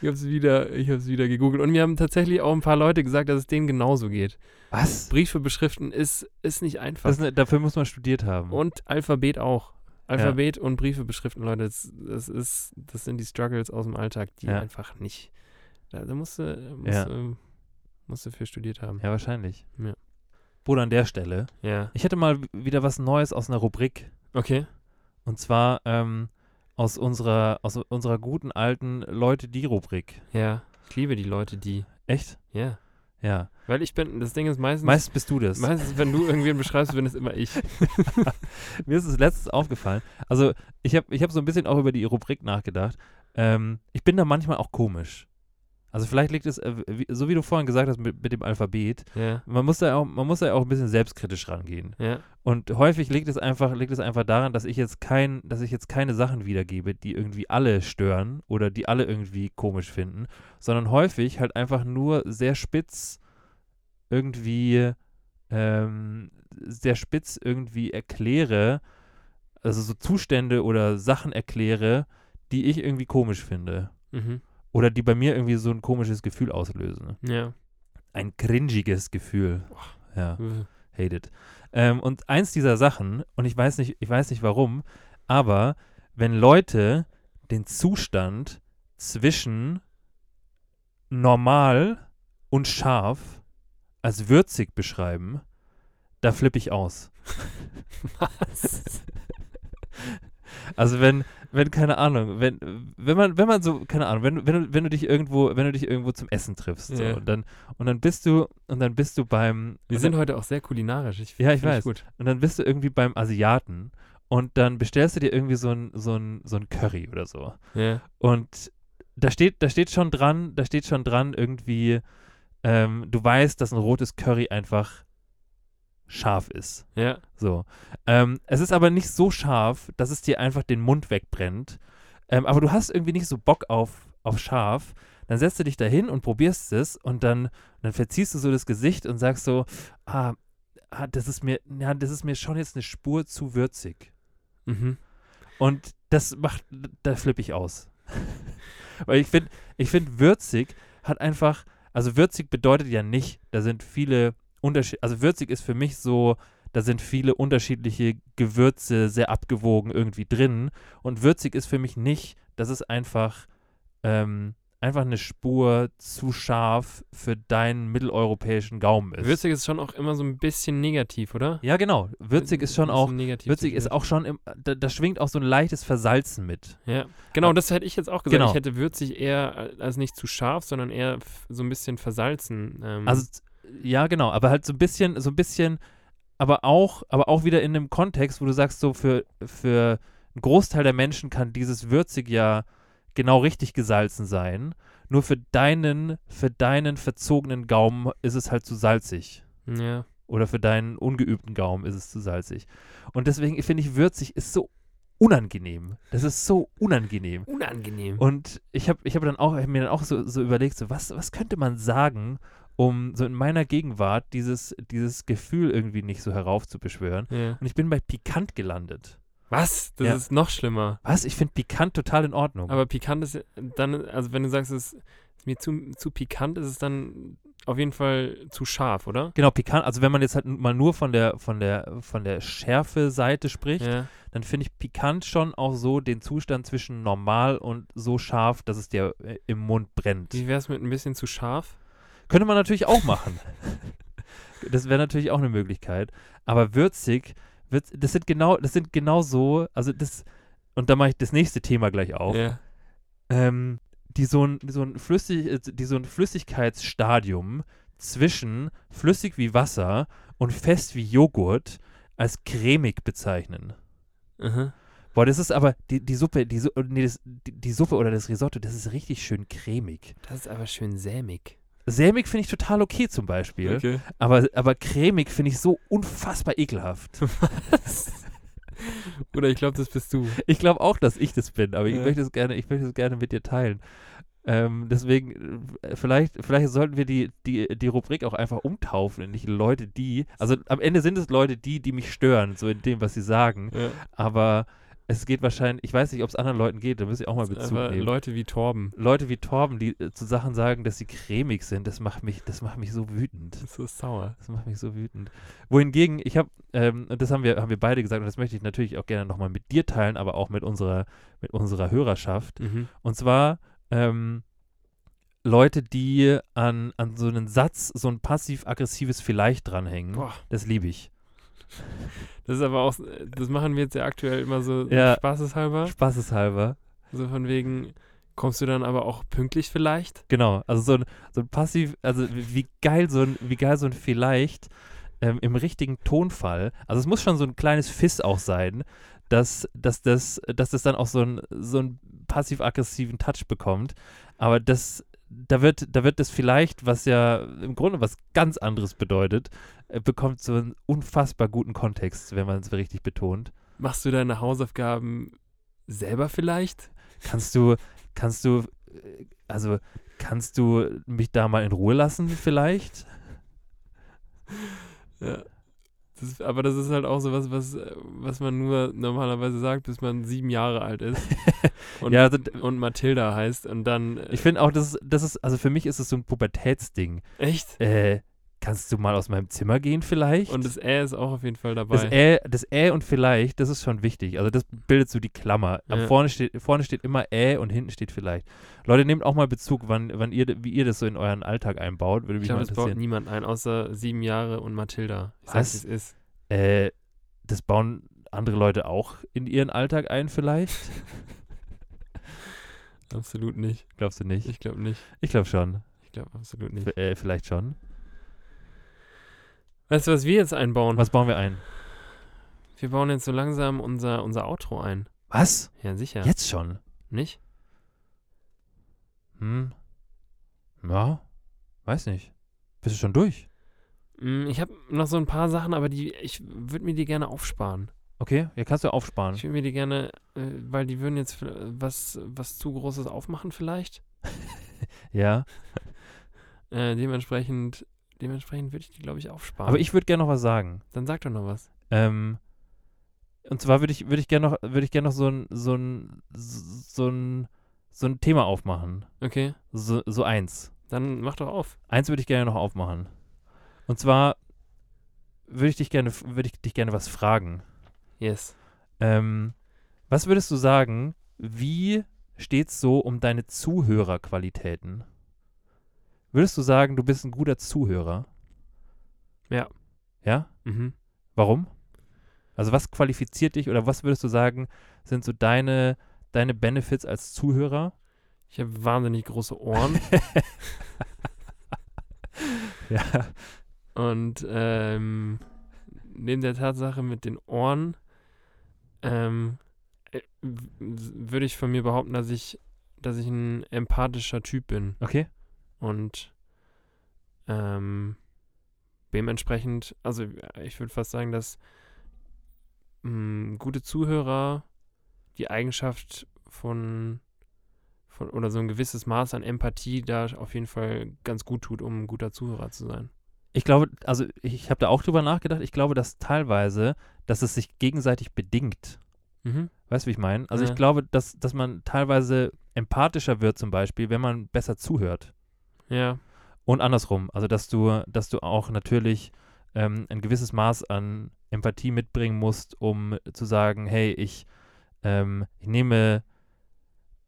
[SPEAKER 2] ich habe es wieder, ich hab's wieder gegoogelt und mir haben tatsächlich auch ein paar Leute gesagt, dass es denen genauso geht.
[SPEAKER 1] Was?
[SPEAKER 2] Briefe beschriften ist, ist nicht einfach.
[SPEAKER 1] Das ist, eine- dafür muss man studiert haben.
[SPEAKER 2] Und Alphabet auch. Alphabet und Briefe beschriften, Leute, das, das, ist, das sind die Struggles aus dem Alltag, die
[SPEAKER 1] Ja.
[SPEAKER 2] einfach nicht. Da, da musst, du, musst,
[SPEAKER 1] Ja.
[SPEAKER 2] du, musst du für studiert haben.
[SPEAKER 1] ja, wahrscheinlich.
[SPEAKER 2] Ja.
[SPEAKER 1] Bruder, an der Stelle.
[SPEAKER 2] Ja.
[SPEAKER 1] Ich hätte mal wieder was Neues aus einer Rubrik.
[SPEAKER 2] Okay.
[SPEAKER 1] Und zwar ähm, aus, unserer, aus unserer guten alten Leute-Die-Rubrik.
[SPEAKER 2] Ja. Ich liebe die Leute, die.
[SPEAKER 1] Echt?
[SPEAKER 2] Ja.
[SPEAKER 1] Ja.
[SPEAKER 2] Weil ich bin, das Ding ist meistens.
[SPEAKER 1] Meistens bist du das.
[SPEAKER 2] Meistens, wenn du irgendwen beschreibst, bin es immer ich.
[SPEAKER 1] Mir ist es letztens aufgefallen. Also, ich habe ich hab so ein bisschen auch über die Rubrik nachgedacht. Ähm, ich bin da manchmal auch komisch. Also, vielleicht liegt es, äh, wie, so wie du vorhin gesagt hast, mit, mit dem Alphabet.
[SPEAKER 2] Ja.
[SPEAKER 1] man muss da auch, man muss da auch ein bisschen selbstkritisch rangehen.
[SPEAKER 2] Ja.
[SPEAKER 1] Und häufig liegt es einfach, liegt es einfach daran, dass ich jetzt kein, dass ich jetzt keine Sachen wiedergebe, die irgendwie alle stören oder die alle irgendwie komisch finden, sondern häufig halt einfach nur sehr spitz irgendwie, ähm, sehr spitz irgendwie erkläre, also so Zustände oder Sachen erkläre, die ich irgendwie komisch finde.
[SPEAKER 2] Mhm.
[SPEAKER 1] Oder die bei mir irgendwie so ein komisches Gefühl auslösen.
[SPEAKER 2] Ja.
[SPEAKER 1] Ein cringiges Gefühl. Ja
[SPEAKER 2] Mhm.
[SPEAKER 1] hated. Ähm, und eins dieser Sachen, und ich weiß nicht, ich weiß nicht warum, aber wenn Leute den Zustand zwischen normal und scharf als würzig beschreiben, da flippe ich aus. Also wenn, wenn, keine Ahnung, wenn, wenn man, wenn man so, keine Ahnung, wenn, wenn, du, wenn du dich irgendwo, wenn du dich irgendwo zum Essen triffst, so,
[SPEAKER 2] Ja.
[SPEAKER 1] und dann, und dann bist du, und dann bist du beim,
[SPEAKER 2] Wir
[SPEAKER 1] und
[SPEAKER 2] sind heute auch sehr kulinarisch. Ich,
[SPEAKER 1] Ja, ich
[SPEAKER 2] find
[SPEAKER 1] weiß.
[SPEAKER 2] Gut.
[SPEAKER 1] und dann bist du irgendwie beim Asiaten und dann bestellst du dir irgendwie so ein, so ein, so ein Curry oder so.
[SPEAKER 2] Ja.
[SPEAKER 1] Und da steht, da steht schon dran, da steht schon dran irgendwie, ähm, du weißt, dass ein rotes Curry einfach scharf ist.
[SPEAKER 2] Ja.
[SPEAKER 1] So. Ähm, es ist aber nicht so scharf, dass es dir einfach den Mund wegbrennt. Ähm, aber du hast irgendwie nicht so Bock auf, auf scharf. Dann setzt du dich dahin und probierst es und dann, dann verziehst du so das Gesicht und sagst so, ah, ah, das ist mir, ja, das ist mir schon jetzt eine Spur zu würzig.
[SPEAKER 2] Mhm.
[SPEAKER 1] Und das macht, da flippe ich aus. Weil ich finde, ich finde, würzig hat einfach, also würzig bedeutet ja nicht, da sind viele Unterschiede, also würzig ist für mich so, da sind viele unterschiedliche Gewürze sehr abgewogen irgendwie drin. Und würzig ist für mich nicht, das ist einfach, ähm, einfach eine Spur zu scharf für deinen mitteleuropäischen Gaumen ist.
[SPEAKER 2] Würzig ist schon auch immer so ein bisschen negativ, oder?
[SPEAKER 1] ja, genau. Würzig ist schon
[SPEAKER 2] Ein
[SPEAKER 1] auch,
[SPEAKER 2] bisschen negativ
[SPEAKER 1] würzig ist auch schon, im, da, da schwingt auch so ein leichtes Versalzen mit.
[SPEAKER 2] Ja, genau, das hätte ich jetzt auch gesagt.
[SPEAKER 1] Genau.
[SPEAKER 2] Ich hätte würzig eher als nicht zu scharf, sondern eher f- so ein bisschen versalzen. Ähm,
[SPEAKER 1] Also z- ja, genau, aber halt so ein bisschen, so ein bisschen, aber auch, aber auch wieder in einem Kontext, wo du sagst, so für, für einen Großteil der Menschen kann dieses Würzig ja genau richtig gesalzen sein. Nur für deinen, für deinen verzogenen Gaumen ist es halt zu salzig.
[SPEAKER 2] ja,
[SPEAKER 1] Oder für deinen ungeübten Gaumen ist es zu salzig. Und deswegen finde ich, würzig ist so unangenehm. Das ist so unangenehm.
[SPEAKER 2] Unangenehm.
[SPEAKER 1] Und ich habe ich hab dann auch, hab mir dann auch so, so überlegt, so was, was könnte man sagen, um so in meiner Gegenwart dieses, dieses Gefühl irgendwie nicht so heraufzubeschwören.
[SPEAKER 2] Ja.
[SPEAKER 1] Und ich bin bei pikant gelandet.
[SPEAKER 2] Was? Das
[SPEAKER 1] Ja.
[SPEAKER 2] ist noch schlimmer.
[SPEAKER 1] Was? Ich finde pikant total in Ordnung.
[SPEAKER 2] Aber pikant ist ja dann, also wenn du sagst, es ist mir zu, zu pikant, ist es dann auf jeden Fall zu scharf, oder?
[SPEAKER 1] genau, pikant, also wenn man jetzt halt mal nur von der, von der, von der Schärfe-Seite spricht,
[SPEAKER 2] Ja.
[SPEAKER 1] dann finde ich pikant schon auch so den Zustand zwischen normal und so scharf, dass es dir äh, im Mund brennt.
[SPEAKER 2] Wie wäre es mit ein bisschen zu scharf?
[SPEAKER 1] Könnte man natürlich auch machen. das wäre natürlich auch eine Möglichkeit. Aber würzig, würz, das sind genau, das sind genau so, also das, und da mache ich das nächste Thema gleich auf,
[SPEAKER 2] Ja.
[SPEAKER 1] ähm, die so ein, so ein Flüssig, äh, die so ein Flüssigkeitsstadium zwischen flüssig wie Wasser und fest wie Joghurt als cremig bezeichnen.
[SPEAKER 2] Aha.
[SPEAKER 1] Boah, das ist aber die, die Suppe, die, Su- äh, nee, das, die, die Suppe oder das Risotto, das ist richtig schön cremig.
[SPEAKER 2] Das ist aber schön sämig.
[SPEAKER 1] Sämig finde ich total okay zum Beispiel.
[SPEAKER 2] Okay.
[SPEAKER 1] Aber, aber cremig finde ich so unfassbar ekelhaft.
[SPEAKER 2] Oder ich glaube, das bist du.
[SPEAKER 1] Ich glaube auch, dass ich das bin, aber ich
[SPEAKER 2] Ja.
[SPEAKER 1] möchte es gerne, ich möchte es gerne mit dir teilen. Ähm, deswegen, äh, vielleicht, vielleicht sollten wir die, die, die Rubrik auch einfach umtaufen in nicht Leute, die, also am Ende sind es Leute, die, die mich stören, so in dem, was sie sagen,
[SPEAKER 2] Ja.
[SPEAKER 1] aber es geht wahrscheinlich, ich weiß nicht, ob es anderen Leuten geht, da müsst ihr auch mal Bezug
[SPEAKER 2] Aber
[SPEAKER 1] nehmen.
[SPEAKER 2] Leute wie Torben.
[SPEAKER 1] Leute wie Torben, die äh, zu Sachen sagen, dass sie cremig sind, das macht mich, das macht mich so wütend.
[SPEAKER 2] Das ist sauer.
[SPEAKER 1] Das macht mich so wütend. Wohingegen, ich habe, ähm, und das haben wir, haben wir beide gesagt, und das möchte ich natürlich auch gerne nochmal mit dir teilen, aber auch mit unserer, mit unserer Hörerschaft.
[SPEAKER 2] Mhm.
[SPEAKER 1] Und zwar ähm, Leute, die an, an so einen Satz so ein passiv-aggressives Vielleicht dranhängen.
[SPEAKER 2] Boah.
[SPEAKER 1] Das liebe ich.
[SPEAKER 2] Das ist aber auch, das machen wir jetzt ja aktuell immer so
[SPEAKER 1] Ja.
[SPEAKER 2] spaßeshalber.
[SPEAKER 1] Spaßeshalber.
[SPEAKER 2] So von wegen, kommst du dann aber auch pünktlich vielleicht?
[SPEAKER 1] Genau. Also so ein, so ein passiv, also wie wie geil so ein, wie geil so ein Vielleicht ähm, im richtigen Tonfall. Also es muss schon so ein kleines Fiss auch sein, dass, dass, das, dass das dann auch so, ein, so einen passiv-aggressiven Touch bekommt. Aber das, da wird, da wird das vielleicht, was ja im Grunde was ganz anderes bedeutet, äh, bekommt so einen unfassbar guten Kontext, wenn man es richtig betont.
[SPEAKER 2] Machst du deine Hausaufgaben selber vielleicht?
[SPEAKER 1] Kannst du, kannst du, äh, also kannst du mich da mal in Ruhe lassen vielleicht?
[SPEAKER 2] Ja. Das, ist- aber das ist halt auch so was, was, äh, was man nur normalerweise sagt, bis man sieben Jahre alt ist. Und,
[SPEAKER 1] Ja, also-
[SPEAKER 2] und Mathilda heißt. Und dann. äh,
[SPEAKER 1] Ich finde auch, das ist, das ist, also für mich ist es so ein Pubertätsding.
[SPEAKER 2] echt?
[SPEAKER 1] Äh, kannst du mal aus meinem Zimmer gehen vielleicht?
[SPEAKER 2] Und das Ä ist auch auf jeden Fall dabei.
[SPEAKER 1] das Ä, das Ä und vielleicht, das ist schon wichtig. Also das bildet so die Klammer. Am
[SPEAKER 2] Ja.
[SPEAKER 1] Vorne, steht, vorne steht immer Ä und hinten steht vielleicht. Leute, nehmt auch mal Bezug, wann, wann ihr, wie ihr das so in euren Alltag einbaut. Würde mich
[SPEAKER 2] ich glaube,
[SPEAKER 1] mal
[SPEAKER 2] das baut
[SPEAKER 1] interessieren.
[SPEAKER 2] niemand ein, außer sieben Jahre und Mathilda. Ich
[SPEAKER 1] Was?
[SPEAKER 2] sag's, wie es ist.
[SPEAKER 1] äh, das bauen andere Leute auch in ihren Alltag ein vielleicht?
[SPEAKER 2] Absolut nicht.
[SPEAKER 1] Glaubst du nicht?
[SPEAKER 2] Ich glaube nicht.
[SPEAKER 1] Ich glaube schon.
[SPEAKER 2] Ich glaube absolut nicht.
[SPEAKER 1] F äh, vielleicht schon.
[SPEAKER 2] Weißt du, was wir jetzt einbauen?
[SPEAKER 1] Und was bauen wir ein?
[SPEAKER 2] Wir bauen jetzt so langsam unser, unser Outro ein.
[SPEAKER 1] Was?
[SPEAKER 2] Ja, sicher.
[SPEAKER 1] Jetzt schon?
[SPEAKER 2] Nicht?
[SPEAKER 1] Hm. Ja, weiß nicht. Bist du schon durch?
[SPEAKER 2] Mm, Ich habe noch so ein paar Sachen, aber die ich würde mir die gerne aufsparen.
[SPEAKER 1] Okay, ja, kannst du aufsparen.
[SPEAKER 2] Ich würde mir die gerne, äh, weil die würden jetzt äh, was, was zu Großes aufmachen vielleicht.
[SPEAKER 1] Ja.
[SPEAKER 2] Äh, dementsprechend dementsprechend würde ich die, glaube ich, aufsparen.
[SPEAKER 1] Aber ich würde gerne noch was sagen.
[SPEAKER 2] Dann sag doch noch was.
[SPEAKER 1] Ähm, und zwar würde ich, würd ich gerne noch, würd ich gern noch so ein, so ein, so ein, so ein Thema aufmachen.
[SPEAKER 2] Okay,
[SPEAKER 1] So, so eins.
[SPEAKER 2] dann mach doch auf.
[SPEAKER 1] Eins würde ich gerne noch aufmachen. Und zwar würde ich dich gerne, würde ich dich gerne was fragen.
[SPEAKER 2] Yes.
[SPEAKER 1] Ähm, was würdest du sagen, wie steht's so um deine Zuhörerqualitäten? Würdest du sagen, du bist ein guter Zuhörer?
[SPEAKER 2] Ja.
[SPEAKER 1] Ja?
[SPEAKER 2] Mhm.
[SPEAKER 1] Warum? Also was qualifiziert dich oder was würdest du sagen, sind so deine, deine Benefits als Zuhörer?
[SPEAKER 2] Ich habe wahnsinnig große Ohren
[SPEAKER 1] Ja.
[SPEAKER 2] und ähm, neben der Tatsache mit den Ohren ähm, äh, w- w- würde ich von mir behaupten, dass ich, dass ich ein empathischer Typ bin
[SPEAKER 1] Okay.
[SPEAKER 2] und ähm, dementsprechend, äh, also ich würde fast sagen, dass mh, gute hm, Zuhörer die Eigenschaft von, von oder so ein gewisses Maß an Empathie da auf jeden Fall ganz gut tut, um ein guter Zuhörer zu sein.
[SPEAKER 1] Ich glaube, also ich habe da auch drüber nachgedacht. Ich glaube, dass teilweise, dass es sich gegenseitig bedingt.
[SPEAKER 2] Mhm.
[SPEAKER 1] Weißt du, wie ich meine? Also
[SPEAKER 2] Ja.
[SPEAKER 1] ich glaube, dass, dass man teilweise empathischer wird zum Beispiel, wenn man besser zuhört.
[SPEAKER 2] Ja,
[SPEAKER 1] Und andersrum. Also dass du, dass du auch natürlich ähm, ein gewisses Maß an Empathie mitbringen musst, um zu sagen, hey, ich, ähm, ich nehme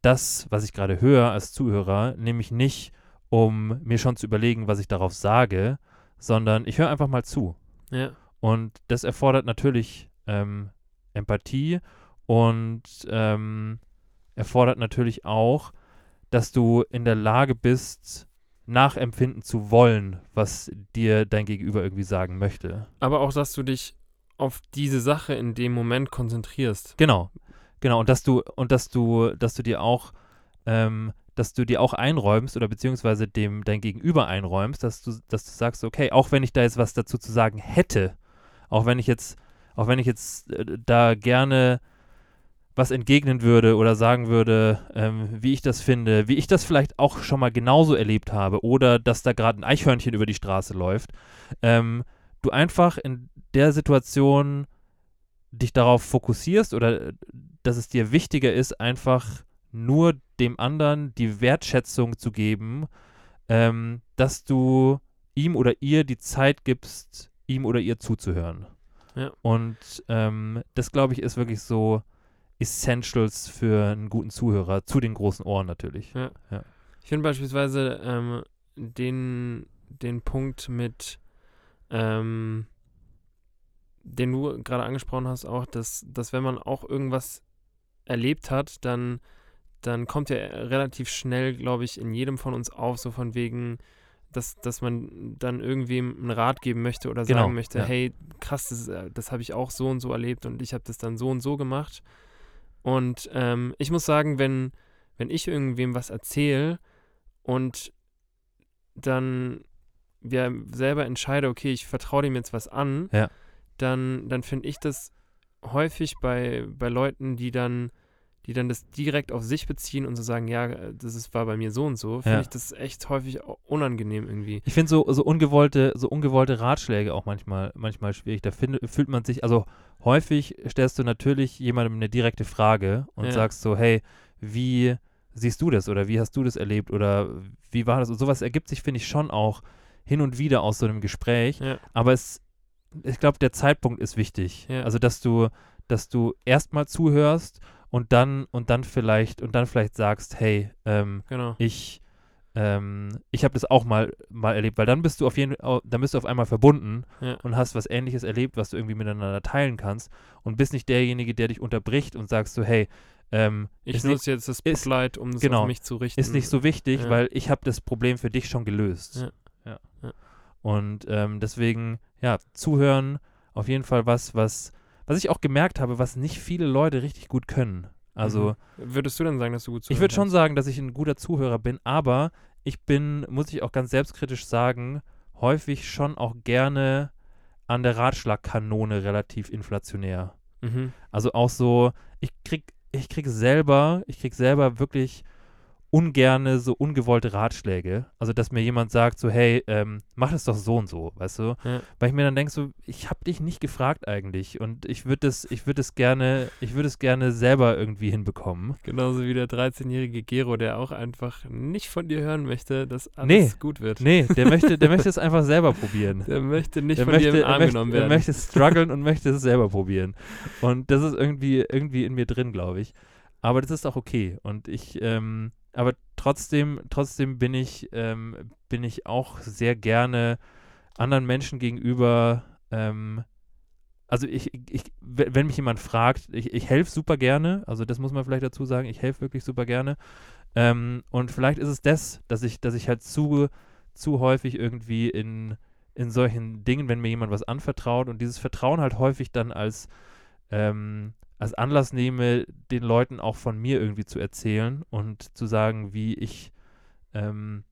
[SPEAKER 1] das, was ich gerade höre als Zuhörer, nehme ich nicht, um mir schon zu überlegen, was ich darauf sage, sondern ich höre einfach mal zu.
[SPEAKER 2] ja,
[SPEAKER 1] Und das erfordert natürlich ähm, Empathie und ähm, erfordert natürlich auch, dass du in der Lage bist, nachempfinden zu wollen, was dir dein Gegenüber irgendwie sagen möchte.
[SPEAKER 2] aber auch, dass du dich auf diese Sache in dem Moment konzentrierst.
[SPEAKER 1] Genau, genau. Und dass du und dass du, dass du dir auch, ähm, dass du dir auch einräumst oder beziehungsweise dem dein Gegenüber einräumst, dass du, dass du sagst, okay, auch wenn ich da jetzt was dazu zu sagen hätte, auch wenn ich jetzt, auch wenn ich jetzt äh, da gerne was entgegnen würde oder sagen würde, ähm, wie ich das finde, wie ich das vielleicht auch schon mal genauso erlebt habe oder dass da gerade ein Eichhörnchen über die Straße läuft, ähm, du einfach in der Situation dich darauf fokussierst oder äh, dass es dir wichtiger ist, einfach nur dem anderen die Wertschätzung zu geben, ähm, dass du ihm oder ihr die Zeit gibst, ihm oder ihr zuzuhören.
[SPEAKER 2] Ja.
[SPEAKER 1] Und ähm, das, glaube ich, ist wirklich so Essentials für einen guten Zuhörer, zu den großen Ohren natürlich.
[SPEAKER 2] Ich finde beispielsweise ähm, den, den Punkt mit, ähm, den du gerade angesprochen hast, auch, dass, dass wenn man auch irgendwas erlebt hat, dann, dann kommt ja relativ schnell, glaube ich, in jedem von uns auf, so von wegen, dass, dass man dann irgendwem einen Rat geben möchte oder
[SPEAKER 1] Genau,
[SPEAKER 2] sagen möchte,
[SPEAKER 1] ja.
[SPEAKER 2] hey, krass, das, ist, äh, das habe ich auch so und so erlebt und ich habe das dann so und so gemacht. Und ähm, ich muss sagen, wenn, wenn ich irgendwem was erzähle und dann ja, selber entscheide, okay, ich vertraue dem jetzt was an,
[SPEAKER 1] Ja.
[SPEAKER 2] dann, dann finde ich das häufig bei, bei Leuten, die dann, die dann das direkt auf sich beziehen und so sagen, ja, äh, das ist, war bei mir so und so, finde
[SPEAKER 1] Ja.
[SPEAKER 2] ich das echt häufig au- unangenehm irgendwie.
[SPEAKER 1] Ich finde so, so ungewollte, so ungewollte Ratschläge auch manchmal, manchmal schwierig. Da find, fühlt man sich, also häufig stellst du natürlich jemandem eine direkte Frage und
[SPEAKER 2] Ja.
[SPEAKER 1] sagst so, hey, wie siehst du das oder wie hast du das erlebt oder wie war das? Und sowas ergibt sich, finde ich, schon auch hin und wieder aus so einem Gespräch.
[SPEAKER 2] Ja.
[SPEAKER 1] Aber es, ich glaube, der Zeitpunkt ist wichtig.
[SPEAKER 2] Ja.
[SPEAKER 1] Also, dass du, dass du erstmal zuhörst und dann, und dann vielleicht, und dann vielleicht sagst, hey, ähm,
[SPEAKER 2] Genau.
[SPEAKER 1] ich, ähm, ich habe das auch mal, mal erlebt, weil dann bist du auf jeden au- dann bist du auf einmal verbunden
[SPEAKER 2] Ja.
[SPEAKER 1] und hast was ähnliches erlebt, was du irgendwie miteinander teilen kannst und bist nicht derjenige, der dich unterbricht und sagst so, hey, ähm,
[SPEAKER 2] Ich
[SPEAKER 1] ist, nicht,
[SPEAKER 2] nutze jetzt das
[SPEAKER 1] ist-
[SPEAKER 2] Spotlight, um das
[SPEAKER 1] genau,
[SPEAKER 2] auf mich zu richten.
[SPEAKER 1] ist nicht so wichtig,
[SPEAKER 2] Ja.
[SPEAKER 1] weil ich habe das Problem für dich schon gelöst.
[SPEAKER 2] Ja.
[SPEAKER 1] Ja.
[SPEAKER 2] Ja.
[SPEAKER 1] Und ähm, deswegen, ja, zuhören, auf jeden Fall was, was, was ich auch gemerkt habe, was nicht viele Leute richtig gut können. Also
[SPEAKER 2] Mhm. Würdest du dann sagen, dass du gut
[SPEAKER 1] Ich würde schon sagen, dass ich ein guter Zuhörer bin, aber ich bin, muss ich auch ganz selbstkritisch sagen, häufig schon auch gerne an der Ratschlagkanone relativ inflationär.
[SPEAKER 2] Mhm.
[SPEAKER 1] Also auch so, ich krieg, ich krieg selber, ich krieg selber wirklich ungerne so ungewollte Ratschläge. Also, dass mir jemand sagt, so, hey, ähm, mach das doch so und so, weißt du?
[SPEAKER 2] Ja.
[SPEAKER 1] Weil ich mir dann denke, so, ich habe dich nicht gefragt eigentlich und ich würde das, ich würde es gerne, ich würde es gerne selber irgendwie hinbekommen.
[SPEAKER 2] Genauso wie der 13-jährige Gero, der auch einfach nicht von dir hören möchte, dass alles
[SPEAKER 1] Nee.
[SPEAKER 2] gut wird.
[SPEAKER 1] Nee, der möchte, der möchte es einfach selber probieren.
[SPEAKER 2] Der möchte nicht
[SPEAKER 1] der
[SPEAKER 2] von
[SPEAKER 1] möchte,
[SPEAKER 2] dir im
[SPEAKER 1] er
[SPEAKER 2] Arm
[SPEAKER 1] möchte,
[SPEAKER 2] genommen
[SPEAKER 1] er
[SPEAKER 2] werden.
[SPEAKER 1] möchte strugglen und möchte es selber probieren. Und das ist irgendwie, irgendwie in mir drin, glaube ich. Aber das ist auch okay. Und ich, ähm, aber trotzdem, trotzdem bin ich, ähm, bin ich auch sehr gerne anderen Menschen gegenüber, ähm, also ich, ich, we- wenn mich jemand fragt, ich, ich helfe super gerne, also das muss man vielleicht dazu sagen, ich helfe wirklich super gerne. Ähm, und vielleicht ist es das, dass ich, dass ich halt zu, zu häufig irgendwie in, in solchen Dingen, wenn mir jemand was anvertraut und dieses Vertrauen halt häufig dann als, ähm, als Anlass nehme, den Leuten auch von mir irgendwie zu erzählen und zu sagen, wie ich, ähm,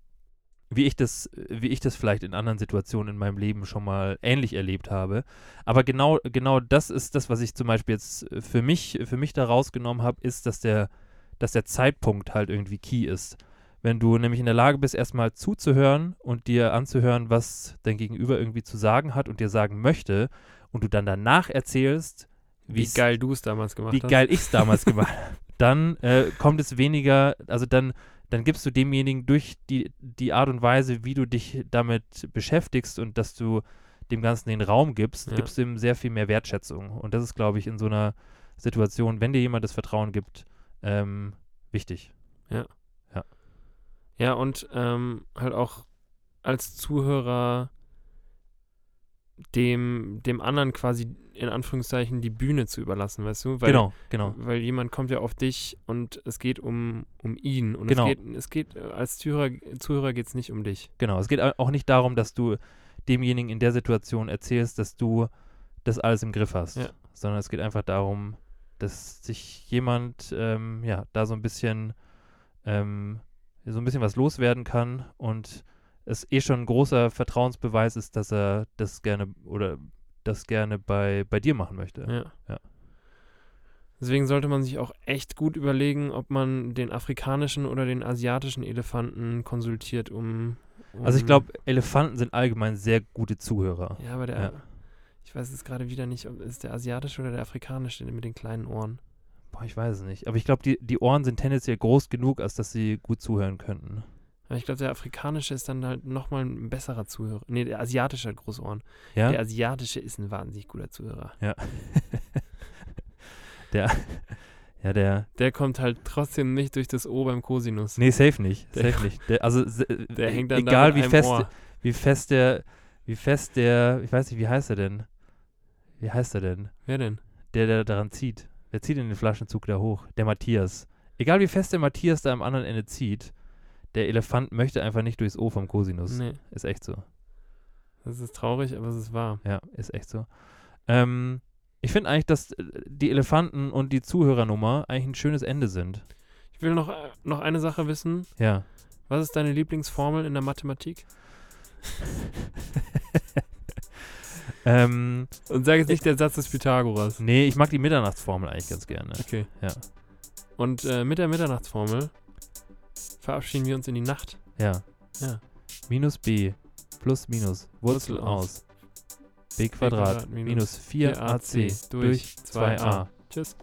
[SPEAKER 1] wie ich das, wie ich das vielleicht in anderen Situationen in meinem Leben schon mal ähnlich erlebt habe. Aber genau, genau das ist das, was ich zum Beispiel jetzt für mich, für mich da rausgenommen habe, ist, dass der, dass der Zeitpunkt halt irgendwie key ist. Wenn du nämlich in der Lage bist, erstmal zuzuhören und dir anzuhören, was dein Gegenüber irgendwie zu sagen hat und dir sagen möchte, und du dann danach erzählst,
[SPEAKER 2] Wie
[SPEAKER 1] wie's-
[SPEAKER 2] geil du es damals gemacht
[SPEAKER 1] wie
[SPEAKER 2] hast.
[SPEAKER 1] geil ich es damals gemacht habe, dann äh, kommt es weniger, also dann, dann gibst du demjenigen durch die, die Art und Weise, wie du dich damit beschäftigst und dass du dem Ganzen den Raum gibst,
[SPEAKER 2] Ja.
[SPEAKER 1] gibst du ihm sehr viel mehr Wertschätzung. Und das ist, glaube ich, in so einer Situation, wenn dir jemand das Vertrauen gibt, ähm, wichtig.
[SPEAKER 2] Ja, und ähm, halt auch als Zuhörer dem, dem anderen quasi in Anführungszeichen die Bühne zu überlassen, weißt du? Weil,
[SPEAKER 1] genau, genau.
[SPEAKER 2] Weil jemand kommt ja auf dich und es geht um, um ihn. Und
[SPEAKER 1] Genau.
[SPEAKER 2] es geht, es geht äh, als Zuhörer, Zuhörer geht es nicht um dich.
[SPEAKER 1] Genau, es geht au- auch nicht darum, dass du demjenigen in der Situation erzählst, dass du das alles im Griff hast,
[SPEAKER 2] Ja.
[SPEAKER 1] sondern es geht einfach darum, dass sich jemand ähm, ja da so ein bisschen ähm, so ein bisschen was loswerden kann und es eh schon ein großer Vertrauensbeweis ist, dass er das gerne oder das gerne bei, bei dir machen möchte.
[SPEAKER 2] Ja.
[SPEAKER 1] Ja.
[SPEAKER 2] Deswegen sollte man sich auch echt gut überlegen, ob man den afrikanischen oder den asiatischen Elefanten konsultiert, um. um
[SPEAKER 1] Also ich glaube, Elefanten sind allgemein sehr gute Zuhörer.
[SPEAKER 2] Ja, aber der.
[SPEAKER 1] Ja.
[SPEAKER 2] Ich weiß jetzt gerade wieder nicht, ob ist der asiatische oder der afrikanische mit den kleinen Ohren.
[SPEAKER 1] Boah, ich weiß es nicht. Aber ich glaube, die, die Ohren sind tendenziell groß genug, als dass sie gut zuhören könnten.
[SPEAKER 2] Aber ich glaube, der afrikanische ist dann halt nochmal ein besserer Zuhörer. Nee, der asiatische hat große Ohren.
[SPEAKER 1] Ja?
[SPEAKER 2] Der asiatische ist ein wahnsinnig guter Zuhörer.
[SPEAKER 1] Ja, der.
[SPEAKER 2] Der kommt halt trotzdem nicht durch das O beim Cosinus.
[SPEAKER 1] Nee, safe nicht.
[SPEAKER 2] Der-
[SPEAKER 1] Safe nicht. Der, also se-
[SPEAKER 2] Der hängt dann
[SPEAKER 1] egal
[SPEAKER 2] da
[SPEAKER 1] wie
[SPEAKER 2] mit einem
[SPEAKER 1] fest,
[SPEAKER 2] Ohr.
[SPEAKER 1] wie fest der, wie fest der, ich weiß nicht, wie heißt er denn? Wie heißt er denn?
[SPEAKER 2] Wer denn?
[SPEAKER 1] Der, der daran zieht. Wer zieht denn den Flaschenzug da hoch? Der Matthias. Egal wie fest der Matthias da am anderen Ende zieht, der Elefant möchte einfach nicht durchs O vom Cosinus.
[SPEAKER 2] Nee,
[SPEAKER 1] Ist echt so.
[SPEAKER 2] das ist traurig, aber es ist wahr.
[SPEAKER 1] Ja, ist echt so. Ähm, ich finde eigentlich, dass äh, die Elefanten und die Zuhörernummer eigentlich ein schönes Ende sind.
[SPEAKER 2] Ich will noch, äh, noch eine Sache wissen.
[SPEAKER 1] Ja.
[SPEAKER 2] Was ist deine Lieblingsformel in der Mathematik?
[SPEAKER 1] Ähm,
[SPEAKER 2] Und sag jetzt nicht der Satz des Pythagoras.
[SPEAKER 1] nee, ich mag die Mitternachtsformel eigentlich ganz gerne.
[SPEAKER 2] Okay.
[SPEAKER 1] Ja.
[SPEAKER 2] Und äh, mit der Mitternachtsformel verabschieden wir uns in die Nacht.
[SPEAKER 1] Ja.
[SPEAKER 2] Ja.
[SPEAKER 1] Minus b plus minus Wurzel
[SPEAKER 2] Wurzel
[SPEAKER 1] aus b Quadrat minus 4ac durch 2a.
[SPEAKER 2] Tschüss.